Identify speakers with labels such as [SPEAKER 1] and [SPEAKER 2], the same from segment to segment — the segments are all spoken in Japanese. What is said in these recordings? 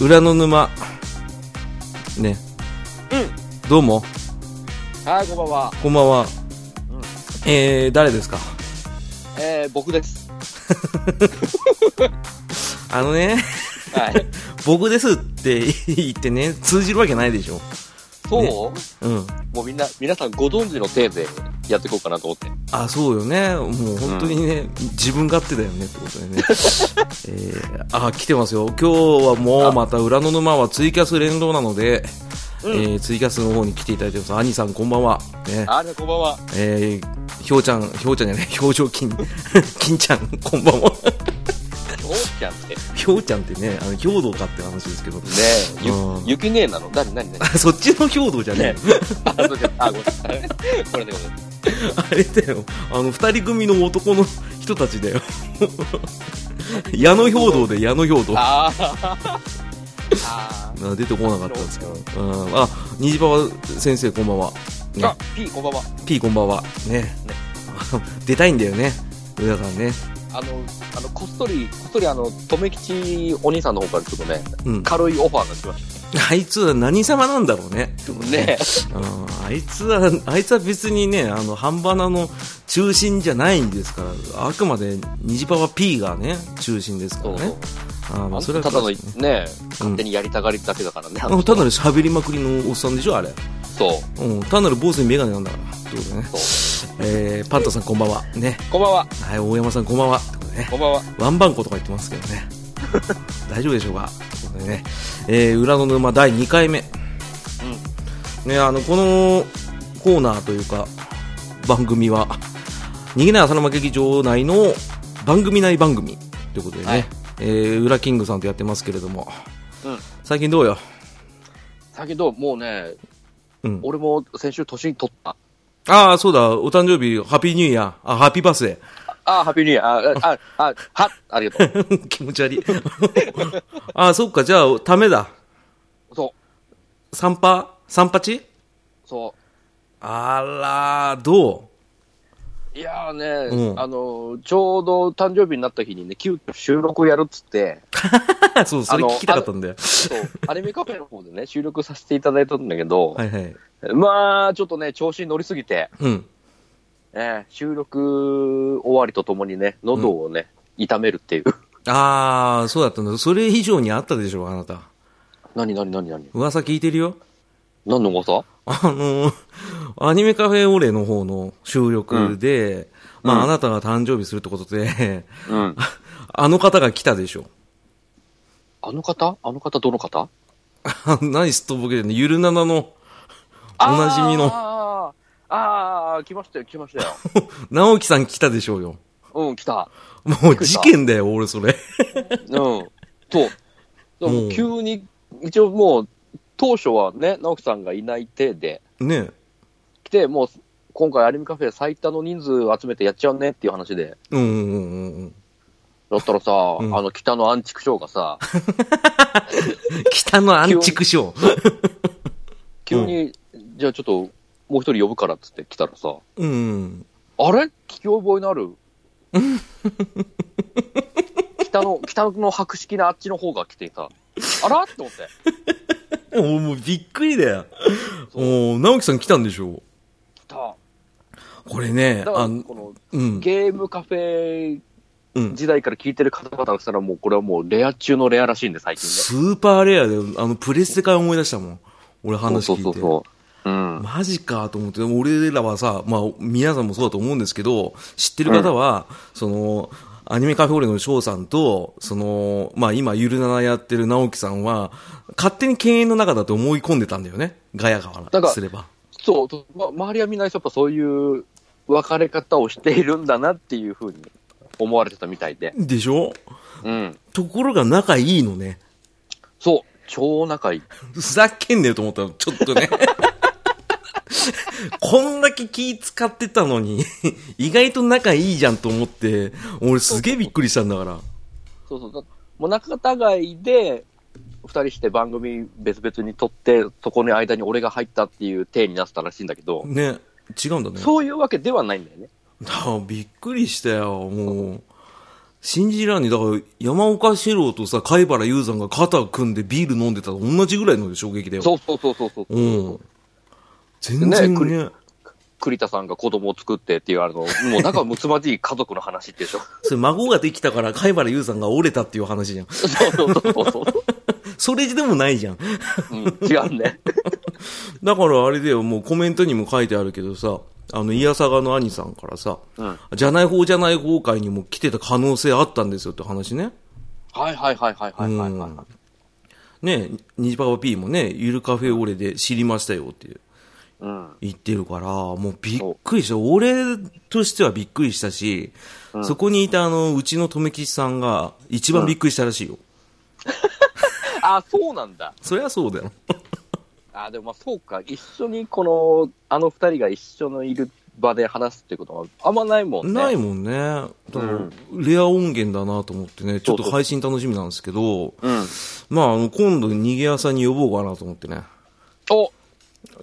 [SPEAKER 1] 裏の沼。ね。
[SPEAKER 2] うん。
[SPEAKER 1] どうも、
[SPEAKER 2] はい、こんばんは。
[SPEAKER 1] こんばんは。
[SPEAKER 2] うん
[SPEAKER 1] えー、誰ですか
[SPEAKER 2] えー、僕です。
[SPEAKER 1] あのね、
[SPEAKER 2] はい。
[SPEAKER 1] 僕ですって 言ってね、通じるわけないでしょ。
[SPEAKER 2] そう、
[SPEAKER 1] ねうん。
[SPEAKER 2] もうみんな、皆さんご存知の体でやっていこうかなと思って。
[SPEAKER 1] あ、そうよね。もう本当にね、自分勝手だよねってこと でね。えー、あ、来てますよ。今日はもうまた裏の沼はツイキャス連動なので、
[SPEAKER 2] うん
[SPEAKER 1] えーツイキャスの方に来ていただいてます。兄さんこんばんは。ね、
[SPEAKER 2] あれ、こんばんは。
[SPEAKER 1] えー、ひょうちゃん、ひょうちゃん じゃない、表情筋、金ちゃん、こんばんは。
[SPEAKER 2] おーちゃんって。ね
[SPEAKER 1] ひょうちゃんってね、あの、兵道かって話ですけど。
[SPEAKER 2] え、ゆ
[SPEAKER 1] うん、
[SPEAKER 2] ゆきねえなの何何何
[SPEAKER 1] あそっちの兵道じゃねえ
[SPEAKER 2] ねあ、そうじゃあ、ごめんな さい。これでごめんなさい。
[SPEAKER 1] あれだよ、あの、二人組の男の人たちだよ。 矢野兵道で矢野兵道。あ
[SPEAKER 2] あー。あ
[SPEAKER 1] 出てこなかったんですけど。うん、あ、虹パパ先生こんばんは。
[SPEAKER 2] ー。あ
[SPEAKER 1] ね、、
[SPEAKER 2] P、こんばんは。
[SPEAKER 1] P こんばんは。ね。 出たいんだよね。上田さんね。
[SPEAKER 2] あの、あの、こっそり、こっそりあの、とめきちお兄さんの方からちょっとね、
[SPEAKER 1] うん。
[SPEAKER 2] 軽いオファーが来まし
[SPEAKER 1] あいつは何様なんだろうね。
[SPEAKER 2] た。ね
[SPEAKER 1] うんあいつは、あいつは別にね、あの、半ばなの中心じゃないんですから、あくまで、虹パパ P がね、中心ですか
[SPEAKER 2] そ
[SPEAKER 1] ら
[SPEAKER 2] う
[SPEAKER 1] ね。
[SPEAKER 2] そう。
[SPEAKER 1] あーま
[SPEAKER 2] あ
[SPEAKER 1] あ、
[SPEAKER 2] ん
[SPEAKER 1] それ
[SPEAKER 2] た
[SPEAKER 1] は
[SPEAKER 2] ただの
[SPEAKER 1] 確
[SPEAKER 2] ね
[SPEAKER 1] かにね、
[SPEAKER 2] 勝手にやりたがりだけだからね。あ
[SPEAKER 1] あ
[SPEAKER 2] の
[SPEAKER 1] の
[SPEAKER 2] 人
[SPEAKER 1] ただの喋りまくりのおっさんでしょ、あれ。
[SPEAKER 2] そう。
[SPEAKER 1] うん、単なる坊主にメガネなんだから。ってことでね。えー、パンタさんこんばんは。ね。
[SPEAKER 2] こんばんは。
[SPEAKER 1] はい、大山さんこんばんは。ってことでね。
[SPEAKER 2] こんばんは。
[SPEAKER 1] ワンバンコとか言ってますけど ね。大丈夫でしょうかということでね。えー、裏の沼第2回目。ね、あの、このコーナーというか、番組は、逃げない朝の負け劇場内の番組内番組ということでね、
[SPEAKER 2] はい
[SPEAKER 1] えー、裏キングさんとやってますけれども、
[SPEAKER 2] うん。うん。
[SPEAKER 1] 最近どうよ
[SPEAKER 2] だけど、もうね、
[SPEAKER 1] うん。
[SPEAKER 2] 俺も先週年取った。
[SPEAKER 1] ああ、そうだ、お誕生日、ハッピーニューイヤー、あ、ハッピーバースデ
[SPEAKER 2] あ、ハッピーニューイヤー。あ、あ、あ、は、ありがとう。
[SPEAKER 1] ー。 気持ち悪い。ああ、そっか、じゃあ、ためだ。
[SPEAKER 2] そ
[SPEAKER 1] 三パ、三八
[SPEAKER 2] う。そ
[SPEAKER 1] あら、ど
[SPEAKER 2] う。いやーね、
[SPEAKER 1] うん
[SPEAKER 2] あの、ちょうど誕生日になった日にね、急遽収録をやるっつって、
[SPEAKER 1] う そう、それ聞きたかったんだよ。
[SPEAKER 2] そう、アニメカフェの方でね、収録させていただいたんだけど、
[SPEAKER 1] はいはい。
[SPEAKER 2] まあ、ちょっとね、調子に乗りすぎて、
[SPEAKER 1] うん。
[SPEAKER 2] えー収録終わりとともにね、喉をね、痛めるっていう。
[SPEAKER 1] ああ、そうだったんだ。それ以上にあったでしょ、あなた。
[SPEAKER 2] 何何何何
[SPEAKER 1] 噂聞いてるよ。
[SPEAKER 2] 何の 噂
[SPEAKER 1] あのー、アニメカフェオレの方の収録で、まあ、
[SPEAKER 2] うん
[SPEAKER 1] あなたが誕生日するってことで、
[SPEAKER 2] うん。
[SPEAKER 1] あの方が来たでしょ。
[SPEAKER 2] あの方あの方どの方
[SPEAKER 1] あ何すっとぼけてんのゆるななの、お
[SPEAKER 2] あー
[SPEAKER 1] なじみの、
[SPEAKER 2] あーあー、来ましたよ、来ましたよ。
[SPEAKER 1] 直樹さん来たでしょうよ。
[SPEAKER 2] うん、来た。
[SPEAKER 1] もう事件だよ、俺それ。
[SPEAKER 2] うん。そう。で
[SPEAKER 1] う
[SPEAKER 2] も
[SPEAKER 1] ん
[SPEAKER 2] 急に、一応もう、当初はね、直樹さんがいない手で、
[SPEAKER 1] ね
[SPEAKER 2] 来て、もう、今回アニメカフェ最多の人数集めてやっちゃうねっていう話で。
[SPEAKER 1] うんうんうんうん。
[SPEAKER 2] だったらさ、
[SPEAKER 1] うん
[SPEAKER 2] あの、北のアンチクショーがさ、
[SPEAKER 1] 北のアンチクショ ー。
[SPEAKER 2] 急に、じゃあちょっと、もう一人呼ぶからっつって来たらさ、
[SPEAKER 1] うんうん。
[SPEAKER 2] あれ聞き覚えの ある北の、北の白色なあっちの方が来てさ、あらって思って。
[SPEAKER 1] もうもうびっくりだよ。
[SPEAKER 2] そう
[SPEAKER 1] お直樹さん来たんでしょ
[SPEAKER 2] 来た。
[SPEAKER 1] これね、
[SPEAKER 2] だから、
[SPEAKER 1] あの、
[SPEAKER 2] この、
[SPEAKER 1] うん。
[SPEAKER 2] ゲームカフェ
[SPEAKER 1] うん
[SPEAKER 2] 時代から聞いてる方々からしたら、もうこれはもうレア中のレアらしいんで、最近ね。
[SPEAKER 1] スーパーレアで、あの、プレステから思い出したもん。俺話聞いて。
[SPEAKER 2] そうそうそう。うん。
[SPEAKER 1] マジかと思って、俺らはさ、まあ、皆さんもそうだと思うんですけど、知ってる方は、その、アニメカフェオレの翔さんと、その、まあ今、ゆるななやってる直樹さんは、勝手に犬猿の中だと思い込んでたんだよね。ガヤガ
[SPEAKER 2] なん
[SPEAKER 1] ヤ
[SPEAKER 2] か
[SPEAKER 1] すれば。
[SPEAKER 2] そう、そうま、周りはみんなやっぱそういう分かれ方をしているんだなっていうふうに思われてたみたいで。
[SPEAKER 1] でしょ
[SPEAKER 2] うん。
[SPEAKER 1] ところが仲いいのね。
[SPEAKER 2] そう、超仲いい。
[SPEAKER 1] ふざけんねよと思ったの、ちょっとね。 こんだけ気使ってたのに、意外と仲いいじゃんと思って、俺すげえびっくりしたんだから。
[SPEAKER 2] そうそう。だもう仲違いで、二人して番組別々に撮って、そこの間に俺が入ったっていう体になってたらしいんだけど、
[SPEAKER 1] ね、違うんだね。
[SPEAKER 2] そういうわけではないんだよね。
[SPEAKER 1] あびっくりしたよ、もう。信じらんねえだから、山岡四郎とさ、貝原雄山が肩組んでビール飲んでたの同じぐらいの衝撃だよ。
[SPEAKER 2] そうそうそうそうそう。
[SPEAKER 1] うん。全然ね。
[SPEAKER 2] ね栗田さんが子供を作ってっていう、あの、もう仲睦まじい家族の話ってでしょ。
[SPEAKER 1] それ孫ができたから貝原雄山が折れたっていう話じゃん。
[SPEAKER 2] そうそうそうそう。
[SPEAKER 1] それでもないじゃん。
[SPEAKER 2] うん、違うね。
[SPEAKER 1] だからあれだよ、もうコメントにも書いてあるけどさ、あの、イヤサガの兄さんからさ、
[SPEAKER 2] うん。は
[SPEAKER 1] じゃない方じゃない方会にも来てた可能性あったんですよって話ね。
[SPEAKER 2] いはいはいはいはいはい、はい
[SPEAKER 1] ねえ、ニジパパ P もね、ゆるカフェオレで知りましたよっていう
[SPEAKER 2] うん。
[SPEAKER 1] 言ってるから、もうびっくりした。俺としてはびっくりしたし、そこにいたあの、うちの留吉さんが一番びっくりしたらしいよ。
[SPEAKER 2] あ、そうなんだ。
[SPEAKER 1] そりゃそうだよ。
[SPEAKER 2] あ、でもまあそうか。一緒にこの、あの二人が一緒のいる場で話すってことはあんまないもんね。
[SPEAKER 1] ないもんね。だから、
[SPEAKER 2] うん
[SPEAKER 1] レア音源だなと思ってね、ちょっと
[SPEAKER 2] そうそう
[SPEAKER 1] 配信楽しみなんですけど、
[SPEAKER 2] うん。
[SPEAKER 1] まあ、あの、今度、逃げ屋さんに呼ぼうかなと思ってね。
[SPEAKER 2] お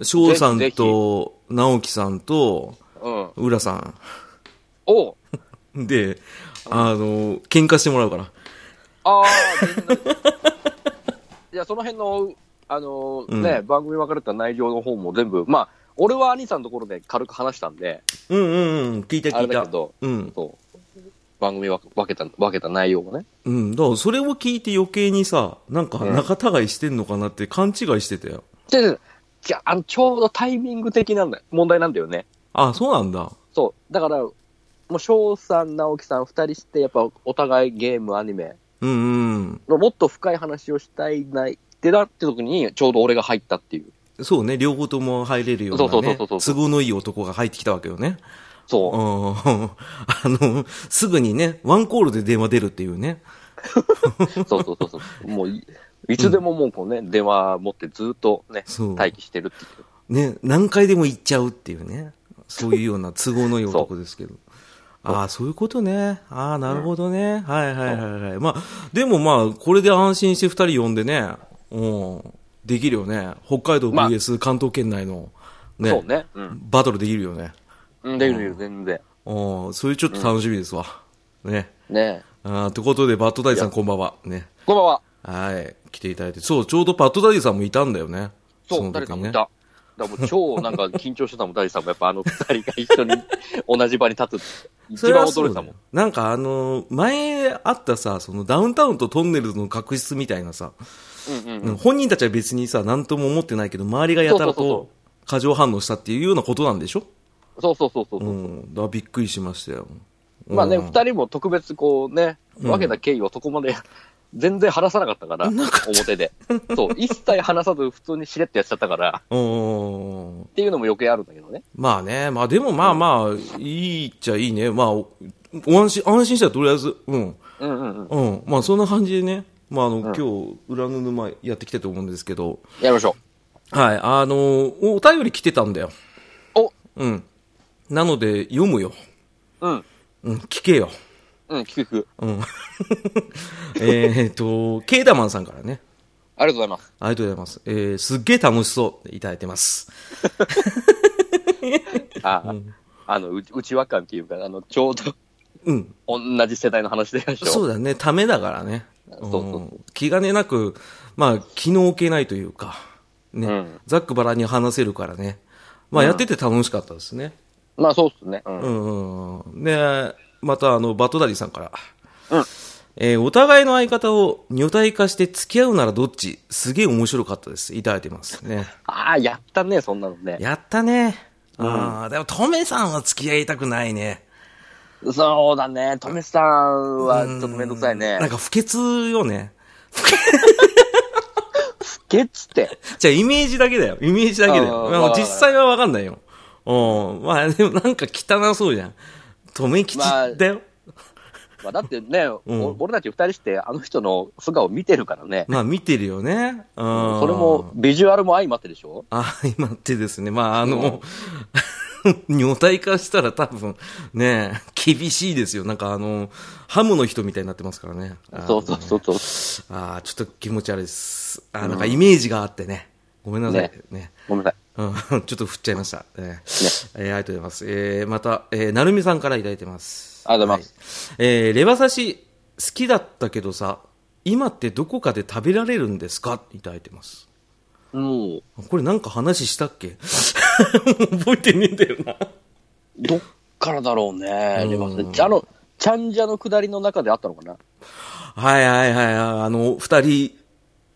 [SPEAKER 1] 翔さん
[SPEAKER 2] ぜひぜ
[SPEAKER 1] と、直樹さんと、
[SPEAKER 2] うん。
[SPEAKER 1] 浦さ
[SPEAKER 2] お
[SPEAKER 1] ん。で、あの、喧嘩してもらうから。
[SPEAKER 2] ああ、全 然いや、その辺の、あのー
[SPEAKER 1] うん
[SPEAKER 2] ね、番組分かれた内容の方も全部、まあ、俺は兄さんのところで軽く話したんで、
[SPEAKER 1] うんうんうん、聞いた
[SPEAKER 2] あ
[SPEAKER 1] 聞
[SPEAKER 2] れ
[SPEAKER 1] い
[SPEAKER 2] だけ
[SPEAKER 1] た。
[SPEAKER 2] ど、
[SPEAKER 1] うん。
[SPEAKER 2] そう。番組分分けた、分けた内容もね。
[SPEAKER 1] うん。だから、それを聞いて余計にさ、なんか
[SPEAKER 2] うん
[SPEAKER 1] 仲違いしてんのかなって勘違いしてたよ。
[SPEAKER 2] で、でじゃあ、あの、ちょうどタイミング的なんだ問題なんだよね。
[SPEAKER 1] あ、そうなんだ。
[SPEAKER 2] そう。だから、もう、翔さん、直樹さん、二人して、やっぱ、お互いゲーム、アニメ
[SPEAKER 1] うんうん。
[SPEAKER 2] のもっと深い話をしたいないってなって時に、ちょうど俺が入ったっていう。
[SPEAKER 1] そうね、両方とも入れるよう
[SPEAKER 2] そう
[SPEAKER 1] な
[SPEAKER 2] そう
[SPEAKER 1] ね、
[SPEAKER 2] そう
[SPEAKER 1] 都
[SPEAKER 2] そうそう
[SPEAKER 1] 合のいい男が入ってきたわけよね。
[SPEAKER 2] そう
[SPEAKER 1] う。んあの、すぐにね、ワンコールで電話出るっていうね。
[SPEAKER 2] そうそうそうそう。もうい、いつでももうこうね、電話持ってずっとね、
[SPEAKER 1] そう
[SPEAKER 2] 待機してるっていう。
[SPEAKER 1] ね、何回でも行っちゃうっていうね。そういうような都合のいい男です けど。ああ、そういうことね。ああ、なるほどね。はいはいはいはい。まあ、でもまあ、これで安心して二人呼んでね、うん、できるよね。北海道
[SPEAKER 2] まあ
[SPEAKER 1] VS 関東圏内の、ね、
[SPEAKER 2] そうね。うん
[SPEAKER 1] バトルできるよね。
[SPEAKER 2] うん。できるよ、全然。
[SPEAKER 1] うん、それちょっと楽しみですわ。ね。
[SPEAKER 2] ねえ。
[SPEAKER 1] ああ、ということで、バットダイさんこんばんは。ね。
[SPEAKER 2] こんばんは。
[SPEAKER 1] はい。来ていただいて。そう、ちょうどパッドダディさんもいたんだよね。
[SPEAKER 2] そう、
[SPEAKER 1] の
[SPEAKER 2] 誰
[SPEAKER 1] 時
[SPEAKER 2] か
[SPEAKER 1] に
[SPEAKER 2] もい
[SPEAKER 1] ね。
[SPEAKER 2] た。だからもう超なんか緊張してたもん、誰さんも。やっぱあの二人が一緒に 同じ場に立つ。
[SPEAKER 1] そ
[SPEAKER 2] 一
[SPEAKER 1] れ
[SPEAKER 2] 番
[SPEAKER 1] はそ
[SPEAKER 2] 驚
[SPEAKER 1] う
[SPEAKER 2] い
[SPEAKER 1] だ
[SPEAKER 2] た
[SPEAKER 1] よ
[SPEAKER 2] もん。
[SPEAKER 1] なんかあのー、前あったさ、そのダウンタウンとトンネルズの確執みたいなさ、
[SPEAKER 2] うんうんうん。
[SPEAKER 1] 本人たちは別にさ、なんとも思ってないけど、周りがやたら
[SPEAKER 2] そうそうそう
[SPEAKER 1] と過剰反応したっていうようなことなんでしょ
[SPEAKER 2] そうそうそうそう。
[SPEAKER 1] うん。だからびっくりしましたよ。
[SPEAKER 2] まあね、
[SPEAKER 1] うん
[SPEAKER 2] 二人も特別こうね、
[SPEAKER 1] うん
[SPEAKER 2] 分けた経緯をそこまで全然話さなかったから、表で。そう、一切話さず普通にしれっとやっちゃったから、っ
[SPEAKER 1] うん。
[SPEAKER 2] ていうのも余計あるんだけどね。
[SPEAKER 1] まあね、まあでもまあまあ、いいっちゃいいね。まあ、お安心、安心したらとりあえず、うん。
[SPEAKER 2] うんうんうん。
[SPEAKER 1] うん。まあそんな感じでね、まああの、今日、裏の沼やってきたと思うんですけど、
[SPEAKER 2] やりましょ
[SPEAKER 1] はい、あのおお便り来てたんだよ。
[SPEAKER 2] う。お
[SPEAKER 1] うん。なので、読むよ。
[SPEAKER 2] うん。
[SPEAKER 1] うん、聞け よ。
[SPEAKER 2] うん、聞く聞く。
[SPEAKER 1] うん。えっと、ケーダマンさんからね。
[SPEAKER 2] ありがとうございます。
[SPEAKER 1] ありがとうございます。えー、すっげえ楽しそうっていただいてます。
[SPEAKER 2] あ、あの、うち、うちわかんっていうか、あの、ちょうど
[SPEAKER 1] うん。
[SPEAKER 2] 同じ世代の話でしょ。。
[SPEAKER 1] そううだね。ためだからね。
[SPEAKER 2] そうそうん
[SPEAKER 1] 気兼ねなく、まあ、気の置けないというか、ね。
[SPEAKER 2] うん
[SPEAKER 1] ざっくばらんに話せるからね。まあ、やってて楽しかったですね。
[SPEAKER 2] まあ、そうっすね。うん。
[SPEAKER 1] うんうんうん。で、また、あの、バトダディさんから。
[SPEAKER 2] うん
[SPEAKER 1] えーお互いの相方を女体化して付き合うならどっちすげえ面白かったです。いただいてますね。
[SPEAKER 2] ああ、やったね、そんなのね。
[SPEAKER 1] やったね。ああ、でも、トメさんは付き合いたくないね。
[SPEAKER 2] そうだね。とめさんは、ちょっとめんどくさいね
[SPEAKER 1] なん。か不潔よね。
[SPEAKER 2] ゲッツって。
[SPEAKER 1] じゃあ、イメージだけだよ。イメージだけだよ。
[SPEAKER 2] あー
[SPEAKER 1] まあ
[SPEAKER 2] わかる
[SPEAKER 1] 実際はわかんないよ。うん。まあ、でもなんか汚そうじゃん。トメ吉
[SPEAKER 2] まあ
[SPEAKER 1] だよ。
[SPEAKER 2] まあ、だっ てね、
[SPEAKER 1] ん
[SPEAKER 2] お俺たち二人して、あの人の素顔見てるからね。
[SPEAKER 1] まあ、見てるよね。うん。
[SPEAKER 2] それも、ビジュアルも相まってでしょ
[SPEAKER 1] あ、今ってですね、まあ、あの、 女体化したら多分、ね、厳しいですよ。なんかあの、ハムの人みたいになってますからね。あ
[SPEAKER 2] そうそうそうそう。
[SPEAKER 1] あーちょっと気持ち悪いです。あーなんかイメージがあってね。ごめんなさい。ね
[SPEAKER 2] ね。ごめんなさい。
[SPEAKER 1] うん、 ちょっと振っちゃいました。ねえーありがとうございます。えーまた、えーなるみさんからいただいてます。。
[SPEAKER 2] ありがとうございます
[SPEAKER 1] はい、えーレバ刺し、きだったけどさ、今ってどこかで食べられるんですかっていただいてます。
[SPEAKER 2] もう、
[SPEAKER 1] これなんか話したっけ 覚えてねえんだよな。
[SPEAKER 2] どっからだろうね、
[SPEAKER 1] うん
[SPEAKER 2] 出ますね。あの、ちゃんじゃの下りの中であったのかな
[SPEAKER 1] はいはいはいはい。あの、二人、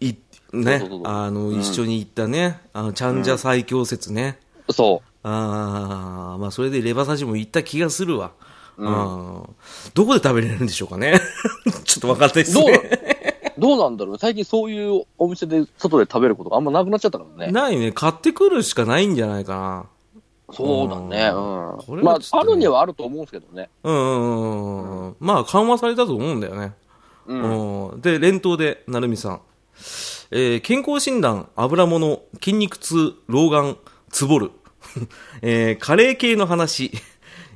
[SPEAKER 1] い、
[SPEAKER 2] そうそうそ
[SPEAKER 1] ね
[SPEAKER 2] う、
[SPEAKER 1] あの、
[SPEAKER 2] ん
[SPEAKER 1] 一緒に行ったね、あの、ちゃんじゃ最強説ね。
[SPEAKER 2] そ
[SPEAKER 1] ああ、まあそれでレバ刺しも行った気がするわ。うん、どこで食べれるんでしょうかね。 ちょっとわかんないで
[SPEAKER 2] う。
[SPEAKER 1] す
[SPEAKER 2] どうな
[SPEAKER 1] ね。
[SPEAKER 2] どうなんだろうね。最近そういうお店で外で食べることがあんまなくなっちゃったからね。
[SPEAKER 1] ないね。買ってくるしかないんじゃないか
[SPEAKER 2] そうだね。
[SPEAKER 1] うんこ
[SPEAKER 2] う
[SPEAKER 1] れ
[SPEAKER 2] ん。ま
[SPEAKER 1] は
[SPEAKER 2] あ
[SPEAKER 1] ちょっとね、
[SPEAKER 2] あるにはあると思うんですけどね。
[SPEAKER 1] な。うんうんうんうん。まあ緩和されたと思うんだよね。
[SPEAKER 2] うん。
[SPEAKER 1] うんで、連投で、成美さん。えー健康診断、油物、筋肉痛、老眼、つぼる。 えーカレー系の話。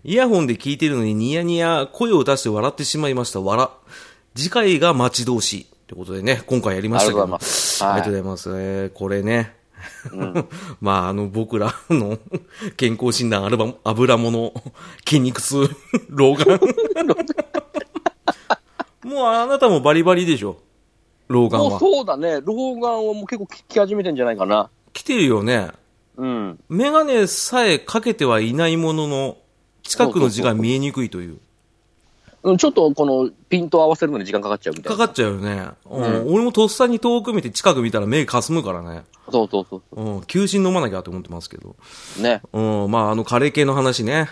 [SPEAKER 1] イヤホンで聞いてるのにニヤニヤ声を出して笑ってしまいました。笑。次回が待ち遠しい。ってことでね、今回やりましたけど。
[SPEAKER 2] ありがとうございますはい
[SPEAKER 1] ありがとうございます。えーこれね。 まあ、あの、僕らの 健康診断、アルバム、油物、筋肉痛、 老 眼。もうあなたもバリバリでしょ。老眼
[SPEAKER 2] も
[SPEAKER 1] は
[SPEAKER 2] う。そうだね。老眼はもう結構聞き始めてんじゃないかな。
[SPEAKER 1] 来てるよね。
[SPEAKER 2] うん。
[SPEAKER 1] メガネさえかけてはいないものの、近くの字が見えにくいという。
[SPEAKER 2] うんちょっとこのピント合わせるのに時間かかっちゃうみたい
[SPEAKER 1] か
[SPEAKER 2] な。
[SPEAKER 1] かっちゃうよね。うん。俺もとっさに遠く見て近く見たら目かすむからね。
[SPEAKER 2] そうそうそ
[SPEAKER 1] うん。休診飲まなきゃと思ってますけど。
[SPEAKER 2] う。ね。
[SPEAKER 1] うん。まあ、あの、カレー系の話ね。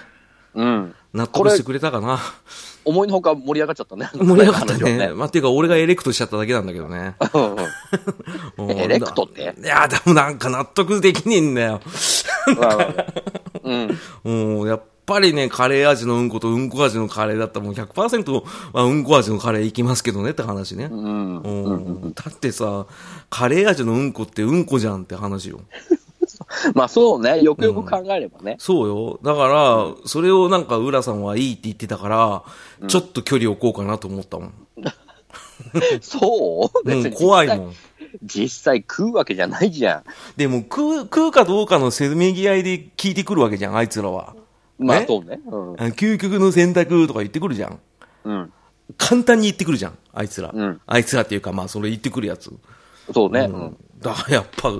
[SPEAKER 2] うん。
[SPEAKER 1] 納得してくれたかな。
[SPEAKER 2] 思いのほか盛り上がっちゃったね。
[SPEAKER 1] 盛り上がったね。
[SPEAKER 2] 話を
[SPEAKER 1] まあ、ていうか俺がエレクトしちゃっただけなんだけどね。
[SPEAKER 2] うんうん
[SPEAKER 1] うん
[SPEAKER 2] エレクトって
[SPEAKER 1] いや、でもなんか納得できねえんだよ。
[SPEAKER 2] まあまあまあうん。
[SPEAKER 1] うん、やっぱりね、カレー味のうんことうんこ味のカレーだったらもう100%はうんこ味のカレーいきますけどねって話ね。
[SPEAKER 2] うん。
[SPEAKER 1] うん、だってさ、カレー味のうんこってうんこじゃんって話よ。
[SPEAKER 2] まあそうね。よくよく考えればね。
[SPEAKER 1] そうよ。だから、それをなんか浦さんはいいって言ってたから、ちょっと距離置こうかなと思ったもん。
[SPEAKER 2] そう
[SPEAKER 1] うん、怖いも
[SPEAKER 2] ん。
[SPEAKER 1] ん。
[SPEAKER 2] 実際食うわけじゃないじゃ
[SPEAKER 1] でも食う、食うかどうかのせめぎ合いで聞いてくるわけじゃん、あいつらは。
[SPEAKER 2] ん。まあ
[SPEAKER 1] ね
[SPEAKER 2] そうね。うん
[SPEAKER 1] あ。の究極の選択とか言ってくるじゃん。
[SPEAKER 2] うん。
[SPEAKER 1] 簡単に言ってくるじゃん、あいつら。
[SPEAKER 2] うん
[SPEAKER 1] あいつらっていうか、まあ、それ言ってくるやつ。
[SPEAKER 2] そうね。うん。
[SPEAKER 1] だからやっぱ、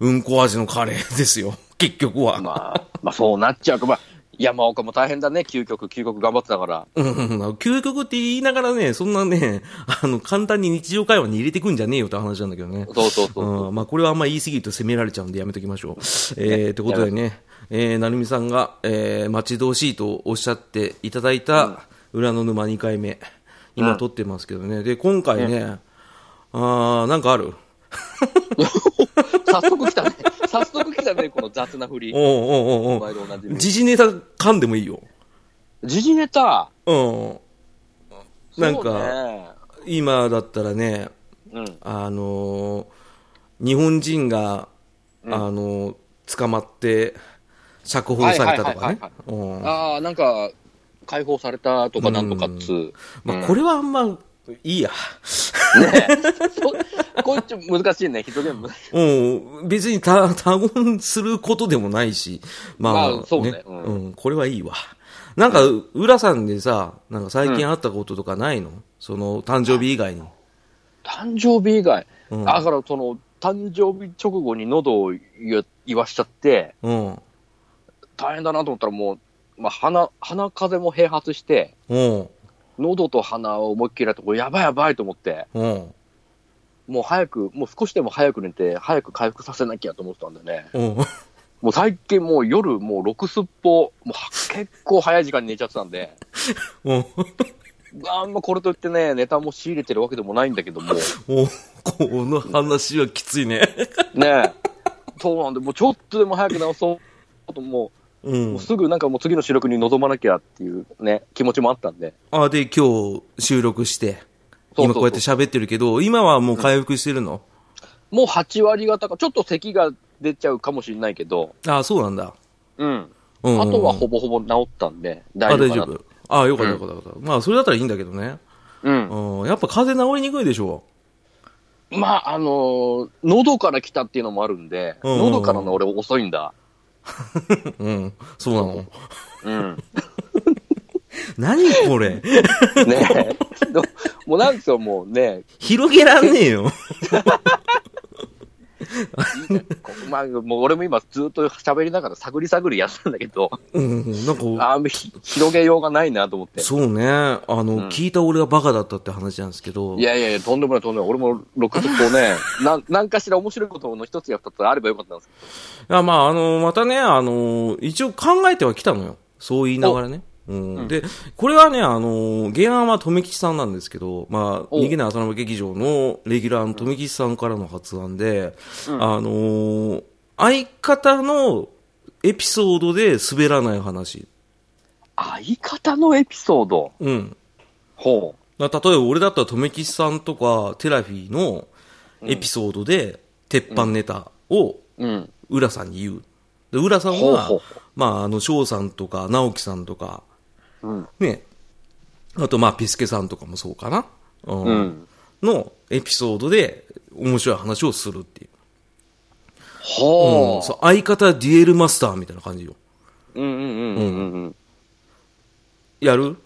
[SPEAKER 1] うんこ味のカレーですよ、 結局は。
[SPEAKER 2] まあ、まあそうなっちゃうか。まあ、山岡も大変だね。究極、究極頑張ってたから。
[SPEAKER 1] うんうん、究極って言いながらね、そんなね、あの、簡単に日常会話に入れてくんじゃねえよって話なんだけどね。
[SPEAKER 2] そうそう そう。
[SPEAKER 1] うん、まあ、これはあんま言い過ぎると責められちゃうんでやめときましょう。えー、ってことでね、えー、なるみさんが、えー、待ち遠しいとおっしゃっていただいた、裏の沼2回目、今撮ってますけどね。で、今回ね、あー、なんかある
[SPEAKER 2] 早速来たね。早速来たね、この雑な振り。
[SPEAKER 1] おうおうおうお
[SPEAKER 2] 毎
[SPEAKER 1] う
[SPEAKER 2] 度おなじみ。
[SPEAKER 1] 時事ネタ噛んでもいいよ。
[SPEAKER 2] 時事ネタ。
[SPEAKER 1] うん。なんか、
[SPEAKER 2] か。
[SPEAKER 1] 今だったらね、
[SPEAKER 2] うん。
[SPEAKER 1] あのー日本人が、あのー捕まって、釈放されたとかね
[SPEAKER 2] はいはいはいはいはい。
[SPEAKER 1] うん
[SPEAKER 2] ああ、なんか、解放されたとかなんとかっつう。
[SPEAKER 1] まあ、これはあんま、いいや。
[SPEAKER 2] ねえ そこっち難しいね、ヒットゲーム。
[SPEAKER 1] うん、別にた他言することでもないし、まあ、
[SPEAKER 2] まあそうねうん
[SPEAKER 1] うん、これはいいわ。なんか、浦さんでさ、なんか最近あったこととかないの、その、誕生日以外に。
[SPEAKER 2] 誕生日以外、
[SPEAKER 1] うん
[SPEAKER 2] だからその、誕生日直後に喉を言わ言わしちゃって、
[SPEAKER 1] うん。
[SPEAKER 2] 大変だなと思ったらもう、まあ、鼻、鼻風邪も併発して、
[SPEAKER 1] うん。
[SPEAKER 2] 喉と鼻を思いっきりやって、これやばいやばいと思って、
[SPEAKER 1] うん。
[SPEAKER 2] もう早く、もう少しでも早く寝て、早く回復させなきゃと思ってたんでね。
[SPEAKER 1] うん。
[SPEAKER 2] もう最近もう夜もう6すっぽ、もうは結構早い時間に寝ちゃってたんで、
[SPEAKER 1] うん。
[SPEAKER 2] あんまこれといってね、ネタも仕入れてるわけでもないんだけども、
[SPEAKER 1] おこの話はきついね。
[SPEAKER 2] ねえ、そうなんで、もうちょっとでも早く直そうと、も
[SPEAKER 1] う
[SPEAKER 2] うも
[SPEAKER 1] ん
[SPEAKER 2] う。すぐなんかもう次の収録に臨まなきゃっていうね、気持ちもあったんで、
[SPEAKER 1] あ、で、今日収録して、
[SPEAKER 2] そうそうそう
[SPEAKER 1] 今こうやって喋ってるけど、今はもう回復してるの、
[SPEAKER 2] もう8割方か、ちょっと咳が出ちゃうかもしれないけど、
[SPEAKER 1] あ、そうなんだ。
[SPEAKER 2] うん、
[SPEAKER 1] うんうん、
[SPEAKER 2] あとはほぼほぼ治ったんで、
[SPEAKER 1] あ
[SPEAKER 2] 大
[SPEAKER 1] 大
[SPEAKER 2] 丈夫か
[SPEAKER 1] 丈
[SPEAKER 2] な
[SPEAKER 1] 夫。あ、よかったよかったよかった。まあ、それだったらいいんだけどね。
[SPEAKER 2] うん、
[SPEAKER 1] うん。やっぱ風邪治りにくいでしょ。
[SPEAKER 2] まあ、あのー喉から来たっていうのもあるんで、
[SPEAKER 1] うんうん
[SPEAKER 2] 喉からの俺遅いんだ。
[SPEAKER 1] うん。そうなの。
[SPEAKER 2] うん。
[SPEAKER 1] 何これ。
[SPEAKER 2] ねえ。もうなんですよ、もうね、
[SPEAKER 1] 広げらんねえ よ。
[SPEAKER 2] いいねこまあ、もう俺も今ずっと喋りながら探り探りやってたんだけど、
[SPEAKER 1] うん、なんか、
[SPEAKER 2] あーひ広げようがないなと思って。
[SPEAKER 1] そうね。あの、
[SPEAKER 2] ん
[SPEAKER 1] 聞いた俺がバカだったって話なんですけど。
[SPEAKER 2] いやいやいや、とんでもないとんでもない。俺も6月こ うね、なん、なんかしら面白いことの一つや二つあればよかったんですけ
[SPEAKER 1] いや、まあ、あの、またね、あの、一応考えてはきたのよ。そう言いながらね。うんで、これはね、あの、原案は留吉さんなんですけど、まあ、
[SPEAKER 2] お
[SPEAKER 1] 逃げない浅沼劇場のレギュラーの留吉さんからの発案で、あの、相方のエピソードで滑らない話。
[SPEAKER 2] ど、相方のエピソード。
[SPEAKER 1] うん。
[SPEAKER 2] ほ
[SPEAKER 1] だから例えば俺だったら、留吉さんとか、テラフィーのエピソードで、鉄板ネタを
[SPEAKER 2] う。うん。
[SPEAKER 1] 浦さんに言う。で、浦さん
[SPEAKER 2] ほう
[SPEAKER 1] は
[SPEAKER 2] ほう、
[SPEAKER 1] まあ、あの、翔さんとか、直樹さんとか、
[SPEAKER 2] うん。
[SPEAKER 1] ね、あと、まあ、ピスケさんとかもそうかな。うん
[SPEAKER 2] うん。
[SPEAKER 1] のエピソードで、面白い話をするっていう。う
[SPEAKER 2] ほ
[SPEAKER 1] んそう相方デュエルマスターみたいな感じよ。
[SPEAKER 2] う。うんうんうんうんうん。
[SPEAKER 1] やる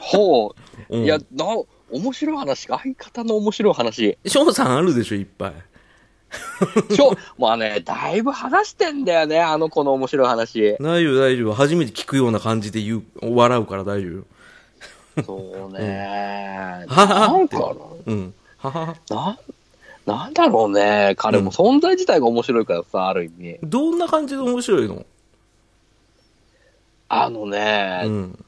[SPEAKER 2] ほう。
[SPEAKER 1] うん
[SPEAKER 2] いや、な、面白い話か。相方の面白い話。
[SPEAKER 1] 翔さんあるでしょ、いっぱい。
[SPEAKER 2] しょ、まあね、だいぶ話してんだよね、あの子の面白い話。
[SPEAKER 1] 大丈夫、大丈夫。初めて聞くような感じで言う、笑うから大丈夫よ。
[SPEAKER 2] そう ね。
[SPEAKER 1] は
[SPEAKER 2] な
[SPEAKER 1] は
[SPEAKER 2] ん
[SPEAKER 1] って
[SPEAKER 2] か
[SPEAKER 1] うん。ははは。
[SPEAKER 2] な、な、なんだろうね。彼も存在自体が面白いからさ、ある意味。
[SPEAKER 1] どんな感じで面白いの
[SPEAKER 2] あのね、
[SPEAKER 1] うん。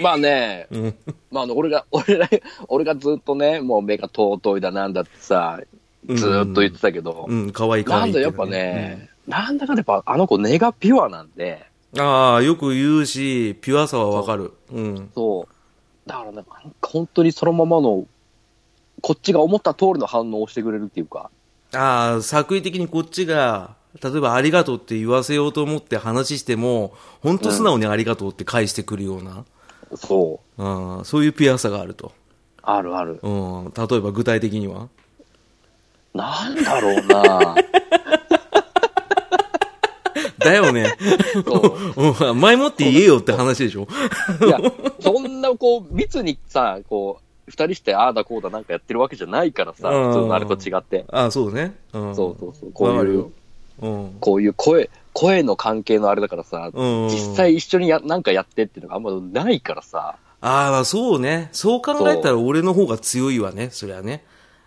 [SPEAKER 2] まあね、
[SPEAKER 1] うん。
[SPEAKER 2] まああの、俺が、 俺ら、俺がずっとね、もう目が尊いだなんだってさ、ずーっと言ってたけど、
[SPEAKER 1] うん、かわいいかわ
[SPEAKER 2] ないん
[SPEAKER 1] い
[SPEAKER 2] だ
[SPEAKER 1] て
[SPEAKER 2] や
[SPEAKER 1] 感
[SPEAKER 2] っ
[SPEAKER 1] じ。
[SPEAKER 2] ぱね、なんだかんだやっぱあの子根がピュアなんで、
[SPEAKER 1] うん。ああ、よく言うし、ピュアさはわかる。うん。
[SPEAKER 2] そう。だからなんか、本当にそのままの、こっちが思った通りの反応をしてくれるっていうか、
[SPEAKER 1] ああ、作為的にこっちが、例えばありがとうって言わせようと思って話しても、本当素直にありがとうって返してくるような、
[SPEAKER 2] そう。
[SPEAKER 1] あーそういうピュアさがあると。
[SPEAKER 2] あるある。
[SPEAKER 1] うん。例えば具体的には
[SPEAKER 2] なんだろう な
[SPEAKER 1] だよね。
[SPEAKER 2] そう。
[SPEAKER 1] うん前もって言えよって話でしょ。
[SPEAKER 2] いや、そんなこう、密にさ、こう、二人してああだこうだなんかやってるわけじゃないからさ、
[SPEAKER 1] うん
[SPEAKER 2] 普通のあれと違って。
[SPEAKER 1] ああ、そうね。うん。
[SPEAKER 2] そうそうそう。こ
[SPEAKER 1] わか
[SPEAKER 2] う
[SPEAKER 1] る
[SPEAKER 2] いう
[SPEAKER 1] よ、うん。
[SPEAKER 2] こういう声、声の関係のあれだからさ、
[SPEAKER 1] うん
[SPEAKER 2] 実際一緒にやなんかやってっていうのがあんまないからさ、
[SPEAKER 1] ああ、そうね。そう考えたら俺の方が強いわね、そりゃね。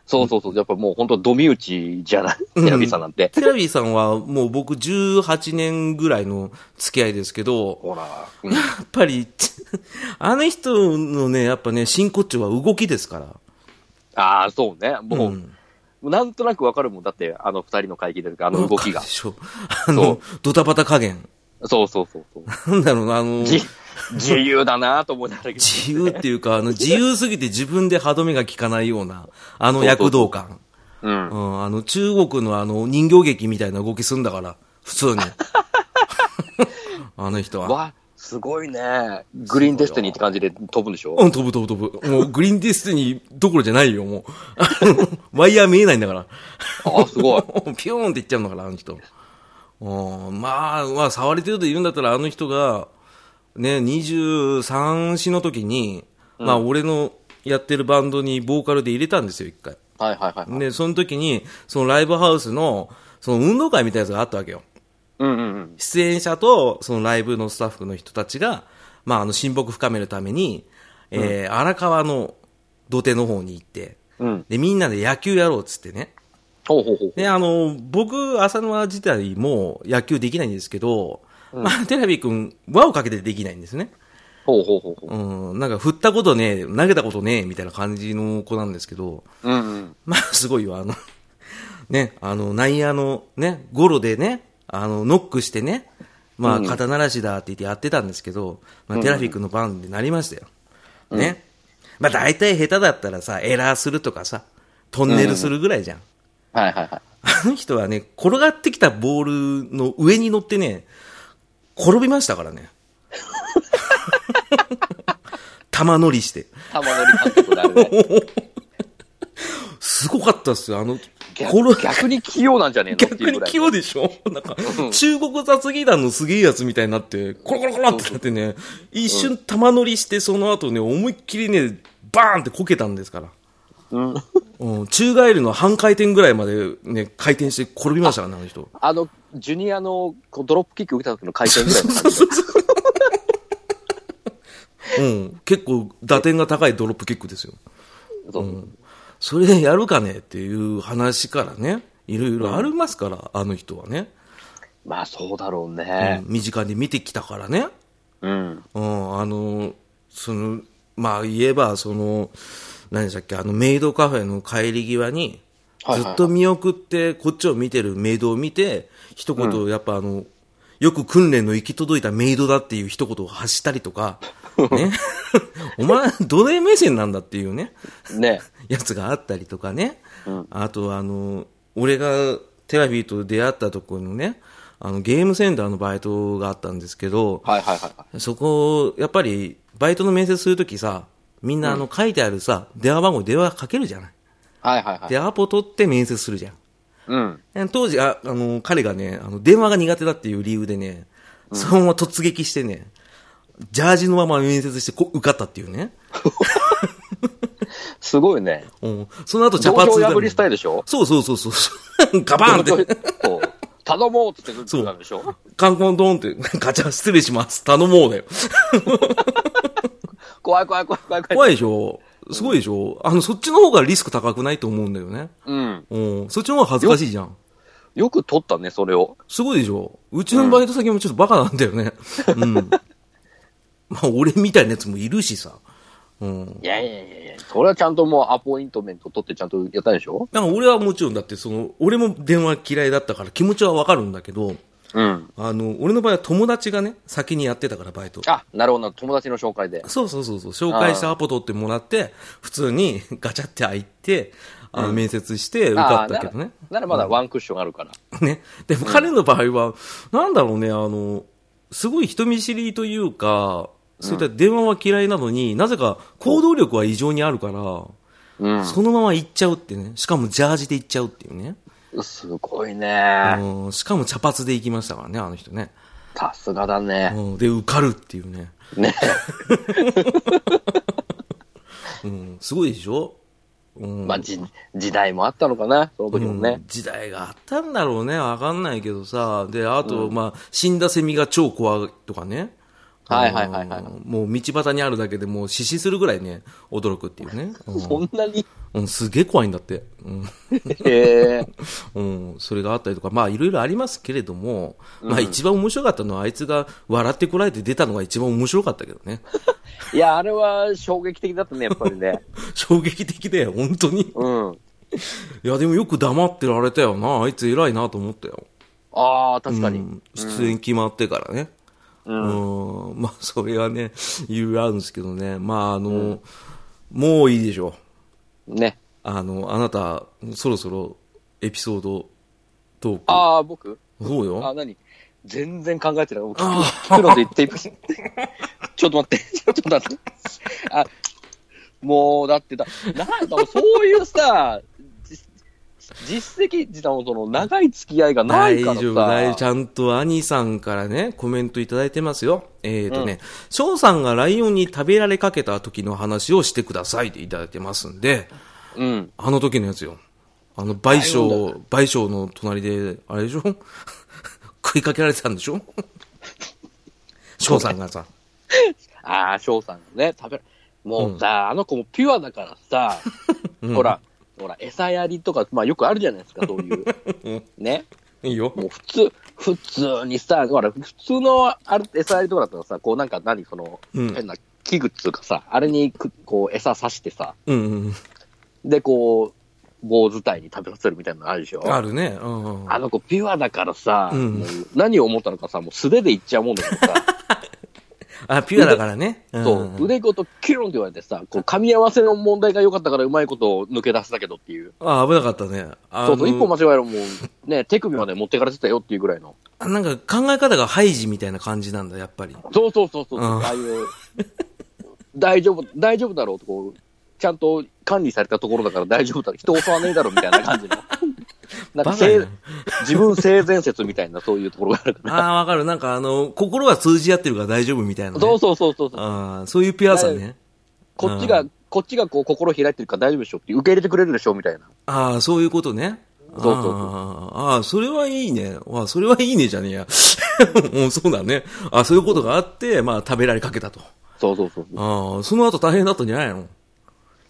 [SPEAKER 2] そうそうそう、やっぱもう本当ドミ打ちじゃない、
[SPEAKER 1] うん
[SPEAKER 2] テラビさんなんて。
[SPEAKER 1] テラビーさんはもう僕18年ぐらいの付き合いですけど、
[SPEAKER 2] ほら、うん
[SPEAKER 1] やっぱり、 あの人のね、やっぱね、真骨頂は動きですから。
[SPEAKER 2] ああ、そうね。もう、
[SPEAKER 1] ん
[SPEAKER 2] なんとなくわかるもん。だって、あの二人の会議で、あの動きが
[SPEAKER 1] で。しょ。あの、ドタバタ加減。
[SPEAKER 2] そうそうそうそう。
[SPEAKER 1] なんだろうな、あの、
[SPEAKER 2] じ自由だなと思いながら。
[SPEAKER 1] 自由っていうか、あの、自由すぎて自分で歯止めが効かないような、あの躍動感。
[SPEAKER 2] うん
[SPEAKER 1] う。ん、あの、中国のあの、人形劇みたいな動きすんだから、普通に。 あの人は。
[SPEAKER 2] わ、すごいね。グリーンデスティニーって感じで飛ぶんでしょ
[SPEAKER 1] うん、飛ぶ飛ぶ飛ぶ。もう、グリーンディスティニーどころじゃないよ、もう。あのワイヤー見えないんだから。
[SPEAKER 2] あ、すごい。
[SPEAKER 1] ピューンっていっちゃうんだから、あの人。うん、まあ、まあ、触れてると言うんだったら、あの人が、ね、23死の時に、まあ、俺のやってるバンドにボーカルで入れたんですよ、一回。
[SPEAKER 2] はいはいはい。
[SPEAKER 1] で、その時に、そのライブハウスの、その運動会みたいなやつがあったわけよ。
[SPEAKER 2] うんうんうん。
[SPEAKER 1] 出演者とそのライブのスタッフの人たちが、まあ、あの親睦深めるために、えー荒川の土手の方に行って、
[SPEAKER 2] うん。
[SPEAKER 1] で、みんなで野球やろうっつってね。
[SPEAKER 2] ほうほうほう。
[SPEAKER 1] で、あの、僕、浅沼自体も野球できないんですけど、まあ、テラビ君、輪をかけてできないんですね。
[SPEAKER 2] ほうほうほうほ
[SPEAKER 1] うん、なんか振ったことねえ、投げたことねえ、みたいな感じの子なんですけど、
[SPEAKER 2] う。うんうん。
[SPEAKER 1] まあ、すごいわ、あの、 ね、あの、内野のね、ゴロでね、あの、ノックしてね、まあ、肩慣らしだって言ってやってたんですけど、まあ、テラフィックの番でなりましたよ。ね。まあ、大体下手だったらさ、エラーするとかさ、トンネルするぐらいじゃん。
[SPEAKER 2] はいはいはい。
[SPEAKER 1] あの人はね、転がってきたボールの上に乗ってね、転びましたからね。 玉乗りして。
[SPEAKER 2] 玉乗り監督であるね。
[SPEAKER 1] すごかったっすよ。あの、この
[SPEAKER 2] 逆逆に器用なんじゃねえのって
[SPEAKER 1] 逆
[SPEAKER 2] いう
[SPEAKER 1] に
[SPEAKER 2] ぐらい。
[SPEAKER 1] 器用でしょなんか、
[SPEAKER 2] うん
[SPEAKER 1] 中国雑技団のすげえやつみたいになって、コロコロコロってなってね、一瞬玉乗りして、その後ね、思いっきりね、バーンってこけたんですから。
[SPEAKER 2] うん
[SPEAKER 1] うん、宙返りの半回転ぐらいまでね、回転して転びましたからね、あの人。
[SPEAKER 2] あの、ジュニアのこうドロップキック打った時の回転ぐらいの感じだ
[SPEAKER 1] そうそうそう。うん、結構打点が高いドロップキックですよ。
[SPEAKER 2] そう
[SPEAKER 1] それでやるかねっていう話からね、いろいろありますから、あの人はね、
[SPEAKER 2] まあそうだろう
[SPEAKER 1] う
[SPEAKER 2] ね
[SPEAKER 1] ん。身近で見てきたからね。
[SPEAKER 2] うん。
[SPEAKER 1] うん、あの、その、まあ言えば、その、何でしたっけ、あのメイドカフェの帰り際に、
[SPEAKER 2] はいはい
[SPEAKER 1] ず
[SPEAKER 2] はい
[SPEAKER 1] っと見送って、こっちを見てるメイドを見て、一言、やっぱあの、よく訓練の行き届いたメイドだっていう一言を発したりとか、 ね。 お前、奴隷目線なんだっていうね、
[SPEAKER 2] ね
[SPEAKER 1] やつがあったりとかね。
[SPEAKER 2] うん
[SPEAKER 1] あと、あの、俺がテラビーと出会ったところのね、あの、ゲームセンターのバイトがあったんですけど、
[SPEAKER 2] はいはいはいは
[SPEAKER 1] そこ、やっぱり、バイトの面接するときさ、みんなあの、書いてあるさ、電話番号に電話かけるじゃない。
[SPEAKER 2] い。はいはいはい。
[SPEAKER 1] で、アポ取って面接するじゃん。
[SPEAKER 2] うん。
[SPEAKER 1] え当時、あ、あの、彼がね、あの、電話が苦手だっていう理由でね、そのまま突撃してね、ジャージのまま面接してこ受かったっていうね。
[SPEAKER 2] すごいね。
[SPEAKER 1] うん。その後、茶
[SPEAKER 2] 上
[SPEAKER 1] 髪
[SPEAKER 2] 場
[SPEAKER 1] だ
[SPEAKER 2] 破りスタイルでしょ
[SPEAKER 1] そうそうそうそう。 ガバーン
[SPEAKER 2] 上
[SPEAKER 1] っ
[SPEAKER 2] 場
[SPEAKER 1] て、
[SPEAKER 2] そう頼もうって言ってくるんでしょ
[SPEAKER 1] カンコンドーンって、ガチャ失礼します。頼もうだよ。
[SPEAKER 2] 怖い怖い怖い怖い怖い。
[SPEAKER 1] 怖いでしょすごいでしょあの、そっちの方がリスク高くないと思うんだよね。
[SPEAKER 2] うん。
[SPEAKER 1] うん。そっちの方が恥ずかしいじゃん。
[SPEAKER 2] よく取ったね、それを。
[SPEAKER 1] すごいでしょうちのバイト先もちょっとバカなんだよね。うん。 まあ、俺みたいなやつもいるしさ。うん。
[SPEAKER 2] いやいやいやいや、それはちゃんともうアポイントメント取ってちゃんとやったでしょ
[SPEAKER 1] なんか俺はもちろんだって、その、俺も電話嫌いだったから気持ちはわかるんだけど、
[SPEAKER 2] うん。
[SPEAKER 1] あの、俺の場合は友達がね、先にやってたからバイト。
[SPEAKER 2] あ、なるほどな。友達の紹介で。
[SPEAKER 1] そうそうそうそう、紹介したアポ取ってもらって、普通にガチャって開いて、あの、面接して受か
[SPEAKER 2] あ
[SPEAKER 1] ったけどね。
[SPEAKER 2] ならならまだワンクッションあるから。
[SPEAKER 1] ね。でも彼の場合は、なんだろうね、あの、すごい人見知りというか、そういった電話は嫌いなのに、なぜか行動力は異常にあるから、
[SPEAKER 2] うん。
[SPEAKER 1] そのまま行っちゃうってね。しかもジャージで行っちゃうっていうね。
[SPEAKER 2] すごいね。
[SPEAKER 1] うん、しかも茶髪で行きましたからね、あの人ね。
[SPEAKER 2] さすがだね。
[SPEAKER 1] うん、で、受かるっていうね。
[SPEAKER 2] ね。
[SPEAKER 1] うん、すごいでしょうん。
[SPEAKER 2] まあ、じ、時代もあったのかな、その時もね
[SPEAKER 1] うん。時代があったんだろうね。わかんないけどさ。で、あと、まあ、死んだセミが超怖いとかね。
[SPEAKER 2] はいはいはいはい
[SPEAKER 1] あのもう道端にあるだけでもう死死するぐらいね、驚くっていうね。
[SPEAKER 2] そんなに。
[SPEAKER 1] うん、うんすげえ怖いんだって。うん。
[SPEAKER 2] へえ。
[SPEAKER 1] うん、それがあったりとか、まあいろいろありますけれども、まあ一番面白かったのはあいつが笑ってこられて出たのが一番面白かったけど ね。
[SPEAKER 2] いや、あれは衝撃的だったね、やっぱりね。
[SPEAKER 1] 衝撃的で、本当に。
[SPEAKER 2] うん。
[SPEAKER 1] いや、でもよく黙ってられたよな。あいつ偉いなと思ったよ。
[SPEAKER 2] ああ、確かに。
[SPEAKER 1] うん出演決まってからね。うん、まあ、それはね、いろいろあるんですけどね。まあ、あの、もういいでしょ
[SPEAKER 2] ね。
[SPEAKER 1] う。あの、あなた、そろそろエピソードトーク。
[SPEAKER 2] ああ、僕
[SPEAKER 1] そう
[SPEAKER 2] あ、
[SPEAKER 1] よ。
[SPEAKER 2] 何全然考えてない。僕聞く聞くので言っていく。 ちょっと待って、ちょっと待って。あ、もう、だってだ、なんだ、そういうさ、じ実績自体もその長い付き合いがな
[SPEAKER 1] 大
[SPEAKER 2] いからさ。
[SPEAKER 1] 丈夫、大丈夫。ちゃんと兄さんからね、コメントいただいてますよ。えっ、とね、翔、さんがライオンに食べられかけた時の話をしてくださいっていただいてますんで、
[SPEAKER 2] うん。
[SPEAKER 1] あの時のやつよ。あの、賠
[SPEAKER 2] ライ
[SPEAKER 1] 償、賠償の隣で、あれでしょ 食いかけられてたんでしょ翔さんがさ。
[SPEAKER 2] ああ、翔さんがね、食べる。もうさ、あの子もピュアだから さ、ほら、ほら、餌やりとか、まあよくあるじゃないですか、そういう。 ね。
[SPEAKER 1] いいよ。
[SPEAKER 2] もう普通、普通にさ、ほら、普通のある餌やりとかだったらさ、こうなんか何、その、
[SPEAKER 1] うん
[SPEAKER 2] 変な器具っつうかさ、あれにくこう餌刺してさ、
[SPEAKER 1] うんうん。
[SPEAKER 2] で、こう、棒伝いに食べさせるみたいなのあるでしょ
[SPEAKER 1] あるね。うんうん。
[SPEAKER 2] あの子ピュアだからさ、
[SPEAKER 1] うん
[SPEAKER 2] もう何を思ったのかさ、もう素手でいっちゃうもんだからさ、
[SPEAKER 1] あ、ピュアだからね。うん
[SPEAKER 2] そ
[SPEAKER 1] ん
[SPEAKER 2] う、腕ごとキュロンって言われてさ、こう噛み合わせの問題が良かったからうまいこと抜け出したけどっていう。
[SPEAKER 1] あ、危なかったね。あの
[SPEAKER 2] そうそう、一歩間違えればもう、ね、手首まで持ってかれてたよっていうぐらいの。
[SPEAKER 1] なんか考え方がハイジみたいな感じなんだ、やっぱ り。
[SPEAKER 2] そうそうそうそう、
[SPEAKER 1] うん
[SPEAKER 2] ああいう、大丈夫、大丈 夫だろうとこう、ちゃんと管理されたところだから大丈夫だろう、人襲わねえだろうみたいな感じの。なんか
[SPEAKER 1] バカや
[SPEAKER 2] 性
[SPEAKER 1] な、
[SPEAKER 2] 自分性善説みたいな、そういうところがあるか
[SPEAKER 1] ああ、わかる。なんかあの、心は通じ合ってるから大丈夫みたいな、
[SPEAKER 2] ら。
[SPEAKER 1] ね。
[SPEAKER 2] そうそうそうそうそう。
[SPEAKER 1] あーそういうピュアさ
[SPEAKER 2] は
[SPEAKER 1] ね。
[SPEAKER 2] こっちが
[SPEAKER 1] う、
[SPEAKER 2] こっちがこう心開いてるから大丈夫でしょって、受け入れてくれるでしょみたいな。
[SPEAKER 1] ああ、そういうことね。
[SPEAKER 2] そうそうそう
[SPEAKER 1] あーあー、それはいいね。わあ、それはいいねじゃねえや。 もうそうだね。あそういうことがあって、まあ食べられかけたと。
[SPEAKER 2] そうそうそう。
[SPEAKER 1] ああ、その後大変だったんじゃないの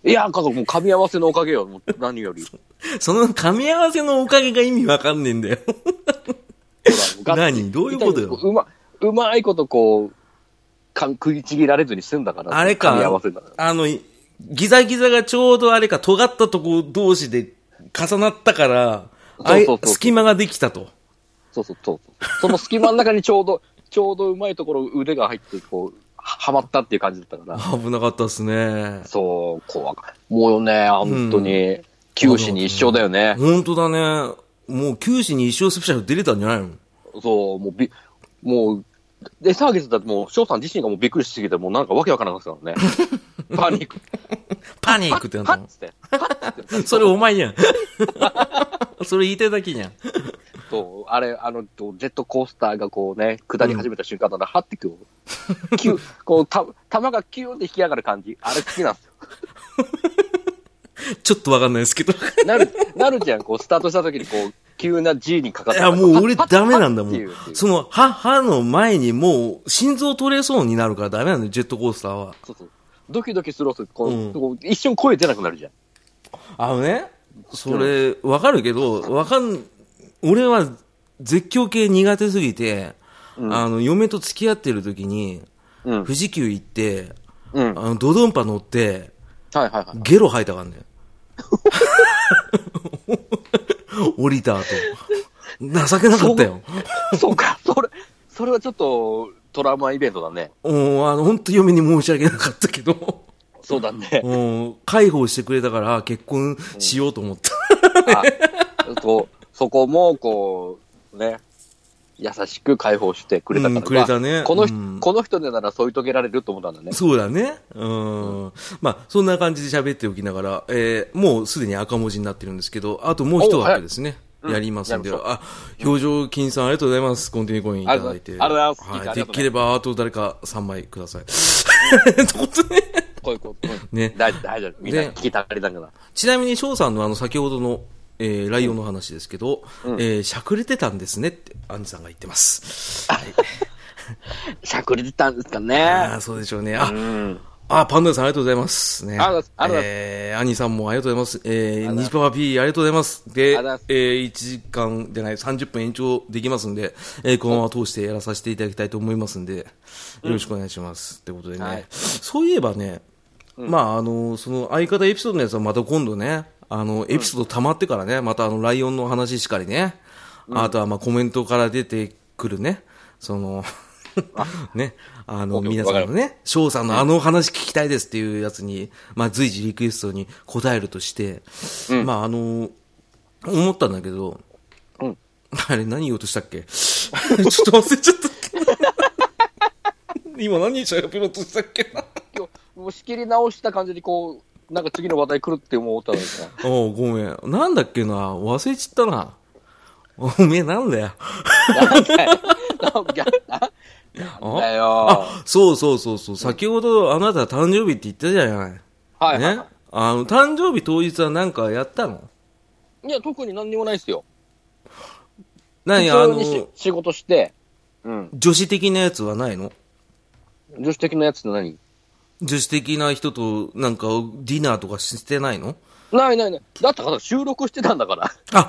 [SPEAKER 2] いや、かもう噛み合わせのおかげよ、もう何より。そう
[SPEAKER 1] その噛み合わせのおかげが意味わかんねえ んだよ。
[SPEAKER 2] だもうガッ
[SPEAKER 1] 何どういうことよ。
[SPEAKER 2] うま、うまいことこう、か食いちぎられずに済んだから。
[SPEAKER 1] あれ
[SPEAKER 2] 噛み合わ
[SPEAKER 1] か
[SPEAKER 2] せだから、
[SPEAKER 1] あの、いギザギザがちょうどあれか、尖ったとこ同士で重なったから、あい
[SPEAKER 2] そうそうそうそう
[SPEAKER 1] 隙間ができたと。
[SPEAKER 2] そうそうそうそう。その隙間の中にちょうど、 ちょうどうまいところ腕が入って、こう、ははまったっていう感じだったから。
[SPEAKER 1] 危なかったですね。
[SPEAKER 2] そう、怖かもうね、本当に、九死に一生だよね。
[SPEAKER 1] 本当だね。もう九死に一生スペシャル出れたんじゃないの
[SPEAKER 2] そう、もうび、もう、で、サーゲスだってもう、翔さん自身がもうびっくりしすぎて、もうなんかわけわからなかったからね。 パニック。
[SPEAKER 1] パニックってなった
[SPEAKER 2] はっ
[SPEAKER 1] の
[SPEAKER 2] つっ て。
[SPEAKER 1] それお前やん。それ言いたいだけやん。
[SPEAKER 2] そう、あれ、あの、ジェットコースターがこうね、下り始めた瞬間だな、はってこう、キューこう、た、弾がキューンって引き上がる感じ。あれ好きなんですよ。
[SPEAKER 1] ちょっとわかんないですけど。い
[SPEAKER 2] なる、なるじゃん、こう、スタートした時にこう、急な G にかかって。
[SPEAKER 1] や、 もう俺
[SPEAKER 2] パッパッ
[SPEAKER 1] ダメなんだも
[SPEAKER 2] パッってい
[SPEAKER 1] ん
[SPEAKER 2] う。
[SPEAKER 1] その、は、はの前にもう心臓取れそうになるからダメなんだよ、ジェットコースターは。
[SPEAKER 2] そうそう。ドキドキすると、こう、
[SPEAKER 1] うん
[SPEAKER 2] こう一瞬声出なくなるじゃん。
[SPEAKER 1] あのね、それ、わかるけど、わかん、俺は絶叫系苦手すぎて、
[SPEAKER 2] うん
[SPEAKER 1] あの、嫁と付き合ってる時に、
[SPEAKER 2] うん。
[SPEAKER 1] 富士急行って、
[SPEAKER 2] うん。はい
[SPEAKER 1] あの、ドドンパ乗って、
[SPEAKER 2] はいはい。
[SPEAKER 1] ゲロ吐いたからね。降りた後。情けなかったよ。
[SPEAKER 2] そうか、 それ、それはちょっとトラウマイベントだね。
[SPEAKER 1] うん、あの、本当嫁に申し訳なかったけど、
[SPEAKER 2] そうだね。
[SPEAKER 1] うん、介抱してくれたからあ結婚しようと思った。
[SPEAKER 2] あこうそこも、こう、ね、優しく解放してくれたか
[SPEAKER 1] う
[SPEAKER 2] ら、
[SPEAKER 1] んくれたね
[SPEAKER 2] まあこの人、
[SPEAKER 1] うん
[SPEAKER 2] この人でなら添い遂げられると思ったんだね。
[SPEAKER 1] そうだね。うん。まあ、そんな感じで喋っておきながら、えーもうすでに赤文字になってるんですけど、あともう一
[SPEAKER 2] おは
[SPEAKER 1] 枠
[SPEAKER 2] い
[SPEAKER 1] ですね。
[SPEAKER 2] うん
[SPEAKER 1] やりますんで、
[SPEAKER 2] やりま
[SPEAKER 1] あ、表情筋さんありがとうございます。コンティニューコインいただいて。
[SPEAKER 2] ありがとうございます
[SPEAKER 1] は
[SPEAKER 2] あ
[SPEAKER 1] い。
[SPEAKER 2] り
[SPEAKER 1] で
[SPEAKER 2] がとうございます
[SPEAKER 1] きれば、あと誰か3枚ください。 ってことね。
[SPEAKER 2] こういうこと。こういうこと
[SPEAKER 1] ね
[SPEAKER 2] 大丈夫、大丈夫。みんな
[SPEAKER 1] ね
[SPEAKER 2] 聞きたがりだから。
[SPEAKER 1] ちなみに翔さんのあの先ほどの、えーライオンの話ですけど、えーしゃくれてたんですねって、アンジさんが言ってます。はい、
[SPEAKER 2] しゃくれてたんですか
[SPEAKER 1] あ
[SPEAKER 2] ね
[SPEAKER 1] あ、。そうでしょうね。あ
[SPEAKER 2] う、ん。
[SPEAKER 1] あ、パンダさんありがとうございます。ね。
[SPEAKER 2] ありがとうございます
[SPEAKER 1] えー、兄さんもありがとうございます。えー、
[SPEAKER 2] がとうございます
[SPEAKER 1] ニジパパ P ありがとうございます。で、え
[SPEAKER 2] ありがとうございます
[SPEAKER 1] ー、1時間じゃない、30分延長できますんで、えー、このまま通してやらさせていただきたいと思いますんで、よろしくお願いします。ってことでね、
[SPEAKER 2] はい
[SPEAKER 1] そういえばね、まあ、あの、その相方エピソードのやつはまた今度ね、あの、エピソード溜まってからね、またあの、ライオンの話しかりね、あとはまあ、コメントから出てくるね、その、 ね、あの、
[SPEAKER 2] オッケー
[SPEAKER 1] 皆さんの
[SPEAKER 2] わか
[SPEAKER 1] ね、翔さんのあのお話聞きたいですっていうやつに、まあ、随時リクエストに答えるとして、まあ、あの、思ったんだけど、
[SPEAKER 2] うん
[SPEAKER 1] あれ何言おうとしたっけ ちょっと忘れちゃった。今何喋ろうとしたっけな。
[SPEAKER 2] 今日、もう仕切り直した感じに、こう、なんか次の話題来るって思った んですね。
[SPEAKER 1] おうごめん。なんだっけな忘れちったな。おめえなんだよ。
[SPEAKER 2] なんだよ。なんだよなんだよ。
[SPEAKER 1] あ、そうそうそうそう。先ほどあなた誕生日って言ったじゃない。
[SPEAKER 2] はいはいはい、
[SPEAKER 1] ね。あの、誕生日当日はなんかやったの
[SPEAKER 2] いや、特に何にもないですよ。
[SPEAKER 1] 何あ
[SPEAKER 2] 普通にし
[SPEAKER 1] の、
[SPEAKER 2] 仕事して、うん。
[SPEAKER 1] 女子的なやつはないの
[SPEAKER 2] 女子的なやつって何
[SPEAKER 1] 女子的な人となんかディナーとかしてないの
[SPEAKER 2] ないないない。だったから収録してたんだから。
[SPEAKER 1] あ、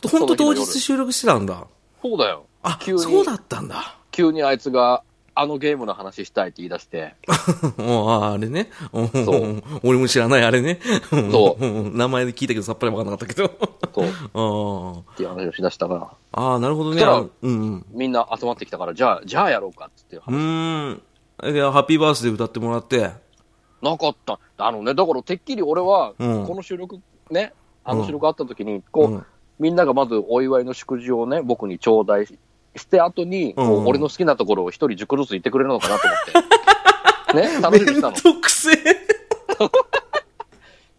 [SPEAKER 1] 本当当
[SPEAKER 2] その日の夜
[SPEAKER 1] 日収録してたんだ。
[SPEAKER 2] そうだよ。
[SPEAKER 1] あ、
[SPEAKER 2] 急に
[SPEAKER 1] そうだったんだ。
[SPEAKER 2] 急にあいつが、あのゲームの話したいって言い出 して、
[SPEAKER 1] もうああれね。うん
[SPEAKER 2] う
[SPEAKER 1] 俺も知らないあれね。
[SPEAKER 2] そ
[SPEAKER 1] うん 名前で聞いたけどさっ ぱりわからなかったけ
[SPEAKER 2] そう、っ
[SPEAKER 1] ど。
[SPEAKER 2] ていう話をしだしたから、
[SPEAKER 1] ああ、なるほどね。
[SPEAKER 2] そしたら
[SPEAKER 1] あのうんうん。
[SPEAKER 2] みんな集まってきたから、じゃあ、じゃあやろうかってって
[SPEAKER 1] う、ーん。えで、ハッピーバースデー歌ってもらって。
[SPEAKER 2] なかった。あのね、だからてっきり俺は、
[SPEAKER 1] うん
[SPEAKER 2] この収録、ね、あの収録あった時に、こう、
[SPEAKER 1] うん
[SPEAKER 2] みんながまずお祝いの祝辞をね、僕に頂戴しして後に、
[SPEAKER 1] うん
[SPEAKER 2] こう俺の好きなところを一人熟ずつ行ってくれるのかなと 思って。ね、楽
[SPEAKER 1] め
[SPEAKER 2] しみにし
[SPEAKER 1] ん
[SPEAKER 2] たの。
[SPEAKER 1] どくせえ。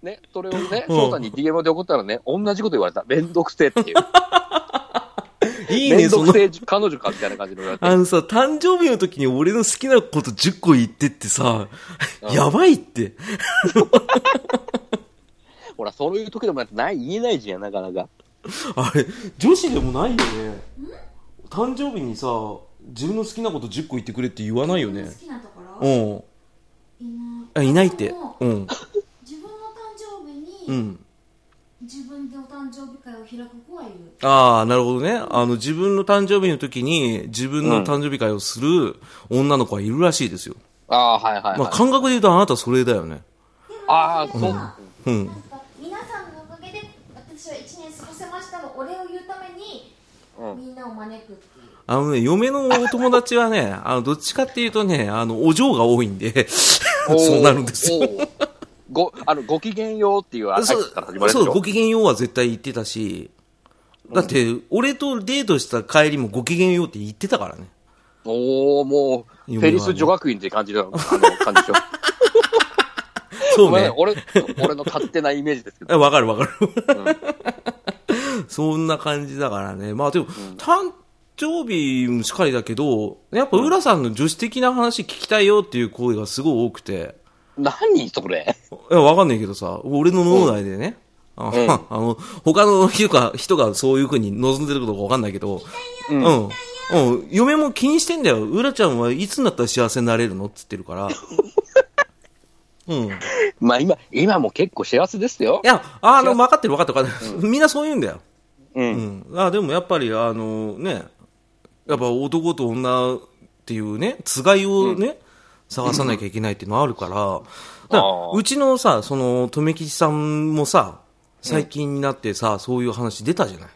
[SPEAKER 2] ね、とれをね、
[SPEAKER 1] うん
[SPEAKER 2] 翔さんに DM で送ったらね、同じこと言われた。めんどくせえっていう。
[SPEAKER 1] いい
[SPEAKER 2] め
[SPEAKER 1] ね、
[SPEAKER 2] んど
[SPEAKER 1] その
[SPEAKER 2] く。せえ彼女かみたいな感じで言われ て。
[SPEAKER 1] あのさ、誕生日の時に俺の好きなこと10個言ってってさ、
[SPEAKER 2] うん
[SPEAKER 1] やばいって。
[SPEAKER 2] ほら、そういう時でもなんてない、言えないじゃん、なかなか。
[SPEAKER 1] あれ、女子でもないよね。誕生日にさ、自分の好きなこと10個言ってくれって言わないよね
[SPEAKER 3] 好。きなところ、
[SPEAKER 1] うん。
[SPEAKER 3] いない
[SPEAKER 1] あ、いないって
[SPEAKER 3] でも。
[SPEAKER 1] うん。
[SPEAKER 3] 自分の誕生
[SPEAKER 1] う
[SPEAKER 3] 日に、
[SPEAKER 1] ん。
[SPEAKER 3] 自分でお誕生日会を開く子はいる
[SPEAKER 1] ああ、なるほどね。あの、自分の誕生日の時に、自分の誕生日会をする女の子はいるらしいですよ。
[SPEAKER 2] ああ、はいはい、はい。
[SPEAKER 1] まあ、感覚で言うとあなたそれだよね。
[SPEAKER 3] でも
[SPEAKER 2] ああ、
[SPEAKER 3] そ
[SPEAKER 2] そ
[SPEAKER 3] れ
[SPEAKER 2] う。
[SPEAKER 3] は
[SPEAKER 1] うん。
[SPEAKER 3] なんか皆さんのおかげで私は1年過ごせましたのお礼を言うために
[SPEAKER 2] うん。
[SPEAKER 3] みんなを招くっていう
[SPEAKER 1] あのね、嫁のお友達はね、あの、どっちかっていうとね、あの、お嬢が多いん で、そうなるんですよ。
[SPEAKER 2] おー。ご、あの、ご機嫌ようっていう挨
[SPEAKER 1] そ
[SPEAKER 2] 拶から始ま
[SPEAKER 1] う、
[SPEAKER 2] るでし
[SPEAKER 1] そう、
[SPEAKER 2] ょ
[SPEAKER 1] ご。機嫌ようは絶対言ってたし、だって、俺とデートした帰りもご機嫌ようって言ってたからね。
[SPEAKER 2] おおもう、
[SPEAKER 1] 嫁はね
[SPEAKER 2] フェリス女学院って感じだ、あの、感じ でしょ。
[SPEAKER 1] そ
[SPEAKER 2] ご
[SPEAKER 1] う
[SPEAKER 2] めん
[SPEAKER 1] ね
[SPEAKER 2] ね。俺、俺の勝手なイメージですけど。
[SPEAKER 1] あわかるわかる。 そんな感じだからね。まあでも、誕生日もしっかりだけど、やっぱ浦さんの女子的な話聞きたいよっていう声がすごい多くて、
[SPEAKER 2] 何それ。
[SPEAKER 1] いや、わかんないけどさ、俺の脳内でね、あ
[SPEAKER 2] うん
[SPEAKER 1] あの、他の人が人がそういう風に望んでることかわかんないけど、
[SPEAKER 2] う。
[SPEAKER 1] うんん。うん。嫁も気にしてんだよ。うらちゃんはいつになったら幸せになれるのって言ってる から。うん。い
[SPEAKER 2] まあ今、今も結構幸せですよ。
[SPEAKER 1] や、あの、分かってる分かってる分かってる。みんなそう言うんだよ。
[SPEAKER 2] う。
[SPEAKER 1] うんん。あでもやっぱり、あの、ね、やっぱ男と女っていうね、つがいをね、探さなきゃいけないっていうのはあるから、だから
[SPEAKER 2] あー
[SPEAKER 1] うちのさ、その、留吉さんもさ、最近になってさ、そういう話出たじゃない。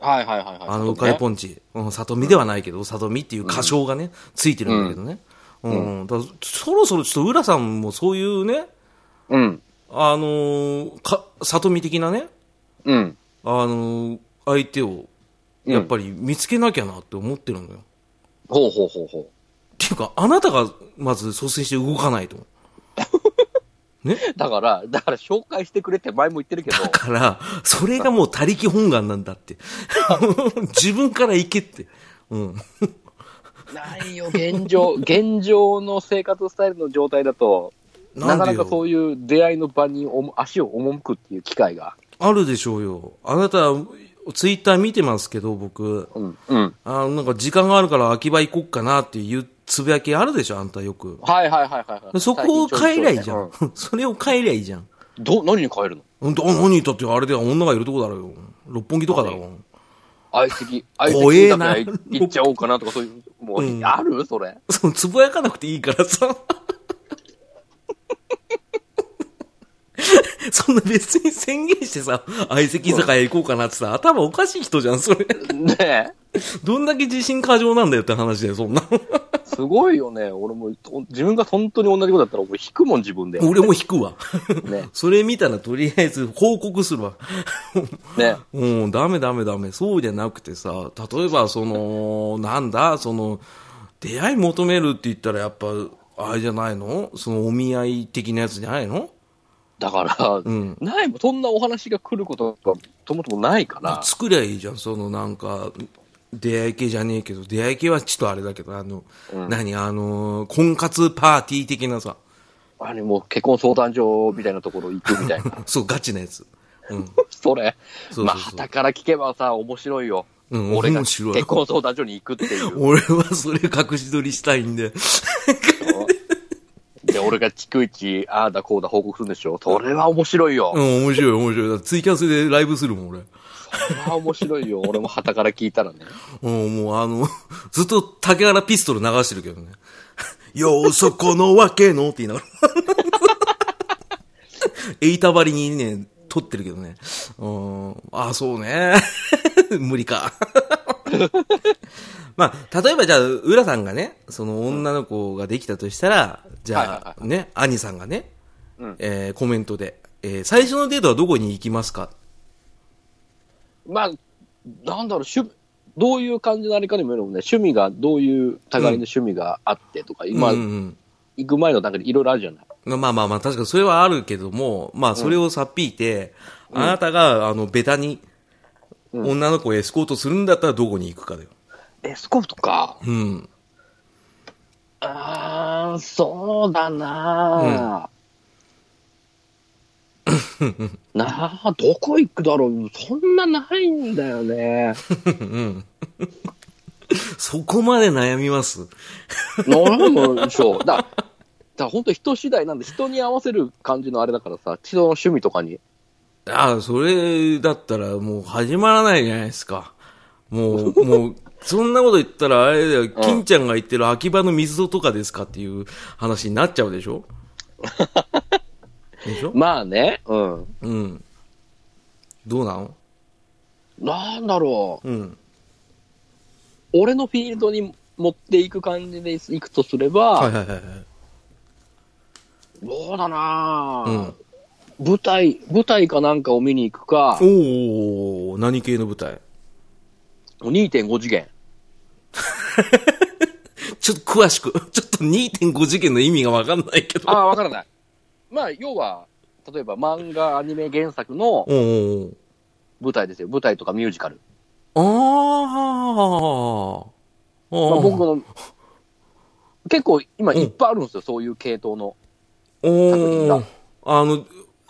[SPEAKER 2] はいはいはいはい。
[SPEAKER 1] あの、うかりポ
[SPEAKER 2] ン。
[SPEAKER 1] ンチ。うん、里見ではないけど、里見っていう歌唱がね、ついてるんだけどね。うん。だからそろそろちょっと浦さんもそういうね、
[SPEAKER 2] うん。
[SPEAKER 1] あのーか、里見的なね、
[SPEAKER 2] うん。
[SPEAKER 1] あのー相手を、やっぱり見つけなきゃなって思ってるのよ。っ
[SPEAKER 2] ほうほうほうほ
[SPEAKER 1] ていうか、あなたがまず率先して動かないと。
[SPEAKER 2] う。だから、だから紹介してくれって前も言ってるけ ど、
[SPEAKER 1] だから、それがもう他力本願なんだ って。自分から行けって。うん。
[SPEAKER 2] ないよ、現状、現状の生活スタイルの状態だと、
[SPEAKER 1] な
[SPEAKER 2] なんか
[SPEAKER 1] で
[SPEAKER 2] な
[SPEAKER 1] よ
[SPEAKER 2] かそういう出会いの場におも足を赴くっていう機会が。
[SPEAKER 1] あるでしょうよ。あなた、ツイッター見てますけど、僕。
[SPEAKER 2] うん。うん。
[SPEAKER 1] あなんか時間があるから秋葉行こっかなっていうつぶやきあるでしょ、あんたよく。
[SPEAKER 2] はいはいはいはいはい。
[SPEAKER 1] そこを変えりゃいいじゃ。
[SPEAKER 2] うん
[SPEAKER 1] それを変えりゃいいじゃん。
[SPEAKER 2] ど、何に変えるの
[SPEAKER 1] うんと、何言ったってあれでは女がいるとこだろうよ。六本木とかだろう。
[SPEAKER 2] 相席、相
[SPEAKER 1] 怖え
[SPEAKER 2] 席居
[SPEAKER 1] な
[SPEAKER 2] 酒屋行っちゃおうかなとか、そういう、もう、
[SPEAKER 1] うん
[SPEAKER 2] あるそれ。
[SPEAKER 1] そのつぶやかなくていいからさ。 そんな別に宣言してさ、相席居酒屋行こうかなってさ、頭おかしい人じゃん、それ。
[SPEAKER 2] ねえ。
[SPEAKER 1] どんだけ自信過剰なんだよって話だよ、そんな。
[SPEAKER 2] すごいよね。俺も、と自分が本当に同じことだったら、俺引くもん、自分で。ね
[SPEAKER 1] 俺も引くわ。
[SPEAKER 2] ね
[SPEAKER 1] それ見たらとりあえず報告するわ。
[SPEAKER 2] え。
[SPEAKER 1] うん、ダメダメダメ。そうじゃなくてさ、例えばその、なんだ、その、出会い求めるって言ったらやっぱ、あれじゃないのそのお見合い的なやつじゃないの
[SPEAKER 2] だから、
[SPEAKER 1] ん
[SPEAKER 2] ないもん、そんなお話が来ることが、ともともないから。
[SPEAKER 1] 作りゃいいじゃん、そのなんか、出会い系じゃねえけど、出会い系はちょっとあれだけど、あの、何、あの、婚活パーティー的なさ、。
[SPEAKER 2] あれもう結婚相談所みたいなところ行くみたいな
[SPEAKER 1] そう、ガチなやつ。うん。
[SPEAKER 2] それ。
[SPEAKER 1] そうそうそう
[SPEAKER 2] まあ、旗から聞けばさ、面白いよ。
[SPEAKER 1] うん
[SPEAKER 2] 俺が
[SPEAKER 1] 面
[SPEAKER 2] 結
[SPEAKER 1] 白い
[SPEAKER 2] 婚相談所に行くっていう。
[SPEAKER 1] 俺はそれ隠し撮りしたいんで。
[SPEAKER 2] で、俺が逐一、ああだこうだ報告するんでしょ。それは面白いよ。
[SPEAKER 1] うん、面白い面白い。だってツイキャスでライブするもん、俺。
[SPEAKER 2] それは面白いよ。俺も旗から聞いたらね。
[SPEAKER 1] うん、もうあの、 ずっと竹原ピストル流してるけどね。 よーそこのわけのって言いながら。 エイタバリにね、撮ってるけどね。うん、ああ、そうね。 無理か。 まあ、例えばじゃあ、浦さんがね、その女の子ができたとしたら、じ
[SPEAKER 2] はいはい
[SPEAKER 1] ゃ
[SPEAKER 2] は
[SPEAKER 1] あ、ね、兄さんがね、
[SPEAKER 2] うん
[SPEAKER 1] えーコメントで、えー最初のデートはどこに行きますか
[SPEAKER 2] まあ、なんだろう、趣どういう感じのあれかにもよるもんね、趣味が、どういう互いの趣味があってとか、今、
[SPEAKER 1] うんうんうん
[SPEAKER 2] 行く前のなんかいろいろあるじゃない。
[SPEAKER 1] まあまあまあ、確かにそれはあるけども、まあそれをさっぴいて、あなたが、あの、ベタに、女の子をエスコートするんだったらどこに行くかだよ。
[SPEAKER 2] エスコートか。
[SPEAKER 1] うん。
[SPEAKER 2] あー、そうだなぁ。なあ、どこ行くだろうそんなないんだよね。
[SPEAKER 1] そこまで悩みます。
[SPEAKER 2] 悩むでしょ。だだから本当人次第なんで、人に合わせる感じのあれだからさ、人の趣味とかに。
[SPEAKER 1] ああ、それだったらもう始まらないじゃないですか。もう、もう、そんなこと言ったらあれだよ、金ちゃんが言ってる秋葉の水戸とかですかっていう話になっちゃうでしょでしょ
[SPEAKER 2] まあね、うん。
[SPEAKER 1] うん。どうなの
[SPEAKER 2] なんだろう。
[SPEAKER 1] うん。
[SPEAKER 2] 俺のフィールドに持っていく感じで行くとすれば、
[SPEAKER 1] はいはいはいはい。
[SPEAKER 2] そうだな
[SPEAKER 1] う
[SPEAKER 2] ぁ、
[SPEAKER 1] ん。
[SPEAKER 2] 舞台、舞台かなんかを見に行くか、
[SPEAKER 1] おお何系の舞台
[SPEAKER 2] 2.5次元。
[SPEAKER 1] ちょっと詳しく。 ちょっと2.5次元の意味がわかんないけど。
[SPEAKER 2] ああ、わからない。まあ、要は、例えば漫画、アニメ原作の
[SPEAKER 1] おー
[SPEAKER 2] 舞台ですよ。舞台とかミュージカル。
[SPEAKER 1] あー。あ
[SPEAKER 2] まあ、
[SPEAKER 1] ー
[SPEAKER 2] 僕の、結構今
[SPEAKER 1] うん
[SPEAKER 2] いっぱいあるんですよ。そういう系統の。作品
[SPEAKER 1] お
[SPEAKER 2] が
[SPEAKER 1] ーあの、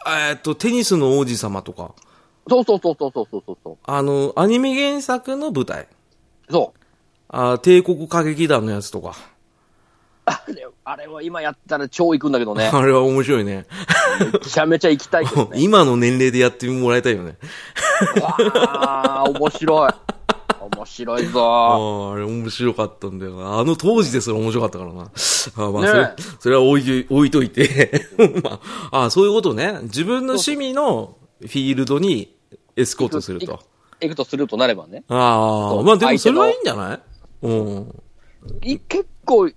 [SPEAKER 1] えーっと、テニスの王子様とか、
[SPEAKER 2] そうそうそうそうそうそうそうそ
[SPEAKER 1] あの、アニメ原作の舞台、
[SPEAKER 2] う。そう。
[SPEAKER 1] あー帝国歌劇団のやつとか、
[SPEAKER 2] あれあれは今やったら超行くんだけどね。
[SPEAKER 1] あれは面白いね。
[SPEAKER 2] めちゃめちゃ行きたい けどね。
[SPEAKER 1] 今の年齢でやってもらいたいよね。
[SPEAKER 2] わあ、面白い。面白い
[SPEAKER 1] あ
[SPEAKER 2] ぞ。
[SPEAKER 1] あ、あれ面白かったんだよな。あの当時ですら面白かったからな。あ ーまあ、
[SPEAKER 2] ねえ
[SPEAKER 1] それ、それは置いとい置いといて。 まあ、あーそういうことね。自分の趣味のフィールドにエスコートすると。
[SPEAKER 2] 行くとするとなればね。
[SPEAKER 1] あ
[SPEAKER 2] そ
[SPEAKER 1] あ、
[SPEAKER 2] う
[SPEAKER 1] まあでも
[SPEAKER 2] 相手
[SPEAKER 1] それ
[SPEAKER 2] の
[SPEAKER 1] はいいんじゃないうん。
[SPEAKER 2] い結構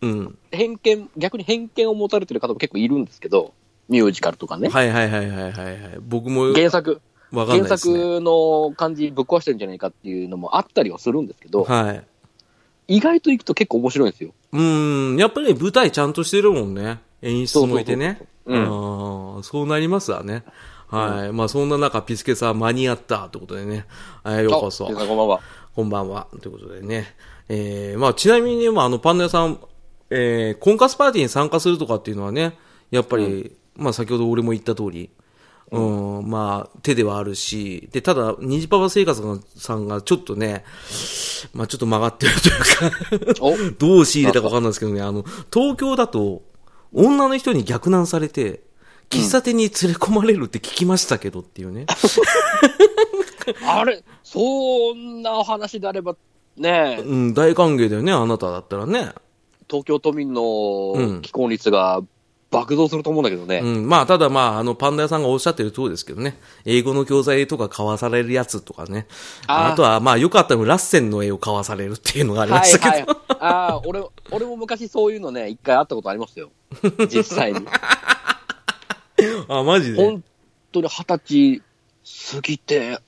[SPEAKER 1] うん。
[SPEAKER 2] 偏見、逆に偏見を持たれてる方も結構いるんですけど、ミュージカルとかね。
[SPEAKER 1] はいはいはいはいはいはい。僕も
[SPEAKER 2] 原作、
[SPEAKER 1] わかん
[SPEAKER 2] 原
[SPEAKER 1] ないです、ね。
[SPEAKER 2] 作の感じぶっ壊してるんじゃないかっていうのもあったりはするんですけど、
[SPEAKER 1] はい。
[SPEAKER 2] 意外と行くと結構面白いんですよ。
[SPEAKER 1] うーん、やっぱり舞台ちゃんとしてるもんね。演出もいてね。
[SPEAKER 2] そうそうそう
[SPEAKER 1] あーそうなりますわね。はい。まあそんな中、ピスケさん間に合ったってことでね。はい、ようこそ
[SPEAKER 2] あ。皆さんこんばんは。
[SPEAKER 1] こんばんは。ということでね。えー、まあちなみに、まああのパンダ屋さん、えー、婚活パーティーに参加するとかっていうのはね、やっぱり、まあ先ほど俺も言った通り、うん、まあ手ではあるし、で、ただ、ニジパパ生活さんがちょっとね、まあちょっと曲がってるというか、
[SPEAKER 2] お、
[SPEAKER 1] どう仕入れたかわかんないですけどね、あの、東京だと、女の人に逆難されて、喫茶店に連れ込まれるって聞きましたけどっていうね。
[SPEAKER 2] あれ、そんなお話であれば、ねえ、
[SPEAKER 1] うん、大歓迎だよね、あなただったらね。
[SPEAKER 2] 東京都民
[SPEAKER 1] うん
[SPEAKER 2] の既婚率が爆増すると思うんだけどね。
[SPEAKER 1] うん、まあ、ただまあ、あの、パンダ屋さんがおっしゃってる通りですけどね。英語の教材とか買わされるやつとかね。
[SPEAKER 2] あ
[SPEAKER 1] あ
[SPEAKER 2] ー
[SPEAKER 1] とは、まあ、よかったらラッセンの絵を買わされるっていうのがありましたけど。
[SPEAKER 2] はいはい。ああ、俺、俺も昔そういうのね、一回会ったことあり ましたよ。実際に。
[SPEAKER 1] あ、マジで。
[SPEAKER 2] 本当に二十歳過ぎて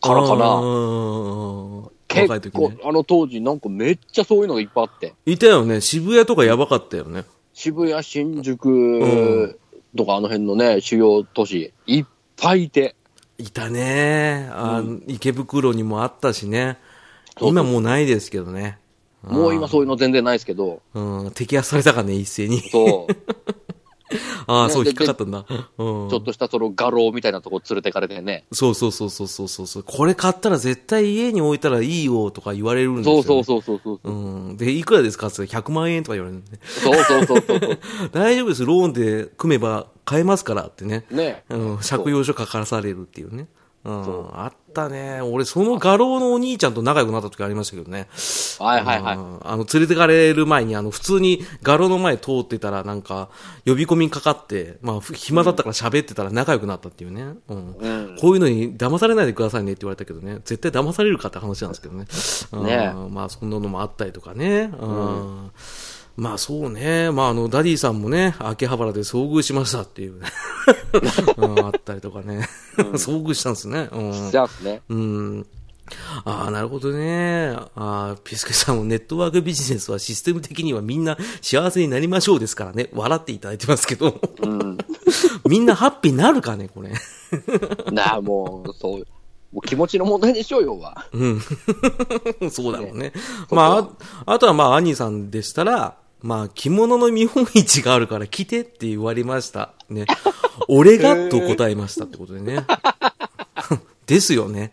[SPEAKER 2] からか
[SPEAKER 1] あ
[SPEAKER 2] な。
[SPEAKER 1] ー若い
[SPEAKER 2] 結
[SPEAKER 1] 時
[SPEAKER 2] 構
[SPEAKER 1] ね。、
[SPEAKER 2] あの当時なんかめっちゃそういうのがいっぱいあって。
[SPEAKER 1] いたよね。渋谷とかやばかったよね。
[SPEAKER 2] 渋谷、新
[SPEAKER 1] ん
[SPEAKER 2] 宿とかあの辺のね、主要都市、いっぱいいて。
[SPEAKER 1] いたねあ、池袋にもあったしね。
[SPEAKER 2] そうそう
[SPEAKER 1] 今もうないですけどね。
[SPEAKER 2] もう今そういうの全然ないですけど。
[SPEAKER 1] うん、摘発されたかね、一斉に。
[SPEAKER 2] そう。
[SPEAKER 1] ああ、
[SPEAKER 2] ね
[SPEAKER 1] そう、
[SPEAKER 2] で
[SPEAKER 1] 引っかかったんだ。うん
[SPEAKER 2] ちょっとしたその画廊みたいなとこ連れてかれてね。
[SPEAKER 1] そうそうそうそうそうそうそう。これ買ったら絶対家に置いたらいいよとか言われるんですよ、
[SPEAKER 2] そ
[SPEAKER 1] ね。
[SPEAKER 2] うそうそうそうそ
[SPEAKER 1] う。
[SPEAKER 2] う。
[SPEAKER 1] うん。で、いくらですかって言ったら100万円とか言われ るんで。
[SPEAKER 2] そうそうそうそうそう。
[SPEAKER 1] 大丈夫です。ローンで組めば買えますからって ね。
[SPEAKER 2] ね
[SPEAKER 1] うん。借用書書かされるっていうね。うん。あったね。俺、その画廊のお兄ちゃんと仲良くなった時ありましたけどね。
[SPEAKER 2] はいはいはい。
[SPEAKER 1] うんあの、連れてかれる前に、あの、普通に画廊の前通ってたら、なんか、呼び込みにかかって、まあ、ふ暇だったから喋ってたら仲良くなったっていうね。うん。
[SPEAKER 2] うん
[SPEAKER 1] こういうのに騙されないでくださいねって言われたけどね。絶対騙されるかって話なんですけどね。うん
[SPEAKER 2] ね
[SPEAKER 1] まあ、そんなのもあったりとかね。うん。まあそうね。まああの、ダディさんもね、秋葉原で遭遇しましたって いうね。 うんあったりとかね。遭遇したんですね。うん
[SPEAKER 2] じゃあっすね。
[SPEAKER 1] うん。ああ、なるほどね。ああ、ピスケさんもネットワークビジネスはシステム的にはみんな幸せになりましょうですからね。笑っていただいてますけど。
[SPEAKER 2] うん。
[SPEAKER 1] みんなハッピーになるかね、こ れ。
[SPEAKER 2] なあ、もう、そう、もう気持ちの問題でしょう、要は。
[SPEAKER 1] そうだろうね。まあ、ああとはまあ、兄さんでしたら、まあ、着物の見本市があるから着てって言われました。ね。俺がと答えましたってことで ね。ですよね。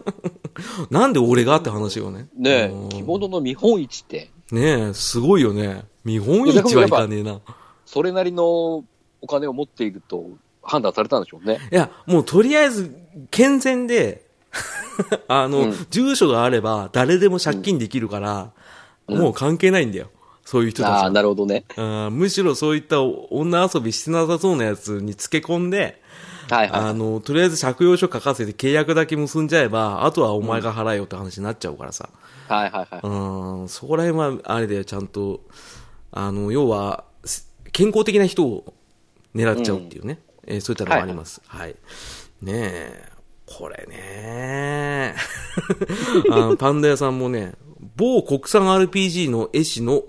[SPEAKER 1] なんで俺がって話よね。
[SPEAKER 2] ね
[SPEAKER 1] うん
[SPEAKER 2] え、着物の見本市って、
[SPEAKER 1] ねえ、すごいよね。見本市はいかねえな。
[SPEAKER 2] それなりのお金を持っていると判断されたんでしょうね。
[SPEAKER 1] いや、もうとりあえず、健全 で、あの、
[SPEAKER 2] うん
[SPEAKER 1] 住所があれば誰でも借金できるから、もう関係ないんだよ。そういう人たち
[SPEAKER 2] ああ、
[SPEAKER 1] は。
[SPEAKER 2] なるほどね。
[SPEAKER 1] あーむしろそういった女遊びしてなさそうなやつにつけ込んで、
[SPEAKER 2] はい
[SPEAKER 1] あ
[SPEAKER 2] は
[SPEAKER 1] の、とりあえず借用書書かせて契約だけ結んじゃえば、あとはお前が払えよって話になっちゃうからさ。
[SPEAKER 2] い。はいはいは
[SPEAKER 1] う
[SPEAKER 2] い。
[SPEAKER 1] ん、そこら辺はあれでちゃんと、あの、要は、す健康的な人を狙っちゃうっていうね。えーそういったのもあります。はい、ねえ、これね あのパンダ屋さんもね、某国産 RPG の絵師の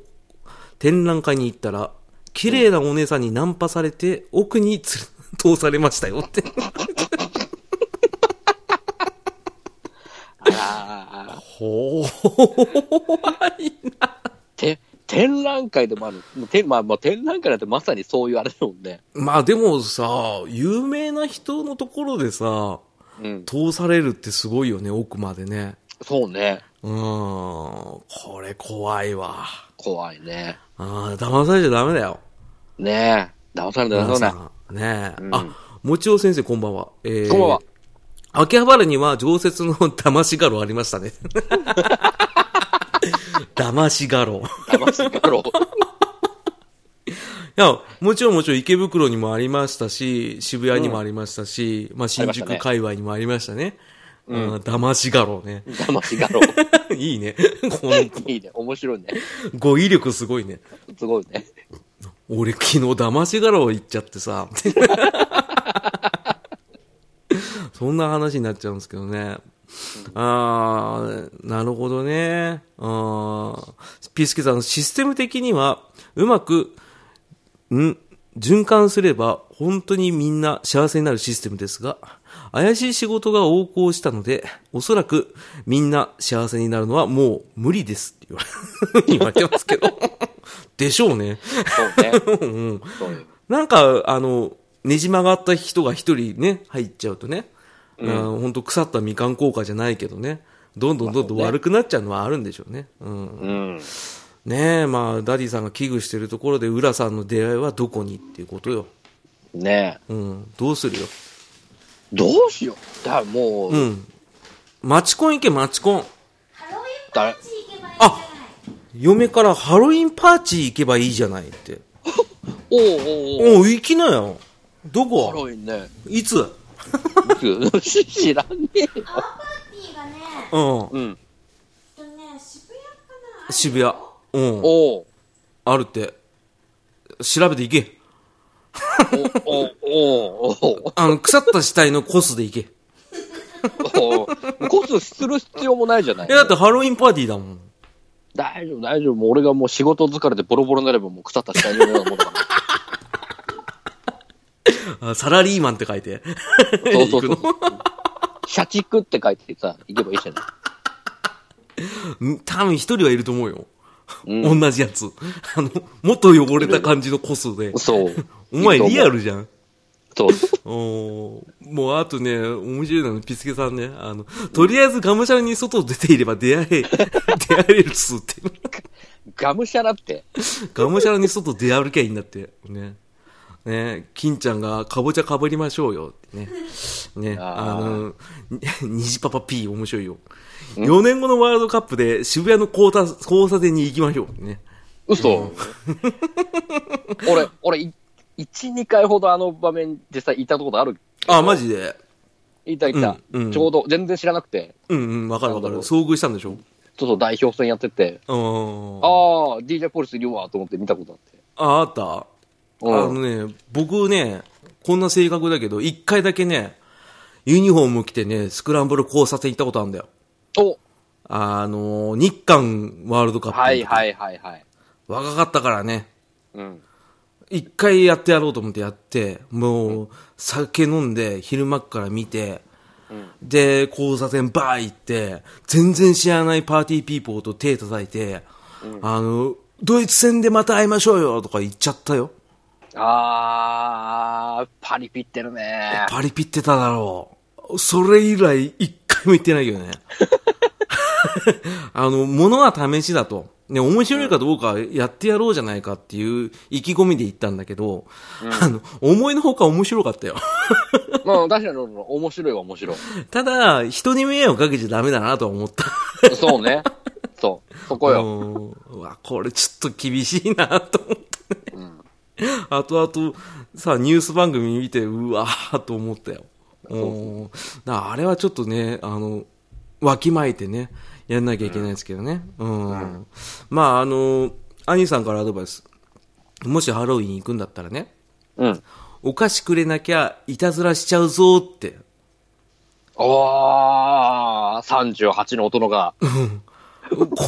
[SPEAKER 1] 展覧会に行ったら、綺麗なお姉さんにナンパされて、奥につる通されましたよって。
[SPEAKER 2] ああ、
[SPEAKER 1] ほう。
[SPEAKER 2] て、展覧会でもある。もうてまあ、まあ、展覧会なんてまさにそういうあれだもんね。
[SPEAKER 1] まあでもさ、有名な人のところでさ、
[SPEAKER 2] うん。
[SPEAKER 1] 通されるってすごいよね、奥までね。
[SPEAKER 2] そうね。
[SPEAKER 1] うーん、これ怖いわ。
[SPEAKER 2] 怖いね。
[SPEAKER 1] ああ、騙されちゃダメだよ。
[SPEAKER 2] ねえ。騙されたら
[SPEAKER 1] 皆
[SPEAKER 2] そう
[SPEAKER 1] さん
[SPEAKER 2] ね。
[SPEAKER 1] ねえ。
[SPEAKER 2] うん
[SPEAKER 1] あ、もちお先生こんばんは。えー
[SPEAKER 2] こんばんは。
[SPEAKER 1] 秋葉原には常設の騙しガロありましたね。 騙しガロ。
[SPEAKER 2] 騙しだろう。
[SPEAKER 1] いや、もちろんもちろん池袋にもありましたし、渋谷にもありましたし、まあ新
[SPEAKER 2] ありました
[SPEAKER 1] 宿
[SPEAKER 2] ね
[SPEAKER 1] 界隈にもありましたね。うん、騙しガロね。
[SPEAKER 2] 騙しだろ
[SPEAKER 1] いいね。この
[SPEAKER 2] う。いいね。面白いね。
[SPEAKER 1] 語彙力すごいね。
[SPEAKER 2] すごいね。
[SPEAKER 1] 俺昨日騙し柄を言っちゃってさ。 そんな話になっちゃうんですけどね。ああ、なるほどね。ああ、ピスケさん、システム的にはうまく、ん、循環すれば本当にみんな幸せになるシステムですが、怪しい仕事が横行したので、おそらくみんな幸せになるのはもう無理ですって言われ 言われてますけど。でしょうね。
[SPEAKER 2] そうね。そうよ
[SPEAKER 1] なんか、あの、ねじ曲がった人が一人ね、入っちゃうとね、うん、本当腐ったみかん効果じゃないけどね、どんどんどんどん
[SPEAKER 2] まあね
[SPEAKER 1] 悪くなっちゃうのはあるんでしょうね。うん。
[SPEAKER 2] うん。
[SPEAKER 1] ねえ、まあ、ダディさんが危惧してるところで、浦さんの出会いはどこにっていうことよ。
[SPEAKER 2] ね
[SPEAKER 1] う
[SPEAKER 2] え。
[SPEAKER 1] ん。どうするよ。
[SPEAKER 2] どうしよう。だからもう、
[SPEAKER 1] うん。マチコン行け、マチコン。
[SPEAKER 3] ハロウィンパーティー行けばいいんじゃ
[SPEAKER 1] あ
[SPEAKER 3] ない
[SPEAKER 1] 嫁からハロウィンパーティー行けばいいじゃないって。
[SPEAKER 2] おうおうおう
[SPEAKER 1] おう、行きなよ。ど
[SPEAKER 2] ハロ
[SPEAKER 1] こ
[SPEAKER 2] ウィンね。
[SPEAKER 1] いつうん。
[SPEAKER 2] いつ知らねえよ。
[SPEAKER 3] 青パーティーがね、えっ
[SPEAKER 2] うん。
[SPEAKER 3] とね、渋谷かなある
[SPEAKER 1] 渋谷。うん。
[SPEAKER 2] おう
[SPEAKER 1] あるって。調べていけ。
[SPEAKER 2] おうおうおう
[SPEAKER 1] あの、腐った死体のコスでいけ。い
[SPEAKER 2] おうコスする必要もないじゃない
[SPEAKER 1] や、だってハロウィンパーティーだもん。
[SPEAKER 2] 大丈夫、大丈夫。もう俺がもう仕事疲れてボロボロになればもう腐った死体のようなもんだから。
[SPEAKER 1] あサラリーマンって書いて。
[SPEAKER 2] そうそうそ
[SPEAKER 1] 行くの
[SPEAKER 2] う。社畜って書いてさ、行けばいいじゃな
[SPEAKER 1] うん多分一人はいると思うよ。
[SPEAKER 2] い。うん。
[SPEAKER 1] 同じやつ。あの、もっと汚れた感じのコスで。
[SPEAKER 2] そう。
[SPEAKER 1] お前
[SPEAKER 2] いいと思う
[SPEAKER 1] リアルじゃん。
[SPEAKER 2] そう。
[SPEAKER 1] おーもうあとね、面白いのはピスケさんね。あの、とりあえずがむしゃらに外出ていれば出会え、出 会えるっつって。
[SPEAKER 2] がむしゃらって。
[SPEAKER 1] がむしゃらに外出歩きゃいいんだって。ね。ね、金ちゃんがかぼちゃかぶりましょうよってね。ね、あ
[SPEAKER 2] あー
[SPEAKER 1] の、に虹パパ P 面白いよ。4年後のワールドカップで渋谷の交差交差点に行きましょうってね。
[SPEAKER 2] 嘘。 俺、俺、い一、二回ほどあの場面実際いたことある。
[SPEAKER 1] あ、マジで。
[SPEAKER 2] いたいた。
[SPEAKER 1] うんうん
[SPEAKER 2] ちょうど全然知らなくて。
[SPEAKER 1] うんうん、わかるわかる。
[SPEAKER 2] なんだ
[SPEAKER 1] 遭遇したんでしょ
[SPEAKER 2] そうそう、代表戦やってて。
[SPEAKER 1] うん。あ
[SPEAKER 2] ああ、DJ ポリスいるわと思って見たことあって。
[SPEAKER 1] あ、あった。あ
[SPEAKER 2] うん
[SPEAKER 1] のね、僕ね、こんな性格だけど、一回だけね、ユニフォーム着てね、スクランブル交差点行ったことあるんだよ。
[SPEAKER 2] お
[SPEAKER 1] あの、日韓ワールドカップ。
[SPEAKER 2] はいはいはいはい。
[SPEAKER 1] 若かったからね、
[SPEAKER 2] うん。
[SPEAKER 1] 一回やってやろうと思ってやって、もう、酒飲んで、昼間っから見て、で、交差点バー行って、全然知らないパーティーピーポーと手叩いて、あの、ドイツ戦でまた会いましょうよとか言っちゃったよ。
[SPEAKER 2] あー、パリピってるね。
[SPEAKER 1] パリピってただろう。それ以来、一回も行ってないけどね。 あの、物は試しだと。ね、面白いかどうかやってやろうじゃないかっていう意気込みで行ったんだけど、あの、思いのほか面白かったよ。
[SPEAKER 2] まあ、確かに、面白いは面白い。
[SPEAKER 1] ただ、人に迷惑かけちゃダメだなとは思った。
[SPEAKER 2] そうね。そう。そこよ。
[SPEAKER 1] うんうわ、これちょっと厳しいなと思ってね。あとあと、さ、ニュース番組見て、うわーと思ったよ。うんだからあれはちょっとね、あの、わきまえてね、やんなきゃいけないですけどね。うん。まあ、あの、兄さんからアドバイス。もしハロウィン行くんだったらね、
[SPEAKER 2] うん。
[SPEAKER 1] お菓子くれなきゃいたずらしちゃうぞ って
[SPEAKER 2] おー、38の大人が。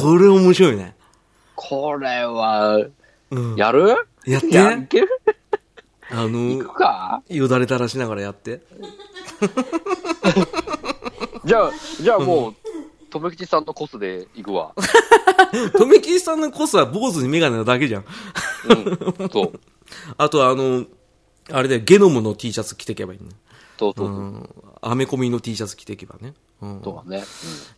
[SPEAKER 1] これ面白いね。
[SPEAKER 2] これは、
[SPEAKER 1] うん。
[SPEAKER 2] やる
[SPEAKER 1] やって
[SPEAKER 2] やる
[SPEAKER 1] あ
[SPEAKER 2] 行
[SPEAKER 1] の
[SPEAKER 2] く、か
[SPEAKER 1] よだれ垂らしながらやって。
[SPEAKER 2] じゃあ、じゃあもう、とめきちさんのコスで行 くわ。
[SPEAKER 1] とめきりさんのコスは坊主にメガネなだけじゃん。
[SPEAKER 2] うん。そう。
[SPEAKER 1] あとはあの、あれだよ、ゲノムの T シャツ着てけばいいね。
[SPEAKER 2] そうそううそう。
[SPEAKER 1] ん。アメコミの T シャツ着てけばね。うん。
[SPEAKER 2] そうだね。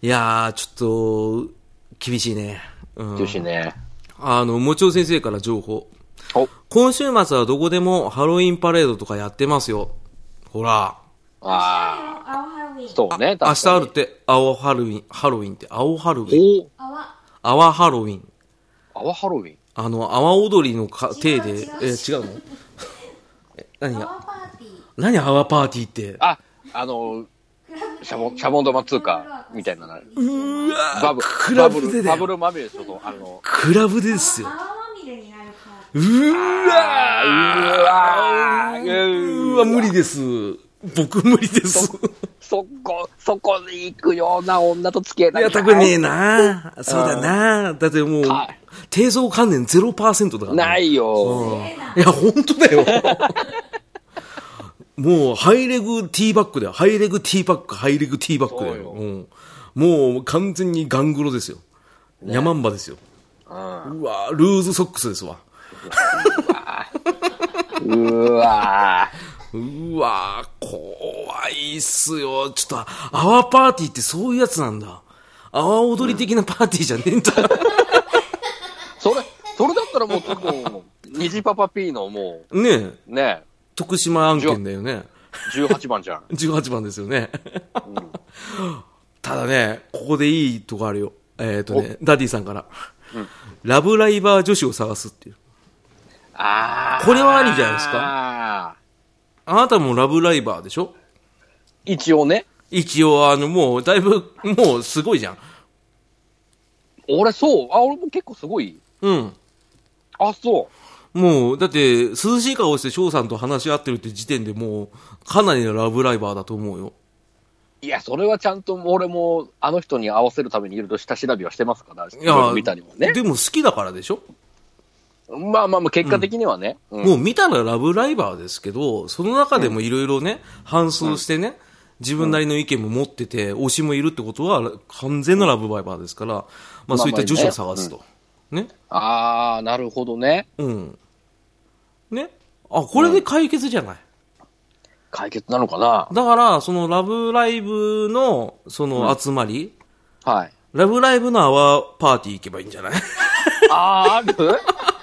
[SPEAKER 1] いやー、ちょっと、厳しいね。う。
[SPEAKER 2] うんん。よしね。
[SPEAKER 1] あの、もちろ先生から情報。
[SPEAKER 2] お、
[SPEAKER 1] 今週末はどこでもハロウィンパレードとかやってますよ。ほら。
[SPEAKER 2] あ
[SPEAKER 3] あ青ハロウィン。
[SPEAKER 2] ー、そうね。
[SPEAKER 1] 明
[SPEAKER 2] 確
[SPEAKER 1] 日
[SPEAKER 2] か
[SPEAKER 1] あ
[SPEAKER 2] に
[SPEAKER 1] るって、青ハロウィン、ハロウィンって、青ハロウィン。
[SPEAKER 2] お
[SPEAKER 3] 泡。
[SPEAKER 1] 泡ハロウィン。
[SPEAKER 2] アワハロウィン
[SPEAKER 1] あの、泡踊りのか、手で、
[SPEAKER 3] 違う
[SPEAKER 1] え、
[SPEAKER 3] 違う
[SPEAKER 1] 違うの え、何
[SPEAKER 3] 泡
[SPEAKER 1] が、
[SPEAKER 3] パーティー。
[SPEAKER 1] 何泡パーティーって。
[SPEAKER 2] あ、あの、
[SPEAKER 3] クラブ
[SPEAKER 2] シャボンシャボン玉通貨みたいなのある
[SPEAKER 1] うわ
[SPEAKER 2] バブ
[SPEAKER 1] ク
[SPEAKER 2] バ
[SPEAKER 1] ラ
[SPEAKER 2] ブ
[SPEAKER 1] ブ
[SPEAKER 2] ル、
[SPEAKER 1] でだ
[SPEAKER 2] バブ
[SPEAKER 1] よ。
[SPEAKER 2] ルまみれでしょ、そうあの、
[SPEAKER 1] クラブですよ
[SPEAKER 3] 泡。まみれになるパーテ
[SPEAKER 1] うーわ
[SPEAKER 2] あうわー
[SPEAKER 1] うーわ、無理です。僕無理です。
[SPEAKER 2] そこ、そこに行くような女と付き合い
[SPEAKER 1] い
[SPEAKER 2] た
[SPEAKER 1] や、たくねえな。そうだな。だってもう
[SPEAKER 2] はい、
[SPEAKER 1] 低層観念0%だから。。
[SPEAKER 2] ないいよ。
[SPEAKER 1] いや、本当だよ。もう、ハイレグティーバックだよ。ハイレグティーバック、ハイレグティーバックだよ。
[SPEAKER 2] そう
[SPEAKER 1] うんもう、完全にガングロですよ。ヤマンバですよ。
[SPEAKER 2] うん
[SPEAKER 1] うわルーズソックスですわ。
[SPEAKER 2] うわー
[SPEAKER 1] うわー怖いっすよ。ちょっと、アワーパーティーってそういうやつなんだ。アワー踊り的なパーティーじゃねえんだ。
[SPEAKER 2] それ、それだったらもう、ちょっと、虹パパ P のも
[SPEAKER 1] ねえ、
[SPEAKER 2] う、ね、
[SPEAKER 1] 徳島案件だよね。
[SPEAKER 2] 18番じゃん。
[SPEAKER 1] 18番ですよね。ただね、ここでいいとこあるよ。えっ、とね、ダディさんから。ラブライバー女子を探すっていう。
[SPEAKER 2] あ ー
[SPEAKER 1] これはありじゃないです
[SPEAKER 2] か。
[SPEAKER 1] あなたもラブライバーでしょ
[SPEAKER 2] 一応ね、
[SPEAKER 1] 一応、あの、もう、だいぶ、もう、すごいじゃん。
[SPEAKER 2] 俺そう、あ、俺も結構すごい。
[SPEAKER 1] うん。
[SPEAKER 2] あ、そう。
[SPEAKER 1] もう、だって、涼しい顔して翔さんと話し合ってるって時点でもう、かなりのラブライバーだと思うよ。
[SPEAKER 2] いや、それはちゃんと俺もあの人に合わせるためにいろいろ下調べはしてますから、
[SPEAKER 1] いや、
[SPEAKER 2] 見たりもね。
[SPEAKER 1] でも好きだからでしょ、
[SPEAKER 2] まあまあまあ、結果的にはね。うん
[SPEAKER 1] もう見たらラブライバーですけど、その中でもいろいろね、反芻してね、自分なりの意見も持ってて、推しもいるってことは、完全なラブライバーですから、ま
[SPEAKER 2] まあ
[SPEAKER 1] あそういった女子を探すと。ね。
[SPEAKER 2] ああ、なるほどね。
[SPEAKER 1] うん。ね。あ、これで解決じゃない。
[SPEAKER 2] 解決なのかな
[SPEAKER 1] だから、そのラブライブの、その集まり、
[SPEAKER 2] はい。
[SPEAKER 1] ラブライブのアワーパーティー行けばいいんじ ゃない
[SPEAKER 2] ああー、ある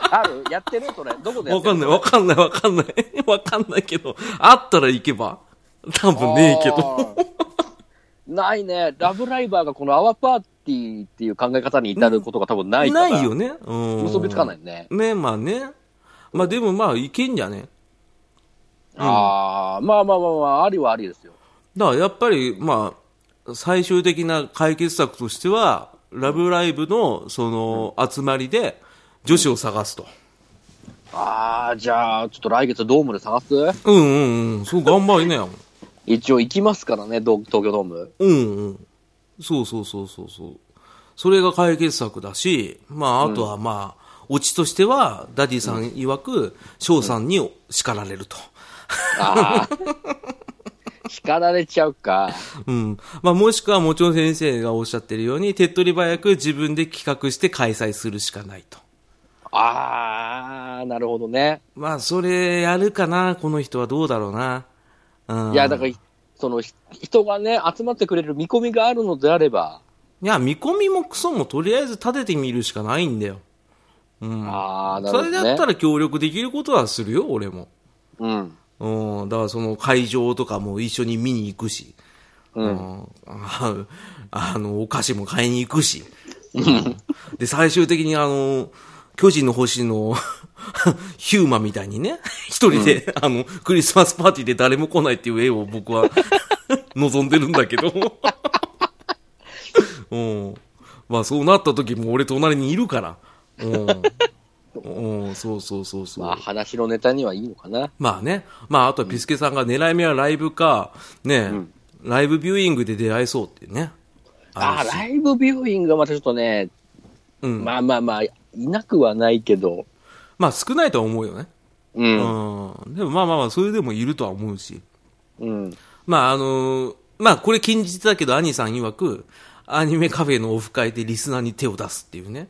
[SPEAKER 2] あるやってるそれ。どこでや
[SPEAKER 1] わ
[SPEAKER 2] って
[SPEAKER 1] かん
[SPEAKER 2] る
[SPEAKER 1] ない、わかんない、わかんない。 わかんないけど、あったら行けば。多分ねえけど。
[SPEAKER 2] あーないね。ラブライバーがこのアワーパーティーっていう考え方に至ることが多分ないから。
[SPEAKER 1] ないよね。うん。
[SPEAKER 2] 結びつかないね。
[SPEAKER 1] ね、まあね。まあでもまあ、いけんじゃね。
[SPEAKER 2] ああ、まあまあまあまあ、ありはありですよ。
[SPEAKER 1] だからやっぱり、まあ、最終的な解決策としては、ラブライブの、その、集まりで、女子を探すと。
[SPEAKER 2] ああ、じゃあ、ちょっと来月ドームで探す
[SPEAKER 1] うんうんうん。そう、頑張りなよ。
[SPEAKER 2] 一応行きますからね、ど東京ドーム。
[SPEAKER 1] うんうん。そうそうそうそうそう。それが解決策だし、まあ、あとはまあ、オチとしては、ダディさん曰く、翔さんに叱られると。
[SPEAKER 2] ああ。 叱られちゃうか。
[SPEAKER 1] うん。まあ、もしくは、もちろん先生がおっしゃってるように、手っ取り早く自分で企画して開催するしかないと。
[SPEAKER 2] ああ、なるほどね。
[SPEAKER 1] まあ、それやるかな、この人はどうだろうな。うん。
[SPEAKER 2] いや、だから、その、ひ人がね、集まってくれる見込みがあるのであれば、
[SPEAKER 1] いや、見込みもクソもとりあえず立ててみるしかないんだよ。うん。
[SPEAKER 2] ああ、なる
[SPEAKER 1] そ
[SPEAKER 2] ほど、
[SPEAKER 1] れ
[SPEAKER 2] ね。
[SPEAKER 1] だったら協力できることはするよ、俺も。
[SPEAKER 2] うん。
[SPEAKER 1] うん、だからその会場とかも一緒に見に行くし、
[SPEAKER 2] う。
[SPEAKER 1] うんん、ああの、お菓子も買いに行くし、うんで、最終的にあの、巨人の星の ヒューマみたいにね、一人で、あの、クリスマスパーティーで誰も来ないっていう絵を僕は 望んでるんだけど、うん、まあそうなった時も俺隣にいるから、うん、うん、そうそうそうそう。
[SPEAKER 2] まあ、話のネタにはいいのかな。
[SPEAKER 1] まあね。まあ、あとはピスケさんが狙い目はライブか、ね、ライブビューイングで出会えそうっていうね。
[SPEAKER 2] ああ、
[SPEAKER 1] るし
[SPEAKER 2] ライブビューイングはまたちょっとね、
[SPEAKER 1] うん。まあ、
[SPEAKER 2] まあまあまあ、いなくはないけど、
[SPEAKER 1] 少ないとは思うよね。
[SPEAKER 2] う。
[SPEAKER 1] うんん。でもまあまあまあ、それでもいるとは思うし。
[SPEAKER 2] うん。
[SPEAKER 1] まあ、あのーまあ、これ禁じてたけど、兄さん曰く、アニメカフェのオフ会でリスナーに手を出すっていうね。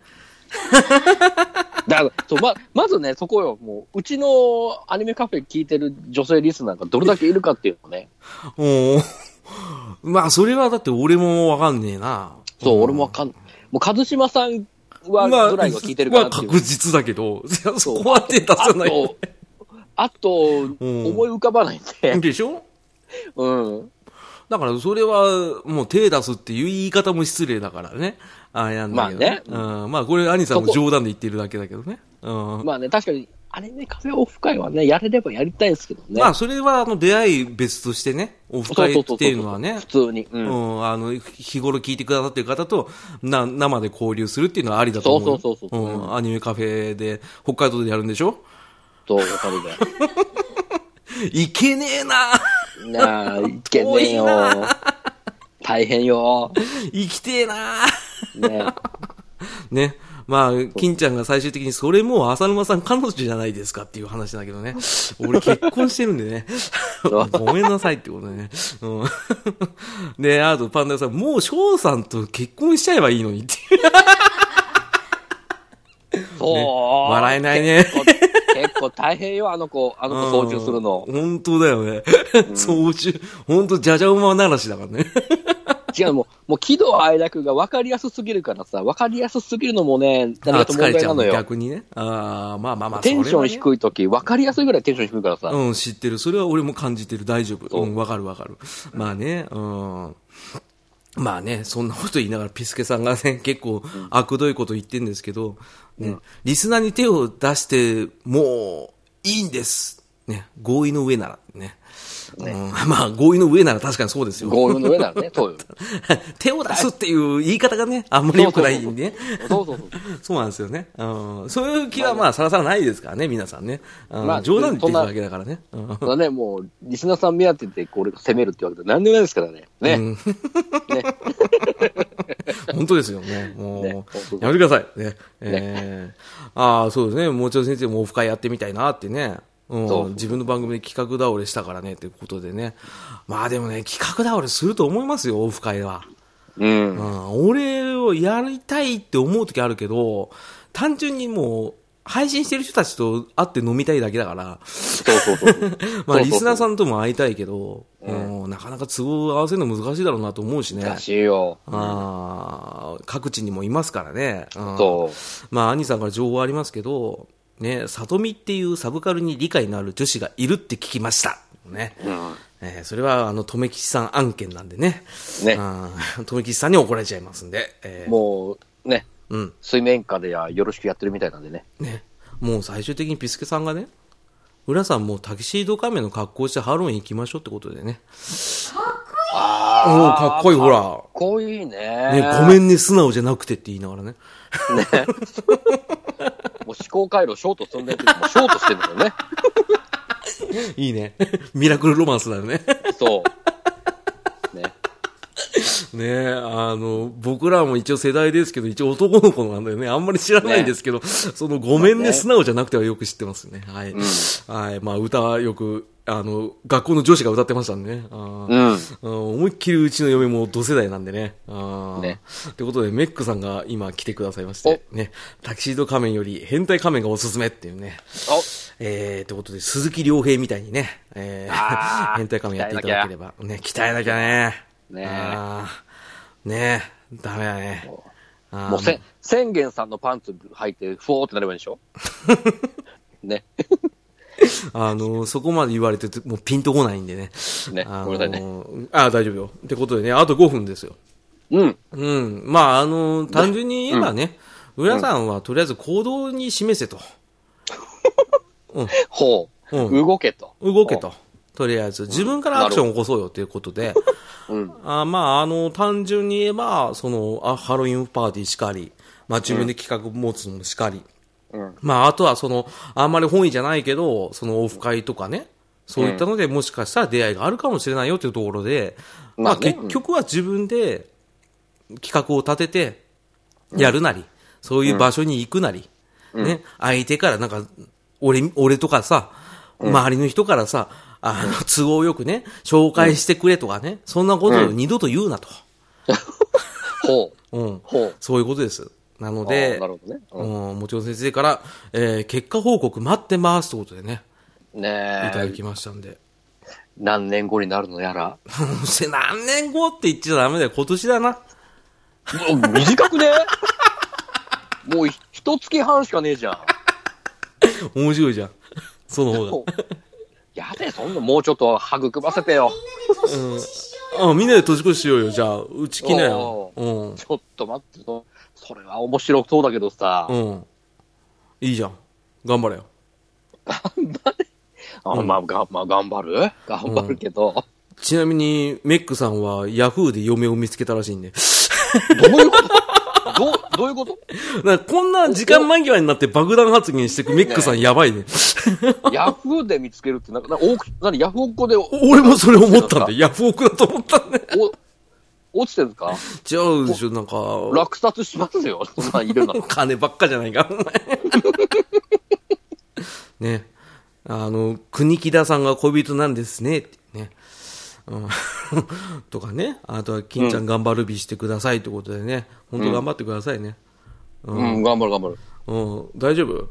[SPEAKER 2] だから、そうま、まずね、そこよ、もう、うちのアニメカフェ聞いてる女性リスナーがどれだけいるかっていうのね。
[SPEAKER 1] おー まあ、それはだって俺もわかんねえな。
[SPEAKER 2] そう、俺もわかんない。もう、和島さんは、
[SPEAKER 1] まあ
[SPEAKER 2] ぐらいは聞いてるかなっていう。
[SPEAKER 1] まあ確実だけど、いやそこは手出さない。
[SPEAKER 2] あと、あと、
[SPEAKER 1] ん
[SPEAKER 2] 思い浮かばないんで。
[SPEAKER 1] でしょ
[SPEAKER 2] うん。
[SPEAKER 1] だからそれはもう手出すっていう言い方も失礼だからね。ああやんだけどね。
[SPEAKER 2] ま
[SPEAKER 1] うん、まあこれ兄さん
[SPEAKER 2] そ
[SPEAKER 1] も
[SPEAKER 2] こ
[SPEAKER 1] 冗談で言ってるだけだけどね。うん。ま
[SPEAKER 2] まあね、確かに、アニメカフェオフ会はね、やれればやりたいんですけどね。
[SPEAKER 1] あそれはあの出会い別としてね、オフ会っていうのはね
[SPEAKER 2] 普、通に。
[SPEAKER 1] う
[SPEAKER 2] う。
[SPEAKER 1] んん、あの、日頃聞いてくださってる方とな生で交流するっていうのはありだと思う。
[SPEAKER 2] そうそうそうそう
[SPEAKER 1] うん、アニメカフェで北海道でやるんでしょ
[SPEAKER 2] と、おかげで。
[SPEAKER 1] いけねえな
[SPEAKER 2] なあ、いけねえ
[SPEAKER 1] 遠
[SPEAKER 2] よ
[SPEAKER 1] いな。
[SPEAKER 2] 大変よ。
[SPEAKER 1] 生きてえな
[SPEAKER 2] ね
[SPEAKER 1] ね。まあ、金ちゃんが最終的に、それもう浅沼さん彼女じゃないですかっていう話だけどね。俺結婚してるんでね。ごめんなさいってことでね。うん。で、あとパンダさん、もう翔さんと結婚しちゃえばいいのにっていう。
[SPEAKER 2] そう、
[SPEAKER 1] 笑えないね
[SPEAKER 2] 結構。結構大変よ、あの子、あの子操縦するの
[SPEAKER 1] う。ん本当だよね。操縦、本当じゃじゃ馬ならしだからね。
[SPEAKER 2] 違う、もう、もう喜怒哀楽が分かりやすすぎるからさ、分かりやすすぎるのもね、何
[SPEAKER 1] あ
[SPEAKER 2] かと
[SPEAKER 1] 疲
[SPEAKER 2] 問
[SPEAKER 1] れ
[SPEAKER 2] 題
[SPEAKER 1] ちゃ
[SPEAKER 2] な
[SPEAKER 1] うの
[SPEAKER 2] のよ。
[SPEAKER 1] 逆にね。ああ、まあまあまあ、
[SPEAKER 2] テンション
[SPEAKER 1] い。
[SPEAKER 2] 低いとき、分かりやすいぐらいテンション低いからさ。
[SPEAKER 1] うん、知ってる。それは俺も感じてる。大丈夫。
[SPEAKER 2] そう
[SPEAKER 1] うん、わかるわかる。まあね、うん。まあね、そんなこと言いながら、ピスケさんが ね、結構、悪どいこと言ってんですけど、ね、リスナーに手を出して、もう、いいんです。ね、合意の上なら、ね。うん、 まあ、合意の上なら確かにそうですよ。
[SPEAKER 2] ゴールの上ならね、そうよ。
[SPEAKER 1] 手を出すっていう言い方がね、あんまり良くないん でね。
[SPEAKER 2] そうそうそう。
[SPEAKER 1] そうなんですよね。うん、そういう気はまあ、さらさらないですからね、皆さんね。うん
[SPEAKER 2] まあ
[SPEAKER 1] 冗談で言ってる
[SPEAKER 2] そんな
[SPEAKER 1] わけだからね。うん
[SPEAKER 2] ただね、もう、リスナーさん目当てで、これ攻めるってわけで何でもないですからね。ね。
[SPEAKER 1] 本当ですよね。もう、
[SPEAKER 2] ね本当
[SPEAKER 1] やめてください。ね。えーああ、そうですね。もうちょい先生もオフ会やってみたいなってね。う
[SPEAKER 2] そ
[SPEAKER 1] ん
[SPEAKER 2] う、
[SPEAKER 1] 自分の番組で企画倒れしたからね、ということでね。まあでもね、企画倒れすると思いますよ、オフ会は。
[SPEAKER 2] うん
[SPEAKER 1] う。ん、俺をやりたいって思う時あるけど、単純にもう、配信してる人たちと会って飲みたいだけだ から、
[SPEAKER 2] そうそうそうそう。
[SPEAKER 1] まあ
[SPEAKER 2] そうそうそう
[SPEAKER 1] リスナーさんとも会いたいけど、うん、なかなか都合合わせるの難しいだろうなと思うしね。
[SPEAKER 2] 難しいよ。
[SPEAKER 1] あー各地にもいますからね。うん
[SPEAKER 2] そう。
[SPEAKER 1] まあ、兄さんから情報ありますけど、ね、里見っていうサブカルに理解のある女子がいるって聞きました。ね。えーそれは、あの、留吉さん案件なんでね。
[SPEAKER 2] ね
[SPEAKER 1] あー留吉さんに 怒られちゃいますんで。えー
[SPEAKER 2] もう、ね、
[SPEAKER 1] うん。
[SPEAKER 2] 水面下ではよろしくやってるみたいなんでね。
[SPEAKER 1] ね。もう最終的にピスケさんがね、浦さんもうタキシード仮面の格好してハロウィン行きましょうってことでね。
[SPEAKER 2] あ
[SPEAKER 1] おおかっこいい、ほら。
[SPEAKER 2] こいいね。
[SPEAKER 1] ね、ごめんね、素直じゃなくてって言いながらね。
[SPEAKER 2] もう思考回路ショートすんでるけどもうショートしてるんだよね。
[SPEAKER 1] いいね。ミラクルロマンスだよね。
[SPEAKER 2] そう。
[SPEAKER 1] ねえ、あの、僕らも一応世代ですけど、一応男の子なんだよね。あんまり知らないんですけど、そのごめんね、
[SPEAKER 2] ね
[SPEAKER 1] 素直じゃなくてはよく知ってますね。はい。
[SPEAKER 2] うん
[SPEAKER 1] はい。まあ、歌はよく、あの、学校の女子が歌ってましたんでね。あー
[SPEAKER 2] うん。
[SPEAKER 1] あー思いっきりうちの嫁も同世代なんでね。あ
[SPEAKER 2] ね
[SPEAKER 1] ーということで、メックさんが今来てくださいまして、ね、タキシード仮面より変態仮面がおすすめっていうね。えー、ってことで、鈴木亮平みたいにね、えー、
[SPEAKER 2] あ ー
[SPEAKER 1] 変態仮面やっていただければ、ね、鍛えなきゃね。
[SPEAKER 2] ねえ
[SPEAKER 1] あーねえ、ダメだね。あー
[SPEAKER 2] おもうせ、宣言さんのパンツ履いて、ふおーってなればいいで しょね。
[SPEAKER 1] あの、そこまで言われてて、もうピンとこないんでね。
[SPEAKER 2] ね
[SPEAKER 1] あの
[SPEAKER 2] ごめんなさい
[SPEAKER 1] あー、大丈夫よ。ってことでね、あと5分ですよ。
[SPEAKER 2] うん。
[SPEAKER 1] うん。まあ、あの、単純に言えばね、浦さんはとりあえず行動に示せと。
[SPEAKER 2] ほう。
[SPEAKER 1] う
[SPEAKER 2] 動けと。
[SPEAKER 1] 動けと。とりあえず、自分からアクションを起こそうよということで、
[SPEAKER 2] うん。
[SPEAKER 1] あまあ、あの、単純に言えば、その、あハロウィンパーティーしかり、まあ、自分で企画持つのもしかり、
[SPEAKER 2] うん。
[SPEAKER 1] まあ、あとはその、あんまり本意じゃないけど、そのオフ会とかね、そういったので、もしかしたら出会いがあるかもしれないよというところで、ま
[SPEAKER 2] ま
[SPEAKER 1] あ、
[SPEAKER 2] あね
[SPEAKER 1] 結局は自分で企画を立てて、やるなり、そういう場所に行くなり、ね、相手からなんか、俺、俺とかさ、周りの人からさ、あの、都合よくね、紹介してくれとかね、そんなことを二度と言うなと。
[SPEAKER 2] ほう。
[SPEAKER 1] うん。
[SPEAKER 2] ほう。
[SPEAKER 1] そういうことです。なの
[SPEAKER 2] あ
[SPEAKER 1] で
[SPEAKER 2] ーな、るほどね。うん
[SPEAKER 1] うん、もちろん先生から、えー結果報告待ってますということでね、い
[SPEAKER 2] ね
[SPEAKER 1] ただ
[SPEAKER 2] え。
[SPEAKER 1] きましたんで。
[SPEAKER 2] 何年後になるのやら。
[SPEAKER 1] そして何年後って言っちゃダメだよ。今年だな。
[SPEAKER 2] うわ 短くねもうひ一月半しかねえじゃん。
[SPEAKER 1] 面白いじゃん。 その方
[SPEAKER 2] ほうやべえ、そんな、もうちょっと育ませてよ。
[SPEAKER 3] みんなで年越ししようよ
[SPEAKER 1] が。あ、みんなで年越ししようよ。じゃあ、うち来なよ。うん。
[SPEAKER 2] ちょっと待って、そそれは面白そうだけどさ。
[SPEAKER 1] うん。いいじゃん。頑張れよ。
[SPEAKER 2] あまあ、がまあ、頑張る頑張るけど。
[SPEAKER 1] ちなみに、メックさんはヤフーで嫁を見つけたらしいんで。
[SPEAKER 2] どういうこと どう、どういうこと
[SPEAKER 1] だからこんな時間間際になって爆弾発言してくメックさんやばいね。
[SPEAKER 2] ヤフーで見つけるって、なんか、なオーク何ヤフオクでお
[SPEAKER 1] 俺もそれ思ったんで、ヤフオクだと思ったんで。
[SPEAKER 2] お落ちてるんですか
[SPEAKER 1] 違うでしょ、なんか。
[SPEAKER 2] 落札しますよ、 そんなんいるなら。
[SPEAKER 1] 金ばっかじゃないか、お 前。ね。あの、国木田さんが恋人なんですね、ってね。うん とかね。あとは、金ちゃん頑張るびしてくださいってことでね。本当頑張ってくださいね。
[SPEAKER 2] うん、頑張る頑張る。
[SPEAKER 1] うん、大丈夫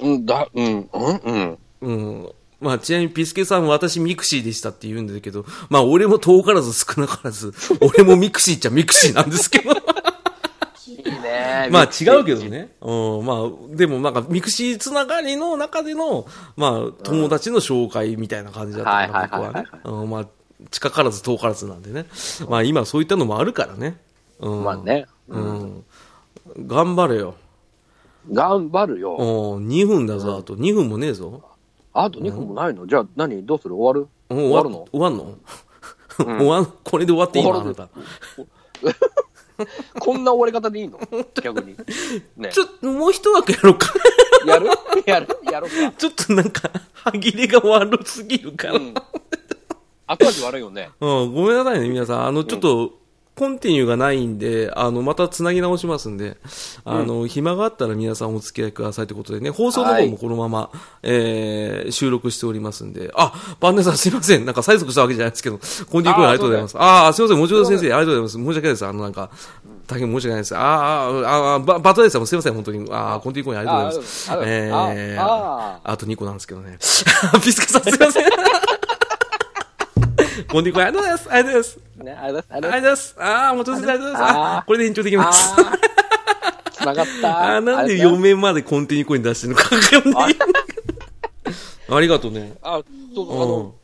[SPEAKER 2] うん、だ、うん、うん、うん。
[SPEAKER 1] うん。まあ、ちなみにピスケさん、私ミクシーでしたって言うんだけど、まあ、俺も遠からず少なからず、俺もミクシーっちゃミクシーなんですけど。
[SPEAKER 2] いいね
[SPEAKER 1] まあ違うけど。ね。うん、まあ、でもなんか、ミクシーつながりの中での、まあ、友達の紹介みたいな感じだったから、
[SPEAKER 2] はいはいはいはい
[SPEAKER 1] 僕はね。うん、まあ、近からず遠からずなんでね。まあ今そういったのもあるからね。うん。
[SPEAKER 2] まあ。ね。
[SPEAKER 1] うん。頑張れよ。
[SPEAKER 2] 頑張るよ。
[SPEAKER 1] うん、2分だぞ、あと。2分もねえぞ。
[SPEAKER 2] あと2分もないのじゃあ何どうする終わる
[SPEAKER 1] うん
[SPEAKER 2] 終わるの
[SPEAKER 1] 終わんの 終わん、これで終わっていいのあなた。
[SPEAKER 2] こんな終わり方でいいの逆に。ね。
[SPEAKER 1] ちょっと、もう一枠やろうか。
[SPEAKER 2] やる やるやろうか。
[SPEAKER 1] ちょっとなんか、歯切れが悪すぎるから。
[SPEAKER 2] うん。後味悪いよね。
[SPEAKER 1] うん、ごめんなさいね、皆さん。あの、ちょっと、コンティニューがないんで、あの、また繋ぎ直しますんで、あの、暇があったら皆さんお付き合いくださいということでね、放送の方もこのまま、えー、収録しておりますんで、あ、バンネさんすいません、なんか催促したわけじゃないですけど、コンティニューくんありがとうございます。あー、すいません、もちろん先生、ありがとうございます。申し訳ないです。あの、なんか、大変申し訳ないです。あーあー、あーあー、ババトレさんもすいません、本当に。あー、コンティニューくんありがとうございます。
[SPEAKER 2] あーあ
[SPEAKER 1] え
[SPEAKER 2] ー
[SPEAKER 1] ー、
[SPEAKER 2] あ
[SPEAKER 1] あと2個なんですけどね。 ピスケさんすいません。 コンティニューくんありがとうございます。ありがとうございます。
[SPEAKER 2] ね、あれだ、あ
[SPEAKER 1] あ
[SPEAKER 2] れ
[SPEAKER 1] りがとうご
[SPEAKER 2] だ
[SPEAKER 1] ざいます。ああ、もうちょっとありがとうございます。
[SPEAKER 2] あ
[SPEAKER 1] あこれで延長できます。
[SPEAKER 2] あー繋がった。
[SPEAKER 1] ああ、なんで
[SPEAKER 2] 読め
[SPEAKER 1] 嫁までコンティニューコイン出してるのかわかんない。ありがとうね。
[SPEAKER 2] あ、そうそう、あ
[SPEAKER 1] うん
[SPEAKER 2] の、。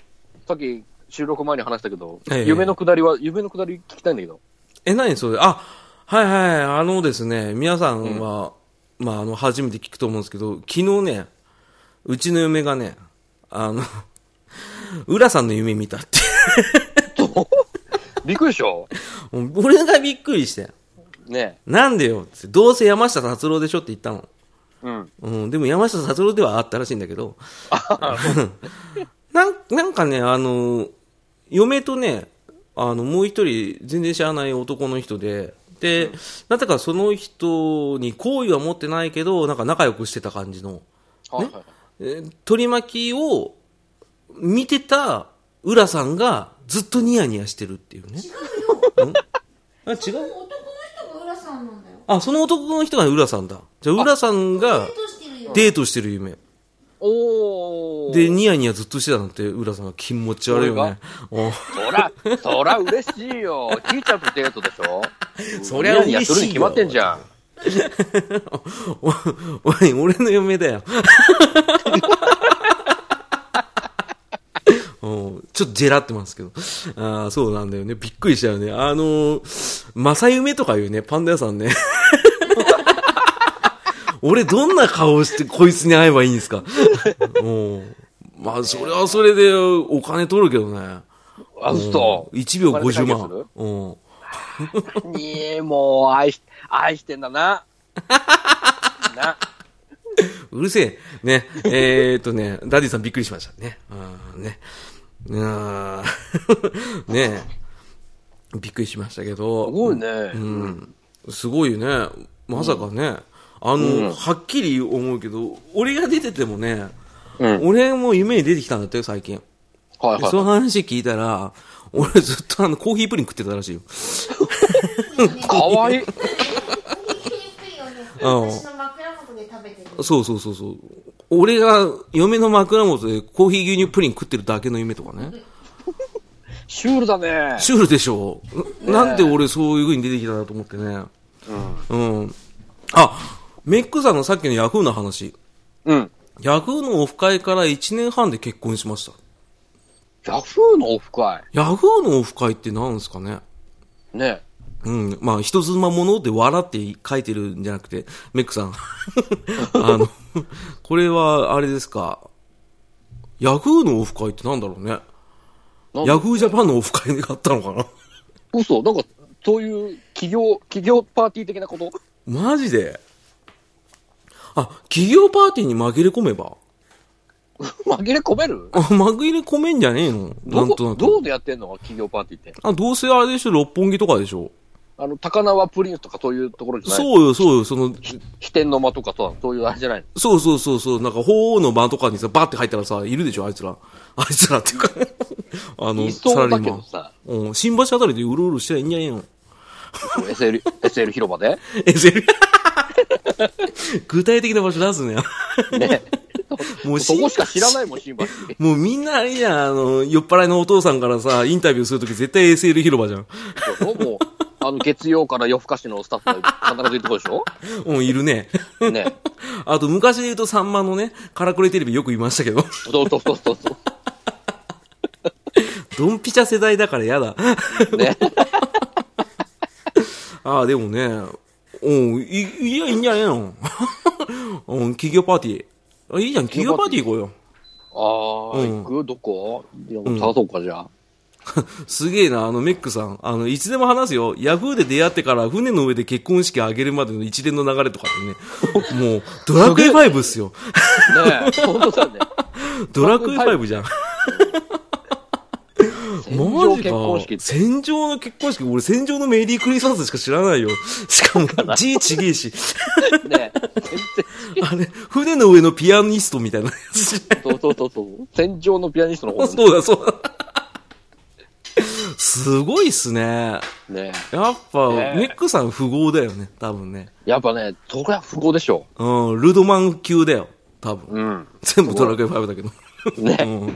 [SPEAKER 2] さっき収録前に話したけど、
[SPEAKER 1] ええ
[SPEAKER 2] 夢のくだりは、夢のくだり聞きたいんだけど。
[SPEAKER 1] え、何それあ、はいはい。あのですね、皆さんは、まあ、あの、初めて聞くと思うんですけど、昨日ね、うちの嫁がね、あの、浦さんの夢見たって。
[SPEAKER 2] びっくりでしょ
[SPEAKER 1] もう俺がびっくりして。
[SPEAKER 2] ね。
[SPEAKER 1] なんでよって。どうせ山下達郎でしょって言ったの。
[SPEAKER 2] うん。
[SPEAKER 1] うん、でも山下達郎ではあったらしいんだけど、 なんなんかね、あの、嫁とね、あの、もう一人、全然知らない男の人で、で、なぜかその人に好意は持ってないけど、なんか仲良くしてた感じの、
[SPEAKER 2] はいはいはい。
[SPEAKER 1] えー取り巻きを見てた浦さんがずっとニヤニヤしてるっていうね。
[SPEAKER 3] 違うよ。
[SPEAKER 1] あ、違う
[SPEAKER 3] 男の人が浦さんなんだよ。
[SPEAKER 1] あ、その男の人が浦さんだ。じゃあ浦さん
[SPEAKER 3] デ
[SPEAKER 1] が
[SPEAKER 3] ートしてるよ。
[SPEAKER 1] デートしてる夢。
[SPEAKER 2] おー。
[SPEAKER 1] で、ニヤニヤずっとしてたなんて、浦さんが気持ち悪いよね。お
[SPEAKER 2] そら、そら嬉しいよ。キーちゃんとデートでしょ
[SPEAKER 1] そりゃ嬉しいよ
[SPEAKER 2] やするに決まってんじゃん。
[SPEAKER 1] おおい俺の嫁だよ。 うんちょっとジェラってますけど。ああ、そうなんだよね。びっくりしちゃうね。あのー、正夢とかいうね、パンダ屋さんね。 俺どんな顔してこいつに会えばいいんですか。うんまあ、それはそれでお金取るけどね。
[SPEAKER 2] あ、嘘。
[SPEAKER 1] 1秒50
[SPEAKER 2] お金だけする
[SPEAKER 1] 万。うん
[SPEAKER 2] に、もう、愛し、愛してん だな。な。
[SPEAKER 1] うるせえ。ね。 えーっとね、ダディさんびっくりしましたね。うん、ね。あー ねえ。びっくりしましたけど。
[SPEAKER 2] すごいね。
[SPEAKER 1] うん。すごいよね。まさかね。あの、はっきり思うけど、俺が出ててもね、
[SPEAKER 2] うん
[SPEAKER 1] 俺も夢に出てきたんだってよ、最近。
[SPEAKER 2] はい
[SPEAKER 1] でその
[SPEAKER 2] は
[SPEAKER 1] 話聞いたら、俺ずっとあの、コーヒープリン食ってたらしいよ。
[SPEAKER 2] い。かわいい。
[SPEAKER 3] コーヒープリンをね、
[SPEAKER 1] うん
[SPEAKER 3] 私の枕元で食べてる。
[SPEAKER 1] そうそうそうそう。俺が嫁の枕元でコーヒー牛乳プリン食ってるだけの夢とかね。
[SPEAKER 2] シュールだね。
[SPEAKER 1] シュールでしょななんで俺そういう風に出てきたなと思ってね。うん。あ、メックさんのさっきのヤフーの話。
[SPEAKER 2] うん。
[SPEAKER 1] ヤフーのオフ会から1年半で結婚しました。
[SPEAKER 2] ヤフーのオフ会。
[SPEAKER 1] ヤフーのオフ会って何ですかね
[SPEAKER 2] ね。
[SPEAKER 1] うん。まあ、人妻もので笑って書いてるんじゃなくて、メックさ ん。あの、これは、あれですか。ヤフーのオフ会ってなんだろうね。
[SPEAKER 2] なん
[SPEAKER 1] ヤフージャパンのオフ会があったのかな
[SPEAKER 2] 嘘。なんか、そういう企業、企業パーティー的なこと
[SPEAKER 1] マジであ、企業パーティーに紛れ込めば
[SPEAKER 2] 紛れ込める
[SPEAKER 1] あ、紛れ込めんじゃねえのな
[SPEAKER 2] ど
[SPEAKER 1] んと
[SPEAKER 2] こ
[SPEAKER 1] な
[SPEAKER 2] ど
[SPEAKER 1] く。
[SPEAKER 2] うでやってんの企業パーティーって。
[SPEAKER 1] あ、どうせあれでしょ六本木とかでしょ
[SPEAKER 2] あの、高輪プリンスとかそういうところじゃない
[SPEAKER 1] そうよ、そうよ、その、
[SPEAKER 2] 飛天の間とかとはそういうあれじゃないの
[SPEAKER 1] そうそうそう、そうなんか、鳳凰の間とかにさ、バーって入ったらさ、いるでしょ、あいつら。あいつらっていうか、 あの、
[SPEAKER 2] い
[SPEAKER 1] サ
[SPEAKER 2] そ
[SPEAKER 1] ラ
[SPEAKER 2] う
[SPEAKER 1] リー
[SPEAKER 2] だけ
[SPEAKER 1] マ
[SPEAKER 2] ど
[SPEAKER 1] ン。
[SPEAKER 2] さ、
[SPEAKER 1] うん、新橋あたりでうろうろしてりゃいいんじゃねえの
[SPEAKER 2] SL、SL 広場で。
[SPEAKER 1] ?SL。具体的な場所出すね。
[SPEAKER 2] ね。
[SPEAKER 1] もう
[SPEAKER 2] そこしか知ら
[SPEAKER 1] い。
[SPEAKER 2] ないもん、新橋。
[SPEAKER 1] もうみんなあれじゃん、あの、酔っ払いのお父さんからさ、インタビューするとき絶対 SL 広場じゃん。
[SPEAKER 2] そうもう、あの、月曜から夜更かしのスタッフが必ずいるとこでしょ
[SPEAKER 1] うん、いるね。
[SPEAKER 2] ね。
[SPEAKER 1] あと、昔で言うとさんまのね、カラクレテレビよくいましたけど、
[SPEAKER 2] そうそうそうそうそ
[SPEAKER 1] ドンピシャ世代だからやだ。
[SPEAKER 2] う。ね。
[SPEAKER 1] ああ、でもね、うん、い、いや、いいんじゃねえの うん、企業パーティー。あいいじゃん、企業パーティー行こうよ。
[SPEAKER 2] あー、
[SPEAKER 1] うん
[SPEAKER 2] 行くどこいやもう探そうか、じゃあ。
[SPEAKER 1] すげえな、あの、メックさん。あの、いつでも話すよ。ヤフーで出会ってから船の上で結婚式あげるまでの一連の流れとかでね。も う、ドラクエ5っすよ。
[SPEAKER 2] ねえ、本当だよね。
[SPEAKER 1] ドラクエ5じゃん。
[SPEAKER 2] 戦場
[SPEAKER 1] マジ
[SPEAKER 2] 結
[SPEAKER 1] か
[SPEAKER 2] 婚式。って。
[SPEAKER 1] 戦場の結婚式、俺戦場のメリークリスマスしか知ら ないよ。しかも、字ちげえし。
[SPEAKER 2] ねえ、
[SPEAKER 1] あれ、船の上のピアニストみたいなやつ。
[SPEAKER 2] そうそうそうそう。戦場のピアニストの方なんだ
[SPEAKER 1] そうだ、そうだ。すごいっすね。
[SPEAKER 2] ね
[SPEAKER 1] やっぱ、
[SPEAKER 2] ねえ
[SPEAKER 1] メックさん富豪だよね、多分ね。
[SPEAKER 2] え。やっぱね、それは不合でしょ。
[SPEAKER 1] うん、ルドマン級だよ、多分。
[SPEAKER 2] うん。
[SPEAKER 1] 全部ドラクエ5だけど。
[SPEAKER 2] ね。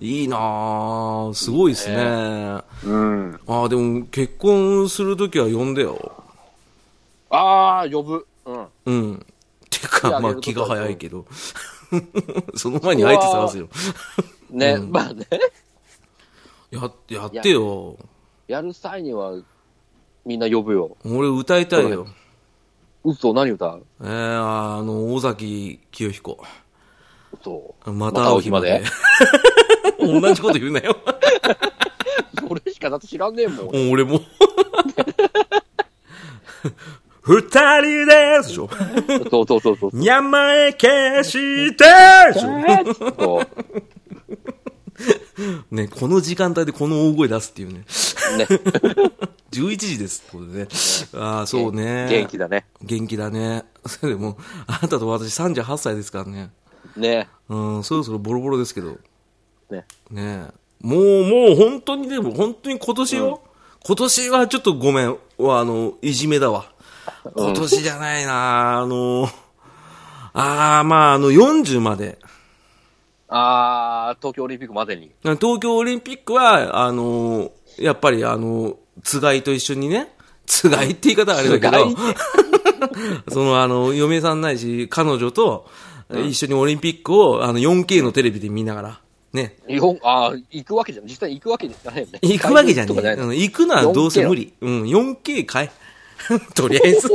[SPEAKER 1] いいなぁ、すごいっすね。あ
[SPEAKER 2] うん。
[SPEAKER 1] あ、でも結婚するときは呼んでよ。
[SPEAKER 2] あー、呼ぶ。うん。
[SPEAKER 1] うん。て
[SPEAKER 2] い
[SPEAKER 1] か、
[SPEAKER 2] や
[SPEAKER 1] まあ
[SPEAKER 2] 呼ぶ
[SPEAKER 1] 気
[SPEAKER 2] こと
[SPEAKER 1] が
[SPEAKER 2] は
[SPEAKER 1] 早いけど。 その前に相手探すよ。
[SPEAKER 2] ね、まあね、
[SPEAKER 1] や、やってよ。
[SPEAKER 2] やる際にはみんな呼ぶよ。
[SPEAKER 1] 俺歌いたいよ。
[SPEAKER 2] 嘘、何歌う
[SPEAKER 1] えー、あの、大崎清彦。
[SPEAKER 2] 嘘。
[SPEAKER 1] また会う日まで。。 同じこと言うなよ。
[SPEAKER 2] 俺しかだって知らんねえもん。
[SPEAKER 1] もう俺も。二人ですでしょ。
[SPEAKER 2] そうそうそうそう。
[SPEAKER 1] 山へ消してでしょ。
[SPEAKER 2] そう
[SPEAKER 1] ね、この時間帯でこの大声出すっていうね。
[SPEAKER 2] ね。
[SPEAKER 1] 11時ですってことでね。ああ、そうね。
[SPEAKER 2] 元気だね。
[SPEAKER 1] 元気だね。 それでも、あなたと私38歳ですからね。
[SPEAKER 2] ね。
[SPEAKER 1] うん、そろそろボロボロですけど。
[SPEAKER 2] ね。
[SPEAKER 1] ねえ。もう、もう本当にでも、本当に今年よ。今年はちょっとごめん。は、あの、いじめだわ。
[SPEAKER 2] うん
[SPEAKER 1] 今年じゃないな、あの、ああ、まあ、あの、40まで。
[SPEAKER 2] あー、東京オリンピックまでに。
[SPEAKER 1] 東京オリンピックは、あの、やっぱり、あの、つがいと一緒にね、つがいって言い方はあれだけ
[SPEAKER 2] つがいっ
[SPEAKER 1] ど、 その、あの、嫁さんないし、彼女と、一緒にオリンピックを、あの、4K のテレビで見ながら、ね、
[SPEAKER 2] 日本、あー、行くわけじゃん。実際行くわけじゃないよね。
[SPEAKER 1] 行くわけじゃね
[SPEAKER 2] 会場とか
[SPEAKER 1] え。
[SPEAKER 2] ないの
[SPEAKER 1] うん行くのはどうせ無理。うん、4K 買え。 とりあえず。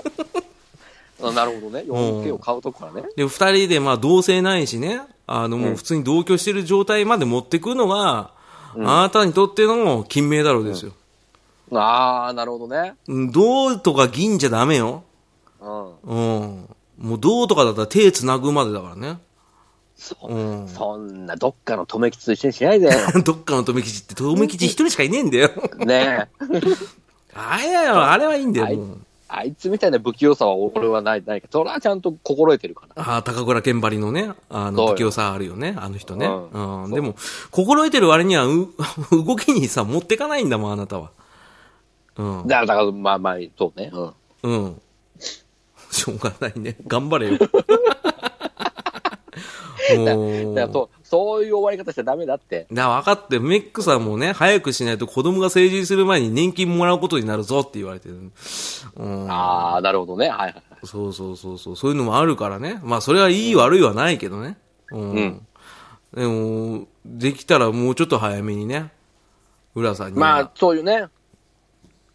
[SPEAKER 2] あなるほどね。4K を買うとこからね。
[SPEAKER 1] で、二人で、まあ、同性ないしね、あの、もう普通に同居してる状態まで持ってくのは、あなたにとっての金メダルですよ。
[SPEAKER 2] あー、なるほどね。
[SPEAKER 1] うん銅とか銀じゃダメよ。
[SPEAKER 2] うん。
[SPEAKER 1] うん。もう銅とかだったら手繋ぐまでだからね。
[SPEAKER 2] そ、
[SPEAKER 1] うん
[SPEAKER 2] そんな、どっかの留吉と一緒にしないで。
[SPEAKER 1] どっかの留吉って留吉一人しかいねえんだよ。
[SPEAKER 2] ね
[SPEAKER 1] あれだよ、あれはいいんだよ。
[SPEAKER 2] え。あい
[SPEAKER 1] もう
[SPEAKER 2] あいつみたいな不器用さは俺はない、ないから。それはちゃんと心得てるから。
[SPEAKER 1] ああ、高倉健張りのね、あ
[SPEAKER 2] そう
[SPEAKER 1] の、
[SPEAKER 2] よ
[SPEAKER 1] 不器用さあるよね、あの人ね。う。
[SPEAKER 2] うんん
[SPEAKER 1] でも、心得てる割には、う、 動きにさ、持ってかないんだもん、あなたは。うん。
[SPEAKER 2] だから、だからまあまあ、そうね。うん。
[SPEAKER 1] うん。しょうがないね。頑張 れよ。もう。
[SPEAKER 2] だからそうそういう終わり方しちゃダメだって。
[SPEAKER 1] だから分かって、メックさんもね、早くしないと子供が成人する前に年金もらうことになるぞって言われてる。うん。
[SPEAKER 2] ああ、なるほどね。はいはいはい。
[SPEAKER 1] そうそうそうそう。そういうのもあるからね。まあ、それはいい悪いはないけどね。うん。
[SPEAKER 2] うん
[SPEAKER 1] でも、できたらもうちょっと早めにね。浦さんには。
[SPEAKER 2] まあ、そういうね、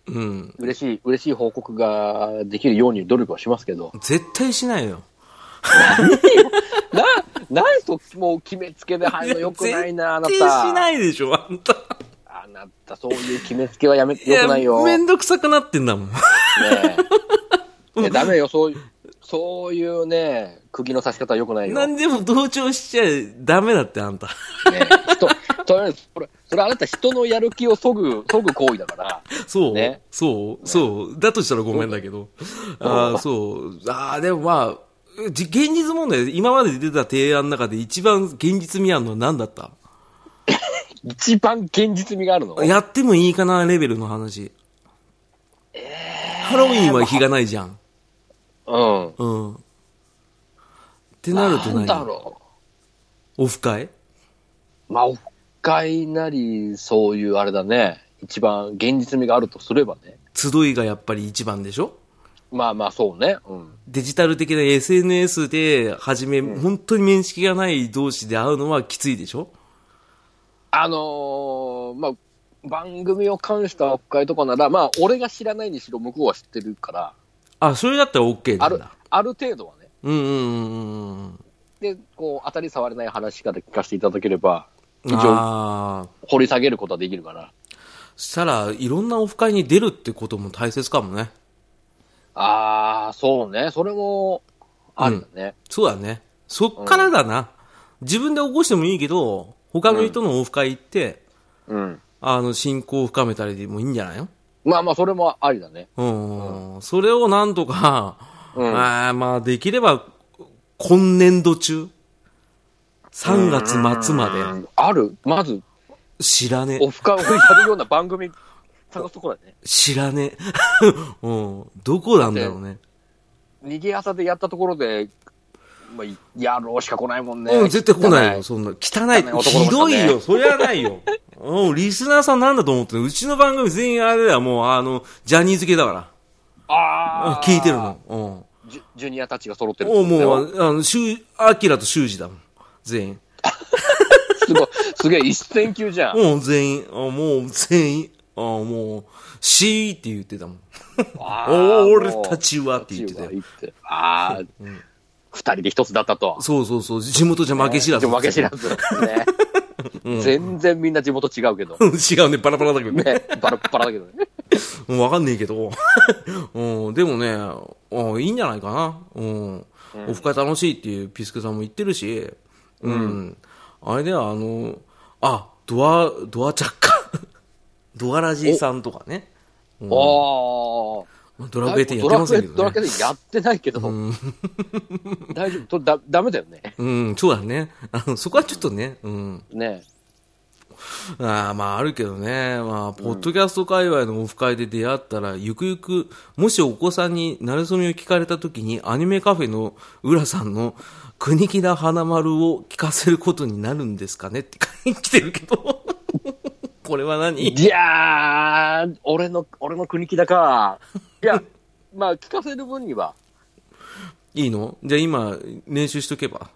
[SPEAKER 1] うん。
[SPEAKER 2] 嬉しい、嬉しい報告ができるように努力はしますけど。
[SPEAKER 1] 絶対しないよ。
[SPEAKER 2] な、なんと、もう決めつけで入るのよくないな、あな
[SPEAKER 1] 絶対しな
[SPEAKER 2] た。
[SPEAKER 1] いでしょ、あんた。
[SPEAKER 2] あなた、そういう決めつけはやめ、よくないよ。
[SPEAKER 1] め
[SPEAKER 2] ね
[SPEAKER 1] んどくさくなってんだもん。
[SPEAKER 2] え。いやダメよ、そういう、そういうね、釘の刺し方はよくないよ。
[SPEAKER 1] 何でも同調しちゃダメだって、あんた。
[SPEAKER 2] ね、人、とりあえず、それ、それあなた人のやる気をそぐ、そぐ行為だから。
[SPEAKER 1] そう、
[SPEAKER 2] ね
[SPEAKER 1] そう、そう。だとしたらごめんだけど。ああ、そう。ああ、でもまあ、じ現実問題、今まで出た提案の中で一番現実味あるのは何だった
[SPEAKER 2] 一番現実味があるの。
[SPEAKER 1] やってもいいかなレベルの話。ハロウィンは日がないじゃん。
[SPEAKER 2] うん。
[SPEAKER 1] うん。ってなると
[SPEAKER 2] んだ
[SPEAKER 1] 何
[SPEAKER 2] ろ
[SPEAKER 1] オフ会
[SPEAKER 2] う。まあ、オフ会なり、そういうあれだね。一番現実味があるとすればね。
[SPEAKER 1] 集いがやっぱり一番でしょ
[SPEAKER 2] まあまあ、そうね。うん。
[SPEAKER 1] デジタル的な SNS で、はじめ、本当に面識がない同士で会うのはきついでしょ
[SPEAKER 2] あのーまあ、番組を関したオフ会とかなら、まあ、俺が知らないにしろ向こうは知ってるから、
[SPEAKER 1] あ、それだったら OK な
[SPEAKER 2] あ
[SPEAKER 1] ん
[SPEAKER 2] る
[SPEAKER 1] だ。、
[SPEAKER 2] ある程度はね。
[SPEAKER 1] うんうんうんうんうん。
[SPEAKER 2] で、こう、当たり障りない話から聞かせていただければ、一応、
[SPEAKER 1] ああ。
[SPEAKER 2] 掘り下げることはできるから。
[SPEAKER 1] したら、いろんなオフ会に出るってことも大切かもね。
[SPEAKER 2] ああ、そうね。それも、あるよね。
[SPEAKER 1] そうだね。そっからだな。自分で起こしてもいいけど、他の人のオフ会行って、
[SPEAKER 2] うん。
[SPEAKER 1] あの、親交を深めたりでもいいんじゃないの
[SPEAKER 2] まあまあ、それもありだね。
[SPEAKER 1] うん。それをなんとか、
[SPEAKER 2] うん
[SPEAKER 1] あーまあ、できれば、今年度中、3月末まで、
[SPEAKER 2] あるまず、
[SPEAKER 1] 知らねえ
[SPEAKER 2] オ。フ会をやるような 番組探すとこだね。
[SPEAKER 1] 知らね え。うん。どこなんだろうね。
[SPEAKER 2] 逃げ朝でやったところで、まあ、やろうしか来ないもんね。
[SPEAKER 1] うん、絶対来ないよ、
[SPEAKER 2] 汚
[SPEAKER 1] そんな。汚
[SPEAKER 2] 汚い
[SPEAKER 1] い。
[SPEAKER 2] 男
[SPEAKER 1] ひど
[SPEAKER 2] の人ね
[SPEAKER 1] いよ、そりゃないよ。うん、リスナーさんなんだと思ってんのうちの番組全員あれだよ、もう、あの、ジャニーズ系だか
[SPEAKER 2] あ
[SPEAKER 1] ら。
[SPEAKER 2] あ。
[SPEAKER 1] 聞いてるの。うん。
[SPEAKER 2] ジュ。ジュニアたちが揃ってる。
[SPEAKER 1] おもう、あの、シュウアキラと修二だもん。全員。
[SPEAKER 2] すごい、すげえ一戦級じゃん。
[SPEAKER 1] もう全員。あもう全員。あもう、シーって言ってたもん。
[SPEAKER 2] あー
[SPEAKER 1] お俺たちはって言ってたよ
[SPEAKER 2] 俺ちは言ってああ、二人で一つだったと。
[SPEAKER 1] そうそうそう、地元じゃ負け知らず。
[SPEAKER 2] でも負け知らず。ね。全然みんな地元違うけど。
[SPEAKER 1] ず。違うね、バラバラだけどね。
[SPEAKER 2] ね、バラッバラだけどね。
[SPEAKER 1] うんわかんねえけど。 うん、でもね、うんいいんじゃないかな。うん。オフ会楽しいっていうピスケさんも言ってるし、うん。あれでは、あの、あ、ドア、ドアチャッカ ドアラジーさんとかね。うん
[SPEAKER 2] ああ。
[SPEAKER 1] まあドラクエ10やってませんけ
[SPEAKER 2] ド
[SPEAKER 1] ど
[SPEAKER 2] ラクエ
[SPEAKER 1] ね。
[SPEAKER 2] 10やってないけど、大丈夫とだ、だめだよね。
[SPEAKER 1] うん、そうだね。あの、そこはちょっとね、うん。
[SPEAKER 2] ね
[SPEAKER 1] あーまあ、あるけどね。まあ、ポッドキャスト界隈のオフ会で出会ったら、ゆくゆく、もしお子さんに馴れ初めを聞かれた時に、アニメカフェの浦さんの、国木田花丸を聞かせることになるんですかねって来てるけど。 これは何
[SPEAKER 2] いやー、俺の、俺の国木だか。いや、まあ、聞かせる分には、
[SPEAKER 1] いいのじゃあ今、練習しとけば。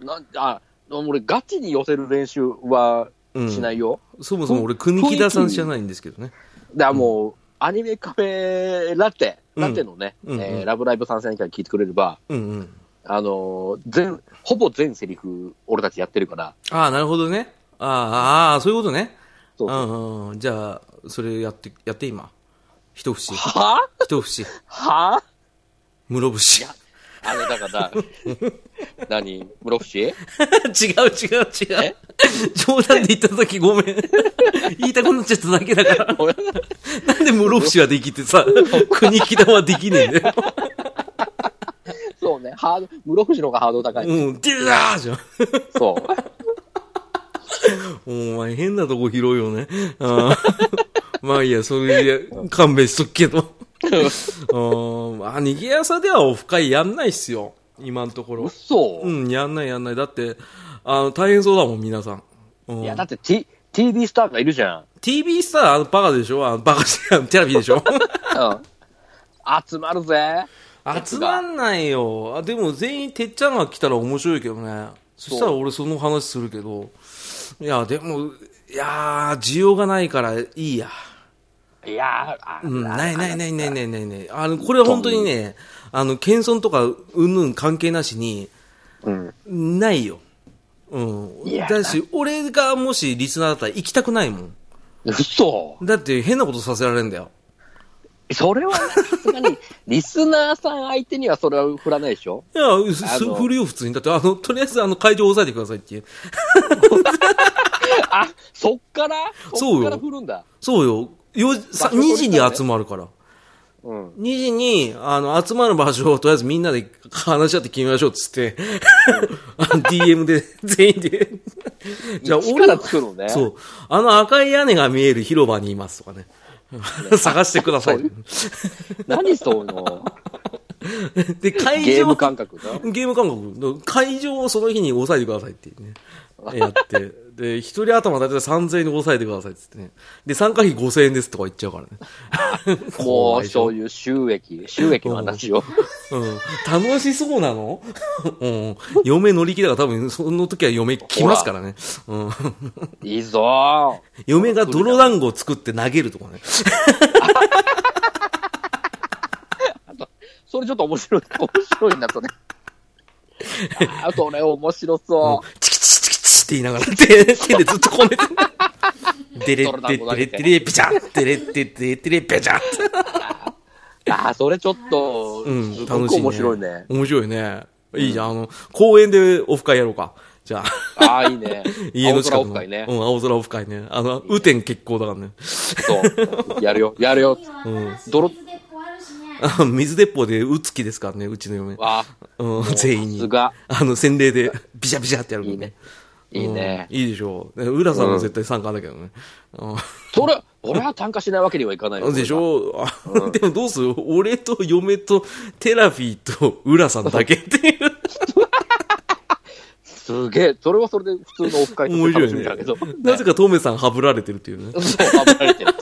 [SPEAKER 2] なんあ、俺、ガチに寄せる練習はしないよ。
[SPEAKER 1] そもそも俺、国木田さん知らないんですけどね。
[SPEAKER 2] だからもう、アニメカフェラテ、
[SPEAKER 1] うん
[SPEAKER 2] ラテのね、
[SPEAKER 1] うんうん
[SPEAKER 2] えーラブライブ参戦会聞いてくれれば、
[SPEAKER 1] うんうん。
[SPEAKER 2] あのー全、ほぼ全セリフ、俺たちやってるから、
[SPEAKER 1] ああ、なるほどね。あーあー、そういうことね。
[SPEAKER 2] そうそう
[SPEAKER 1] うんうん。じゃあ、それやって、やって今。一節。
[SPEAKER 2] はぁ
[SPEAKER 1] 一節。
[SPEAKER 2] はぁ
[SPEAKER 1] 室伏。
[SPEAKER 2] あの、だから、何室伏
[SPEAKER 1] 違う違う違う。冗談で言った時ごめ ん。言いたくなっちゃっただけだから。
[SPEAKER 2] 俺
[SPEAKER 1] なんで室伏はできて さ、国木田はできねえんだよ。
[SPEAKER 2] そうね、ハード、室伏の方がハードル高い。
[SPEAKER 1] うん、デュラーじゃん。
[SPEAKER 2] そう。
[SPEAKER 1] お前変なとこ拾うよね。あ ーまあいいや、それで勘弁しとくけど。うん、まあ、逃げ屋さではオフ会やんないっすよ。今のところ。
[SPEAKER 2] 嘘、
[SPEAKER 1] うん、やんないやんない。だって、あの、大変そうだもん、皆さん。うん、
[SPEAKER 2] いや、だって、T、TV スターがいるじゃん。
[SPEAKER 1] TV スター、あの、バカでしょあの、バカじゃん、テラビでしょ
[SPEAKER 2] うん。集まるぜ。
[SPEAKER 1] 集まんないよ。あ、でも全員、てっちゃんが来たら面白いけどね。そしたら俺その話するけど。いや、でも、いやー、需要がないからいいや。
[SPEAKER 2] いやー、あ
[SPEAKER 1] うん、ないないないないないないない。あの、これは本当にね、あの、謙遜とか、うんぬん関係なしに、
[SPEAKER 2] うん。
[SPEAKER 1] ないよ。うん。
[SPEAKER 2] いや
[SPEAKER 1] だし、俺がもしリスナーだったら行きたくないもん。
[SPEAKER 2] 嘘
[SPEAKER 1] だって変なことさせられるんだよ。
[SPEAKER 2] それはね、さすが に、リスナーさん相手にはそれは振らないでしょ
[SPEAKER 1] いや、す
[SPEAKER 2] あ
[SPEAKER 1] す
[SPEAKER 2] の
[SPEAKER 1] 振るよ、普通に。だって、あの、とりあえず、あの、会場押さえてくださいっていう。
[SPEAKER 2] あ、そっから
[SPEAKER 1] そうよ
[SPEAKER 2] そっから振るんだ。
[SPEAKER 1] そうよ。よさ
[SPEAKER 2] 場所取り
[SPEAKER 1] 2時に
[SPEAKER 2] たいね
[SPEAKER 1] 集まるから。
[SPEAKER 2] うん。
[SPEAKER 1] 2時に、あの、集まる場所をとりあえずみんなで話し合って決めましょうっつって、 あの DM で、全員で。じゃあ、
[SPEAKER 2] 一
[SPEAKER 1] 俺
[SPEAKER 2] から
[SPEAKER 1] ら、
[SPEAKER 2] 作るね。
[SPEAKER 1] そう。あの赤い屋根が見える広場にいますとかね。探してください。
[SPEAKER 2] 何 その、
[SPEAKER 1] で、会場、
[SPEAKER 2] ゲーム感覚だ。
[SPEAKER 1] ゲーム感覚。会場をその日に押さえてくださいっていうね。やって。で、一人頭だいたい3000円で押さえてくださいってってね。で、参加費5000円ですとか言っちゃうから ね。
[SPEAKER 2] も
[SPEAKER 1] 怖い
[SPEAKER 2] う、
[SPEAKER 1] でしょ
[SPEAKER 2] そういう収益、収益の話を。
[SPEAKER 1] うん。楽しそうなのうん。嫁乗り気だから多分、その時は嫁来ますからね。うん。
[SPEAKER 2] いいぞ
[SPEAKER 1] 嫁が泥団子を作って投げるとかね。
[SPEAKER 2] ーそれちょっと面白い、面白いな、それ。あー、それ面白そう。
[SPEAKER 1] チキチキチキチって言いながら、手手でずっとこねて。デレッテッテレッテレピチャッテレッテッテレッテレピチャッ
[SPEAKER 2] ああ、それちょっと、
[SPEAKER 1] うん、
[SPEAKER 2] すご
[SPEAKER 1] 楽
[SPEAKER 2] く
[SPEAKER 1] しい、ね。
[SPEAKER 2] 面白いね。
[SPEAKER 1] 面白いね。いいじゃん。あの、公園でオフ会やろうか。じゃあ、。
[SPEAKER 2] ああ、いいね
[SPEAKER 1] 家の近
[SPEAKER 2] 青
[SPEAKER 1] くの。
[SPEAKER 2] 空オフ会ね
[SPEAKER 1] う。ん、青空オフ会ね。あの、雨天決行だからね。
[SPEAKER 2] そう。やるよ、やるよ。泥
[SPEAKER 3] 泥水鉄砲あるしね
[SPEAKER 1] あ水鉄砲で打つ気ですからね、うちの嫁。
[SPEAKER 2] あ
[SPEAKER 1] うん
[SPEAKER 2] あ、、
[SPEAKER 1] 全員
[SPEAKER 2] さす
[SPEAKER 1] に。
[SPEAKER 2] が。
[SPEAKER 1] あの、洗礼で、ビシャビシャってやるか
[SPEAKER 2] い
[SPEAKER 1] ら
[SPEAKER 2] いね。。いいね。
[SPEAKER 1] うんいいでしょう。浦さんも絶対参加だけどね。うん
[SPEAKER 2] それ、俺は参加しないわけにはいかないよ
[SPEAKER 1] でしょあ でもどうする俺と嫁とテラフィーと浦さんだけって いう。
[SPEAKER 2] すげえ。それはそれで普通のオフ会と
[SPEAKER 1] 面
[SPEAKER 2] し
[SPEAKER 1] 白
[SPEAKER 2] て楽
[SPEAKER 1] い
[SPEAKER 2] しみ
[SPEAKER 1] ね
[SPEAKER 2] だけど。。
[SPEAKER 1] なぜかトメさんはぶられてるっていうね。
[SPEAKER 2] ね。そう、暴れてる。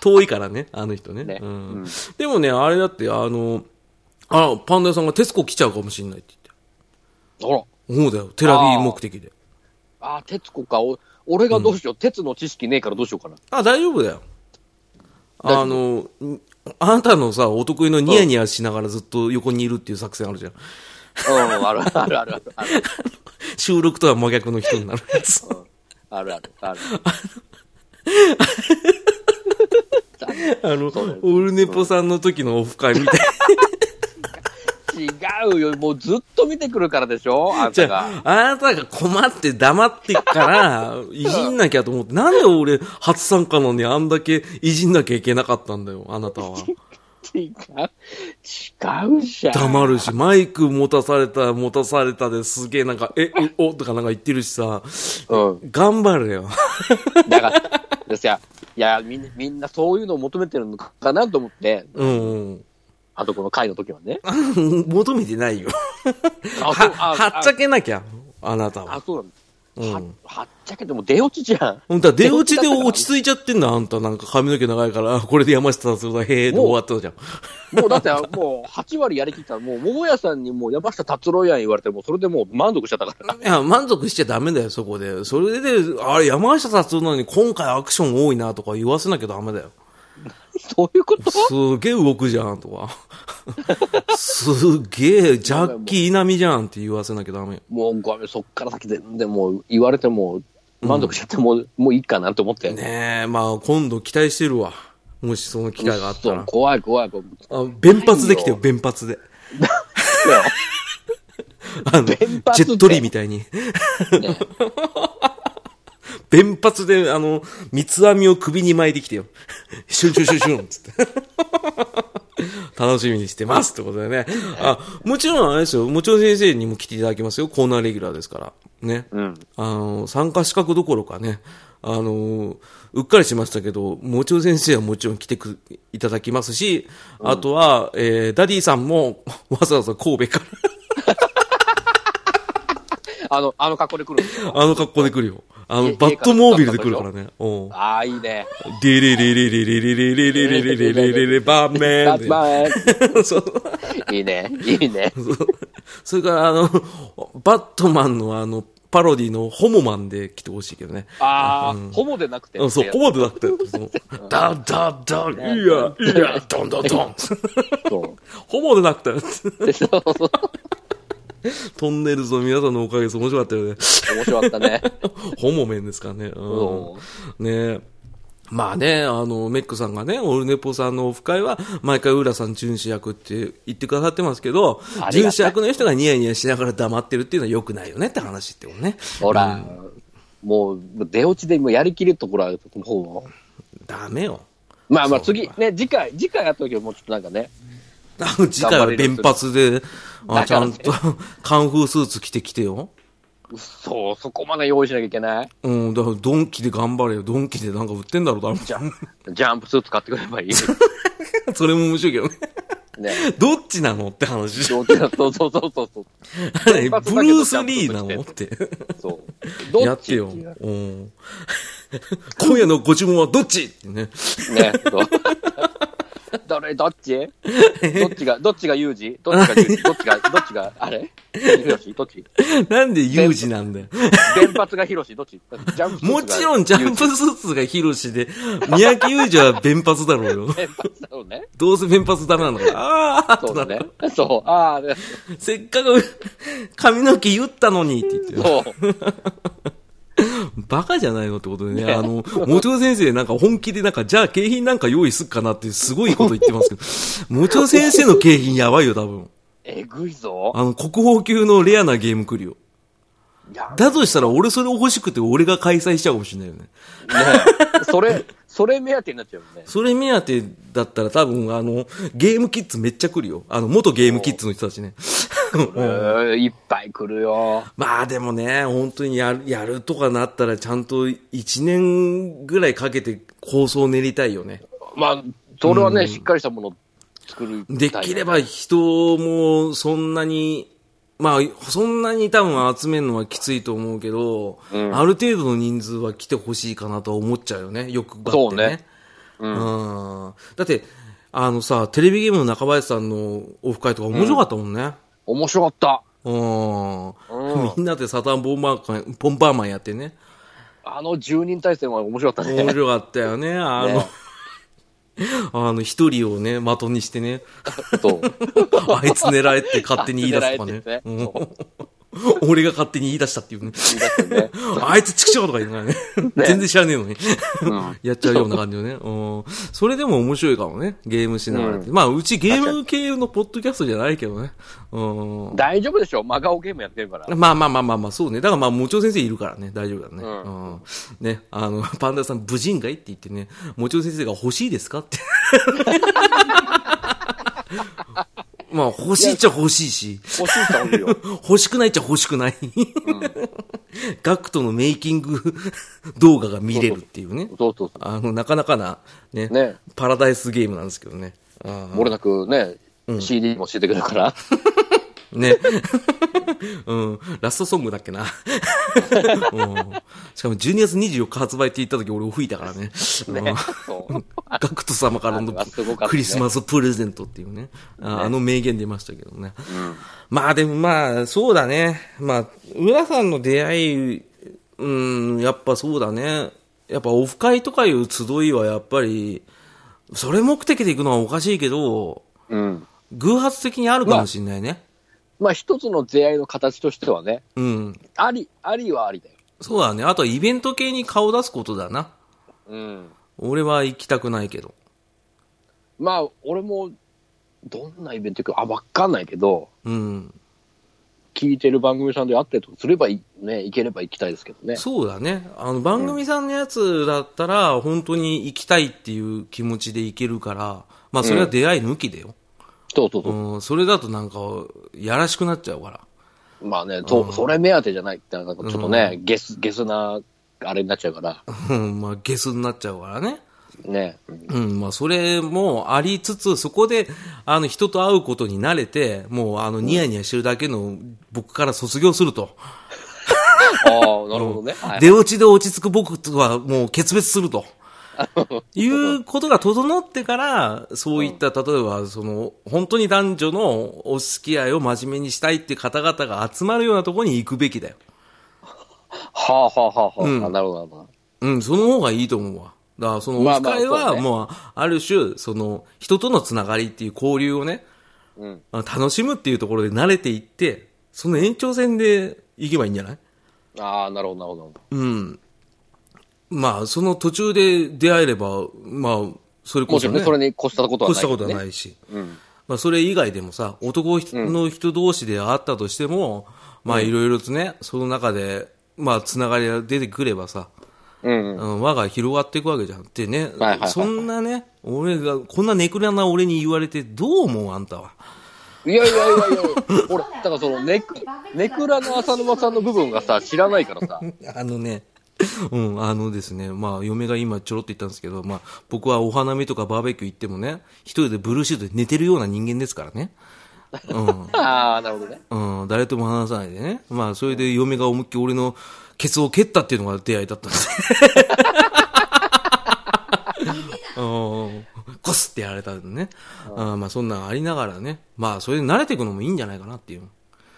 [SPEAKER 1] 遠いからね、あの人ね。
[SPEAKER 2] ね
[SPEAKER 1] うん
[SPEAKER 2] うん
[SPEAKER 1] でもね、あれだって、あの、あパンダ屋さんがテスコ来ちゃうかもしれないって
[SPEAKER 2] ほら。
[SPEAKER 1] 言って。そうだよ、テラビー目的で。
[SPEAKER 2] ああ、鉄子か。お俺がどうしよう。鉄の知識ねえからどうしようかな。
[SPEAKER 1] あ大丈夫だよ。
[SPEAKER 2] 大丈夫
[SPEAKER 1] あの、んあなたのさ、お得意のニヤニヤしながらずっと横にいるっていう作戦あるじゃん。
[SPEAKER 2] うん、あるあるあるあるある。
[SPEAKER 1] 収録とは真逆の人になるやつ。
[SPEAKER 2] あるあるある。
[SPEAKER 1] あの、オルネポさんの時のオフ会みたい。
[SPEAKER 2] 違違うよ。もうずっと見てくるからでしょあん
[SPEAKER 1] じ
[SPEAKER 2] た
[SPEAKER 1] ゃあ、
[SPEAKER 2] が。
[SPEAKER 1] あなたが困って黙ってっから、いじんなきゃと思って、なんで俺、初参加なのにあんだけいじんなきゃいけなかったんだよ、あなたは。
[SPEAKER 2] 違う。違うじゃん。
[SPEAKER 1] 黙るし、マイク持たされた、持たされたですげえなんか、え、うおとかなんか言ってるしさ、
[SPEAKER 2] うん。
[SPEAKER 1] 頑張れよ。
[SPEAKER 2] だから、ですよ。いや、みんな、みんなそういうのを求めてるのかなと思って、
[SPEAKER 1] うん、
[SPEAKER 2] あとこの会の時はね。あ、
[SPEAKER 1] うん。 求めてないよ。は、
[SPEAKER 2] そう、あ、
[SPEAKER 1] はっちゃけなきゃ、あなた
[SPEAKER 2] あ、あ
[SPEAKER 1] は。
[SPEAKER 2] そうなんだ。
[SPEAKER 1] うん
[SPEAKER 2] は、はっちゃけても出落ちじゃん。
[SPEAKER 1] ほんとは出落ちで落ち着いちゃってんだ、あんた。なんか髪の毛長いから、あ これで山下達郎だ、へえ、で終わったじゃん。
[SPEAKER 2] もうだって、もう8割やりきったら、もう桃屋さんにもう山下達郎やん言われて、もうそれでもう満足しちゃった から。
[SPEAKER 1] いや、満足しちゃダメだよ、そこで。それで、あれ、山下達郎なのに今回アクション多いなとか言わせなきゃダメだ よ。
[SPEAKER 2] そういうこと
[SPEAKER 1] すげえ動くじゃんとか。 すげえジャッキー稲美じゃんって言わせなきゃダメよ。
[SPEAKER 2] もうごめん、そっから先全然もう言われても、満足しちゃってもう、もういいかなと思って。
[SPEAKER 1] ねえ、まあ今度期待してるわ。もしその機会があった
[SPEAKER 2] そう
[SPEAKER 1] ら。
[SPEAKER 2] 怖い怖い怖い。
[SPEAKER 1] あ弁髪できてよ、弁髪で。あの、ジ
[SPEAKER 2] 弁
[SPEAKER 1] ェ
[SPEAKER 2] 髪で
[SPEAKER 1] ットリーみたいに。
[SPEAKER 2] ね
[SPEAKER 1] 弁髪で、あの、三つ編みを首に巻いてきてよ。シュンシュンシュンシュンっつって。楽しみにしてますってことでね。あ、もちろんあれですよ。もちろん先生にも来ていただきますよ。コーナーレギュラーですから。ね。
[SPEAKER 2] うん。
[SPEAKER 1] あの、参加資格どころかね。あの、うっかりしましたけど、もちろん先生はもちろん来てく、いただきますし、あとは、えー、ダディさんも、わざわざ神戸から
[SPEAKER 2] あの、あの格好で来るんですよ。
[SPEAKER 1] あの格好で来るよ。あの、
[SPEAKER 2] 家
[SPEAKER 1] バットモービルで来るからね。うん。
[SPEAKER 2] ああ、いいね。
[SPEAKER 1] デレレレレレレレレレレレレレレレバーメン
[SPEAKER 2] バッバ
[SPEAKER 1] ンそう。
[SPEAKER 2] ーンいいね。いいね。
[SPEAKER 1] それから、あの、バットマンのあの、パロディのホモマンで来てほしいけどね。
[SPEAKER 2] ああ、ホモでなくて。
[SPEAKER 1] うんそう、ホモでなくて、そうダダダ、いや、いや、ドンドンドン。
[SPEAKER 2] そう
[SPEAKER 1] ホモでなくて、
[SPEAKER 2] でそうそう。
[SPEAKER 1] トンネルズの皆さんのおかげです。面白かったよね。
[SPEAKER 2] 面白かったね。
[SPEAKER 1] ホモ面ですからね。
[SPEAKER 2] そ
[SPEAKER 1] うん。ねえまあね、あの、メックさんがね、オルネポさんのオフ会は、毎回浦さん巡視役って言ってくださってますけど
[SPEAKER 2] ありが、たい
[SPEAKER 1] 巡視役の人がニヤニヤしながら黙ってるっていうのは良くないよねって話ってことね。
[SPEAKER 2] ほら、もう、出落ちでもうやりきるところは、ほぼ。
[SPEAKER 1] ダメよ。
[SPEAKER 2] まあまあ
[SPEAKER 1] そう
[SPEAKER 2] 次、ね、次回、次回やった時はもうちょっとなんかね、
[SPEAKER 1] あの、次回は連発で、あ
[SPEAKER 2] だ
[SPEAKER 1] ち
[SPEAKER 2] か
[SPEAKER 1] ゃ
[SPEAKER 2] ら
[SPEAKER 1] ん
[SPEAKER 2] ね
[SPEAKER 1] と、カンフースーツ着てきてよ。
[SPEAKER 2] そう、そこまで用意しなきゃいけない。
[SPEAKER 1] うん、だからドンキで頑張れよ。ドンキでなんか売ってんだろう、だろ。
[SPEAKER 2] ジャンプスーツ買ってくればいい。
[SPEAKER 1] それも面白いけどね。
[SPEAKER 2] ね。
[SPEAKER 1] どっちなのって話。
[SPEAKER 2] どっちだそうそうそうそうそう。
[SPEAKER 1] あ れブルース・リーなのって。
[SPEAKER 2] そう。どっち
[SPEAKER 1] やってよ。うん。今夜のご注文はどっちってね。
[SPEAKER 2] ね。そうどれ、どっちどっちが、どっちがユージどっちがユ ージどっちが、どっちが、あれヒロシどっち
[SPEAKER 1] なんでユージなんだよ。
[SPEAKER 2] 弁髪がヒロシどっちジャンプスーツが
[SPEAKER 1] もちろんジャンプスーツがヒロシで、三宅裕二は弁髪だろう よ。
[SPEAKER 2] 弁髪だろうね。
[SPEAKER 1] どうせ弁髪ダメなんだから。あーっ
[SPEAKER 2] そ
[SPEAKER 1] とな
[SPEAKER 2] う
[SPEAKER 1] った
[SPEAKER 2] ね。そう。ああ、ね
[SPEAKER 1] せっかく髪の毛言ったのにって言ってよ。
[SPEAKER 2] そう。
[SPEAKER 1] バカじゃないのってことでね。あの、もちろん先生なんか本気でなんか、じゃあ景品なんか用意すっかなってすごいこと言ってますけど、もちろん先生の景品やばいよ、多分。
[SPEAKER 2] えぐいぞ。
[SPEAKER 1] あの、国宝級のレアなゲーム来るよ。
[SPEAKER 2] いや
[SPEAKER 1] だとしたら俺それ欲しくて俺が開催しちゃうかもしれないよね。
[SPEAKER 2] ね それ、それ目当てになっちゃうよね。
[SPEAKER 1] それ目当てだったら多分あの、ゲームキッズめっちゃ来るよ。あの、元ゲームキッズの人たちね。
[SPEAKER 2] うんいっぱい来るよ。
[SPEAKER 1] まあでもね、本当にやる、やるとかなったらちゃんと1年ぐらいかけて構想を練りたいよね。
[SPEAKER 2] まあ、それはね、しっかりしたものを作る。
[SPEAKER 1] できれば人もそんなに、まあ、そんなに多分集めるのはきついと思うけど、
[SPEAKER 2] うん
[SPEAKER 1] ある程度の人数は来てほしいかなとは思っちゃうよね。よくばってね。
[SPEAKER 2] そううね
[SPEAKER 1] んだって、あのさ、テレビゲームの中林さんのオフ会とか面白かったもんね。
[SPEAKER 2] 面白かった。
[SPEAKER 1] うん。
[SPEAKER 2] うん
[SPEAKER 1] みんなでサタンボンバーマ ン、ボンバーマンやってね。
[SPEAKER 2] あの10人対戦は面白かった
[SPEAKER 1] 面
[SPEAKER 2] ね。
[SPEAKER 1] 白かったよね。あの、
[SPEAKER 2] ね
[SPEAKER 1] あの、一人をね、的にしてね。
[SPEAKER 2] そう。
[SPEAKER 1] あいつ狙えって勝手に言い出すとかね。
[SPEAKER 2] あいつ狙えって言ってね
[SPEAKER 1] うん 俺が勝手に言い出したっていうね。
[SPEAKER 2] 言い出したよね。
[SPEAKER 1] あいつ畜生とか言うからね。全然知らねえのに。
[SPEAKER 2] うん。
[SPEAKER 1] やっちゃうような感じよね。うん。それでも面白いかもね。ゲームしながらって。まあ、うちゲーム系のポッドキャストじゃないけどね。うん。
[SPEAKER 2] 大丈夫でしょ真顔ゲームやってるから。
[SPEAKER 1] まあまあまあまあまあ、そうね。だからまあ、もちお先生いるからね、大丈夫だね。う。
[SPEAKER 2] うん
[SPEAKER 1] ね、あの、 パンダさん、無人街って言ってね、もちお先生が欲しいですかって。 まあ、欲しいっちゃ欲しいし、
[SPEAKER 2] 欲しい人おるよ。
[SPEAKER 1] 欲しくないっちゃ欲しくない。 ガクトのメイキング 動画が見れるっていうね。
[SPEAKER 2] そうそうそ
[SPEAKER 1] あの、なかなかな、ね、
[SPEAKER 2] ね
[SPEAKER 1] パラダイスゲームなんですけどね。あ
[SPEAKER 2] う。漏れなくね、CD も教えてくれるから。
[SPEAKER 1] ーね。 うん。ラストソングだっけな。 うんしかも12月24日発売って言った時俺を吹いたからね。
[SPEAKER 2] ね。そう。
[SPEAKER 1] ガクト様からの
[SPEAKER 2] あれはすごかったね
[SPEAKER 1] クリスマスプレゼントっていうね。ああの名言出ましたけどね。まあでもまあ、そうだね。まあ、浦さんの出会い、うん、やっぱそうだね。やっぱオフ会とかいう集いはやっぱり、それ目的で行くのはおかしいけど、
[SPEAKER 2] うん。
[SPEAKER 1] 偶発的にあるかもしれないね。
[SPEAKER 2] まあ一つの出会いの形としてはね、
[SPEAKER 1] うん。
[SPEAKER 2] あり、ありはありだよ。
[SPEAKER 1] そうだね。あとはイベント系に顔出すことだな。
[SPEAKER 2] うん。
[SPEAKER 1] 俺は行きたくないけど。
[SPEAKER 2] まあ俺も、どんなイベント行くか、あ、わかんないけど、
[SPEAKER 1] うん。
[SPEAKER 2] 聞いてる番組さんで会ってるとかすればいい、ね、行ければ行きたいですけどね。
[SPEAKER 1] そうだね。あの、番組さんのやつだったら、本当に行きたいっていう気持ちで行けるから、まあそれは出会い抜きだよ。
[SPEAKER 2] そうそうそうう。
[SPEAKER 1] ん、それだとなんか、やらしくなっちゃうから。
[SPEAKER 2] まあね、そうそれ目当てじゃないって、なんかちょっとね、ゲス、ゲスな、あれになっちゃうから、
[SPEAKER 1] うん、まあゲスになっちゃうからね。
[SPEAKER 2] ね。うん
[SPEAKER 1] うん、まあ、それもありつつ、そこで、あの、人と会うことに慣れて、もう、あの、ニヤニヤしてるだけの僕から卒業すると。
[SPEAKER 2] ああ、なるほどね。はい
[SPEAKER 1] 出落ちで落ち着く僕とはもう決別する と。いうことが整ってから、そういった、例えば、その、本当に男女のお付き合いを真面目にしたいって方々が集まるようなところに行くべきだよ。
[SPEAKER 2] はあはあはあはあ、あなるほど、なるほど。
[SPEAKER 1] うん、その方がいいと思うわ。だから、その、お
[SPEAKER 2] まあまあ
[SPEAKER 1] 付き合い
[SPEAKER 2] そう
[SPEAKER 1] は、
[SPEAKER 2] ね
[SPEAKER 1] もう、ある種、その、人とのつながりっていう交流をね、
[SPEAKER 2] うん。
[SPEAKER 1] あ楽しむっていうところで慣れていって、その延長線で行けばいいんじゃない
[SPEAKER 2] ああ、なるほど、なるほど。
[SPEAKER 1] うん。まあ、その途中で出会えれば、まあ、それこ
[SPEAKER 2] もち
[SPEAKER 1] そ
[SPEAKER 2] ろん
[SPEAKER 1] ね、
[SPEAKER 2] ね、それに越したこと
[SPEAKER 1] 越
[SPEAKER 2] はない、ね。。
[SPEAKER 1] したことはないいし。
[SPEAKER 2] うん。
[SPEAKER 1] まあ、それ以外でもさ、男の人同士で会ったとしても、まあ、いろいろとね、その中で、まあ、つながりが出てくればさ、
[SPEAKER 2] うん、うん。
[SPEAKER 1] うん、輪が広がっていくわけじゃん。ってね、
[SPEAKER 2] はいはいはい
[SPEAKER 1] そんなね、俺が、こんなネクラな俺に言われて、どう思うあんたは。
[SPEAKER 2] いやいやいやいや、ほら、だからその、ネク、ネクラの浅沼さんの部分がさ、知らないからさ、
[SPEAKER 1] あのね、 うん、あのですね、まあ、嫁が今ちょろっと言ったんですけど、まあ、僕はお花見とかバーベキュー行ってもね、一人でブルーシートで寝てるような人間ですからね。
[SPEAKER 2] ああ、なるほどね。
[SPEAKER 1] うん、誰とも話さないでね。まあ、それで嫁が思いっきり俺のケツを蹴ったっていうのが出会いだったん です。うんコスってやられたんでね。あーまあ、そんなんありながらね。まあ、それで慣れていくのもいいんじゃないかなっていう。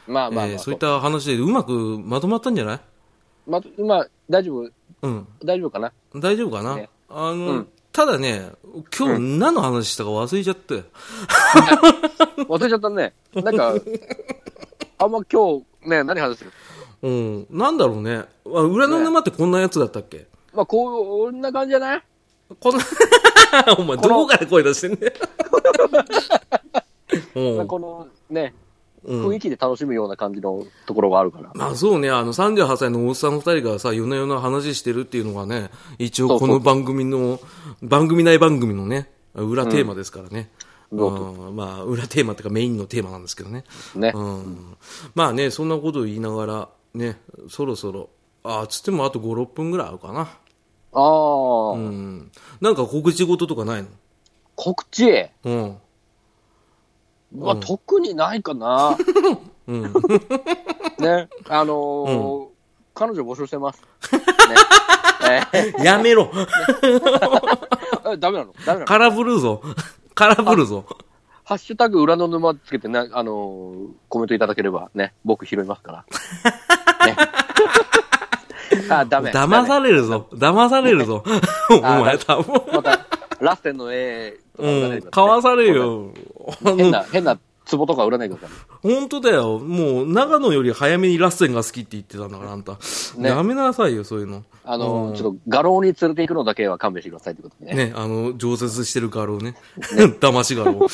[SPEAKER 2] まあまあまあ、
[SPEAKER 1] えーそういった話でうまくまとまったんじゃない
[SPEAKER 2] まあ、まあ、大丈夫、
[SPEAKER 1] うん。
[SPEAKER 2] 大丈夫かな。
[SPEAKER 1] 大丈夫かな、
[SPEAKER 2] ね
[SPEAKER 1] あの、
[SPEAKER 2] うん
[SPEAKER 1] ただね、今日何の話したか忘れちゃって。
[SPEAKER 2] 忘れちゃったね。なんか、あんま今日、ね、何話してる
[SPEAKER 1] うん。なんだろうね。あ裏の沼ってこんなやつだったっけ、
[SPEAKER 2] まあ、こう、こんな感じじゃない
[SPEAKER 1] こんな、 お前、どこから声出してんね
[SPEAKER 2] ま
[SPEAKER 1] う
[SPEAKER 2] あ
[SPEAKER 1] ん
[SPEAKER 2] この、ね、
[SPEAKER 1] うん
[SPEAKER 2] 雰囲気で楽しむような感じのところがあるから。
[SPEAKER 1] まあそうね、あの38歳のおっさん二人がさ、夜な夜な話してるっていうのがね、一応この番組の、番組内番組のね、裏テーマですからね。
[SPEAKER 2] どう
[SPEAKER 1] うんまあ、裏テーマっていうかメインのテーマなんですけどね。
[SPEAKER 2] ね
[SPEAKER 1] うん、まあね、そんなことを言いながら、ね、そろそろ、あつってもあと5、6分ぐらいあるかな。
[SPEAKER 2] ああ、
[SPEAKER 1] うん。なんか告知事とかないの
[SPEAKER 2] 告知
[SPEAKER 1] うん。
[SPEAKER 2] まあ、特にない かな。ね、あのー彼女募集し てます。ね、え
[SPEAKER 1] やめろ
[SPEAKER 2] ーえダメなのダメなの
[SPEAKER 1] カラブルーぞ カラブルーぞ
[SPEAKER 2] ハッシュタグ裏の沼つけてね、あのーコメントいただければね、僕拾いますから。ね、 あ、ダメ。
[SPEAKER 1] 騙
[SPEAKER 2] ダ
[SPEAKER 1] されるぞ騙されるぞ お前多分
[SPEAKER 2] メまた、ラステンの絵とか
[SPEAKER 1] う
[SPEAKER 2] 流れ
[SPEAKER 1] ん
[SPEAKER 2] る、
[SPEAKER 1] か
[SPEAKER 2] からね
[SPEAKER 1] わされるよ。あの
[SPEAKER 2] 変な、変なツツボとか売らないでくださ
[SPEAKER 1] 本当だよ。もう、長野より早めにラッセンが好きって言ってたんだから、あんた。
[SPEAKER 2] ね
[SPEAKER 1] やめなさいよ、そういうの。
[SPEAKER 2] い。あの、
[SPEAKER 1] うん
[SPEAKER 2] ちょっと画廊に連れて行くのだけは勘弁してくださいってこと ね。
[SPEAKER 1] ね、あの、常設してる画廊ね。 騙し画廊。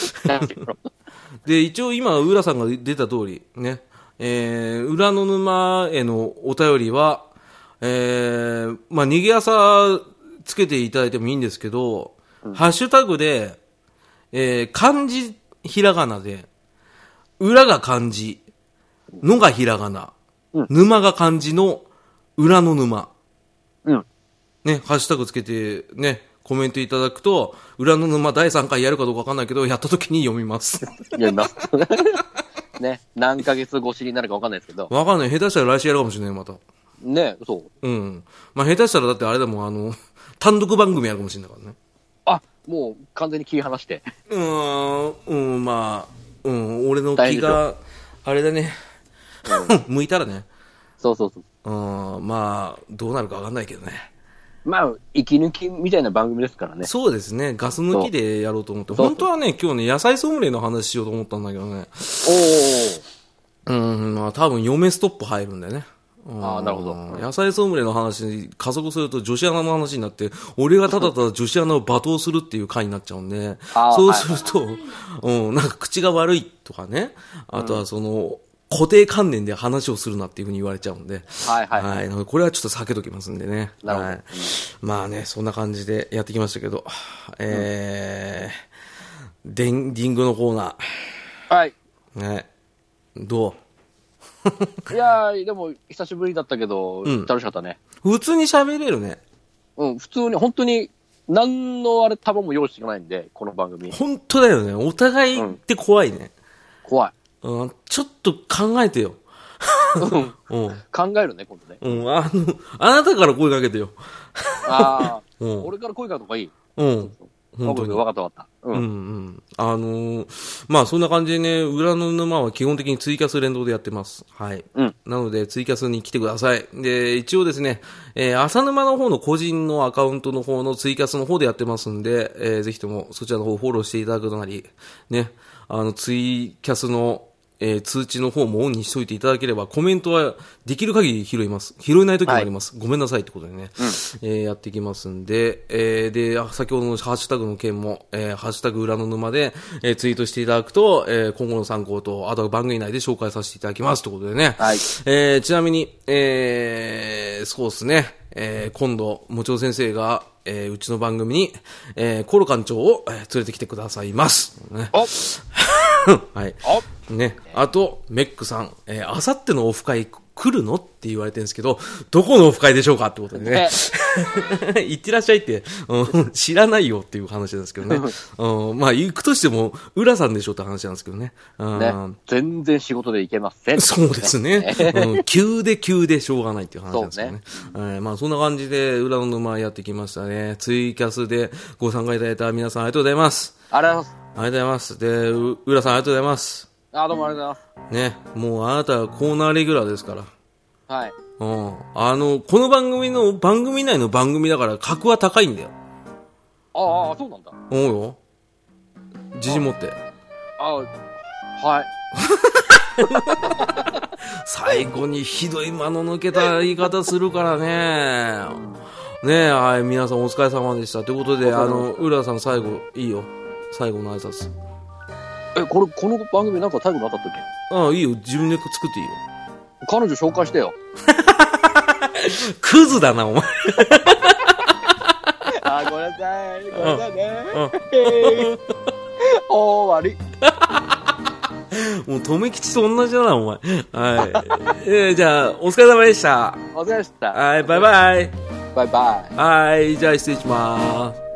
[SPEAKER 1] で、一応今、浦さんが出た通り、ね、えー、裏の沼へのお便りは、えー、まあ、逃げ朝つけていただいてもいいんですけど、ハッシュタグで、えー、漢字、ひらがなで、裏が漢字、のがひらがな、
[SPEAKER 2] うん
[SPEAKER 1] 沼が漢字の裏の沼。
[SPEAKER 2] うん。
[SPEAKER 1] ね、ハッシュタグつけて、ね、コメントいただくと、裏の沼第3回やるかどうかわかんないけど、やった時に読みます。
[SPEAKER 2] 読みます。 ね。何ヶ月越しになるかわかんないですけど。
[SPEAKER 1] わかんない。下手したら来週やるかもしれない、また。
[SPEAKER 2] ね、そう。
[SPEAKER 1] うん。まあ、下手したらだってあれだもん、あの、 単独番組やるかもしれないからね。
[SPEAKER 2] あ、もう完全に切り離して。
[SPEAKER 1] うーん、うん、まあ、うん、俺の
[SPEAKER 2] 大
[SPEAKER 1] 気
[SPEAKER 2] 変でし
[SPEAKER 1] が、あれだね。 向いたらね。
[SPEAKER 2] そうそうそう。
[SPEAKER 1] うん、まあ、どうなるかわかんないけどね。
[SPEAKER 2] まあ、息抜きみたいな番組ですからね。
[SPEAKER 1] そうですね、ガス抜きでやろうと思って。
[SPEAKER 2] そう
[SPEAKER 1] 本当はね、今日ね、野菜ソムリエの話しようと思ったんだけどね。
[SPEAKER 2] お
[SPEAKER 1] う
[SPEAKER 2] お。
[SPEAKER 1] ん、まあ、多分嫁ストップ入るんだよね。うん
[SPEAKER 2] あーなるほど
[SPEAKER 1] 野菜ソムリエの話に加速すると女子アナの話になって、 俺がただただ女子アナを罵倒するっていう回になっちゃうんで、
[SPEAKER 2] あー
[SPEAKER 1] そうすると、うん、なんか口が悪いとかね、あとはその、固定観念で話をするなっていうふうに言われちゃうんで、
[SPEAKER 2] はいは
[SPEAKER 1] は
[SPEAKER 2] い
[SPEAKER 1] い。なのでこれはちょっと避けときますんでね。
[SPEAKER 2] なるほど
[SPEAKER 1] はい、まあね、そんな感じでやってきましたけど、えー、デンディングのコーナ
[SPEAKER 2] はい。
[SPEAKER 1] ー、ね、どう
[SPEAKER 2] いやー、でも、久しぶりだったけど、
[SPEAKER 1] ん
[SPEAKER 2] 楽しかったね。
[SPEAKER 1] 普通に喋れるね。
[SPEAKER 2] うん、普通に、本当に、何のあれ、束も用意してないんで、この番組。
[SPEAKER 1] 本当だよね。お互いって怖いね。
[SPEAKER 2] 怖い。
[SPEAKER 1] うん、ちょっと考えてよ。
[SPEAKER 2] うん
[SPEAKER 1] うん。
[SPEAKER 2] 考えるね、今度ね。
[SPEAKER 1] うん、あの、あなたから声かけてよ。
[SPEAKER 2] ああ、
[SPEAKER 1] うん
[SPEAKER 2] 俺から声かけた方がいい。
[SPEAKER 1] うん。本当に。
[SPEAKER 2] 分かった分かった。う
[SPEAKER 1] うん
[SPEAKER 2] ん。
[SPEAKER 1] うん。あのーまあそんな感じでね、裏の沼は基本的にツイキャス連動でやってます。はい。
[SPEAKER 2] うん
[SPEAKER 1] なのでツイキャスに来てください。で、一応ですね、えー浅沼の方の個人のアカウントの方のツイキャスの方でやってますんで、えーぜひともそちらの方フォローしていただくなり、ね、あのツイキャスのえー通知の方もオンにしといていただければ、コメントはできる限り拾います。拾えない時もあります。ごめんなさいってことでね、えーやっていきますんで、えーで、あ先ほどのハッシュタグの件も、えーハッシュタグ裏の沼で、えーツイートしていただくと、えー今後の参考と、あとは番組内で紹介させていただきますということでね、
[SPEAKER 2] はい
[SPEAKER 1] えーちなみに、えーそうですね、えー今度、もちろ先生が、えーうちの番組に、えーコロ館長を、えー連れてきてくださいます。ね
[SPEAKER 2] お
[SPEAKER 1] はい。
[SPEAKER 2] お
[SPEAKER 1] ね、あと、メックさん、えあさってのオフ会来るのって言われてるんですけど、どこのオフ会でしょうかってことでね
[SPEAKER 2] ね、
[SPEAKER 1] 行ってらっしゃいって、うん知らないよっていう話なんですけどね、うんまあ、行くとしても、浦さんでしょって話なんですけどね。うん
[SPEAKER 2] ね、全然仕事で行けません。
[SPEAKER 1] そうです ね。うん、急で急でしょうがないっていう話なんですけどね。えーまあそんな感じで裏の沼やってきましたね。ツイキャスでご参加いただいた皆さんありがとうございます。
[SPEAKER 2] ありがとうございます。
[SPEAKER 1] ありがとうございます。で、う浦さんありがとうございます。
[SPEAKER 2] あ、どうもありがとうござい
[SPEAKER 1] ね、もうあなたはコーナーレギュラーですから。
[SPEAKER 2] ます。はい。
[SPEAKER 1] うん。あの、この番組の、番組内の番組だから格は高いんだよ。
[SPEAKER 2] ああ、そうなんだ。
[SPEAKER 1] 思うよ。自信持って。
[SPEAKER 2] あはい。
[SPEAKER 1] 最後にひどい間の抜けた言い方するからね。ねえ、はい、皆さんお疲れ様でした。ということで、あの、浦さん最後、いいよ。最後の挨拶。
[SPEAKER 2] え、これ、この番組なんか最後なかったっけ
[SPEAKER 1] ああ、いいよ。自分で作っていいよ。
[SPEAKER 2] 彼女紹介してよ。
[SPEAKER 1] クズだな、お前。
[SPEAKER 2] あごめんなさい。ご
[SPEAKER 1] めんなさ
[SPEAKER 2] いね
[SPEAKER 1] うん
[SPEAKER 2] 終わり。
[SPEAKER 1] もう、留吉と同じだな、お前。はい。えーじゃあ、お疲れ様でした。
[SPEAKER 2] お疲れ様でした。
[SPEAKER 1] はい、バイバイ。
[SPEAKER 2] バイバイ。
[SPEAKER 1] はい、じゃあ失礼します。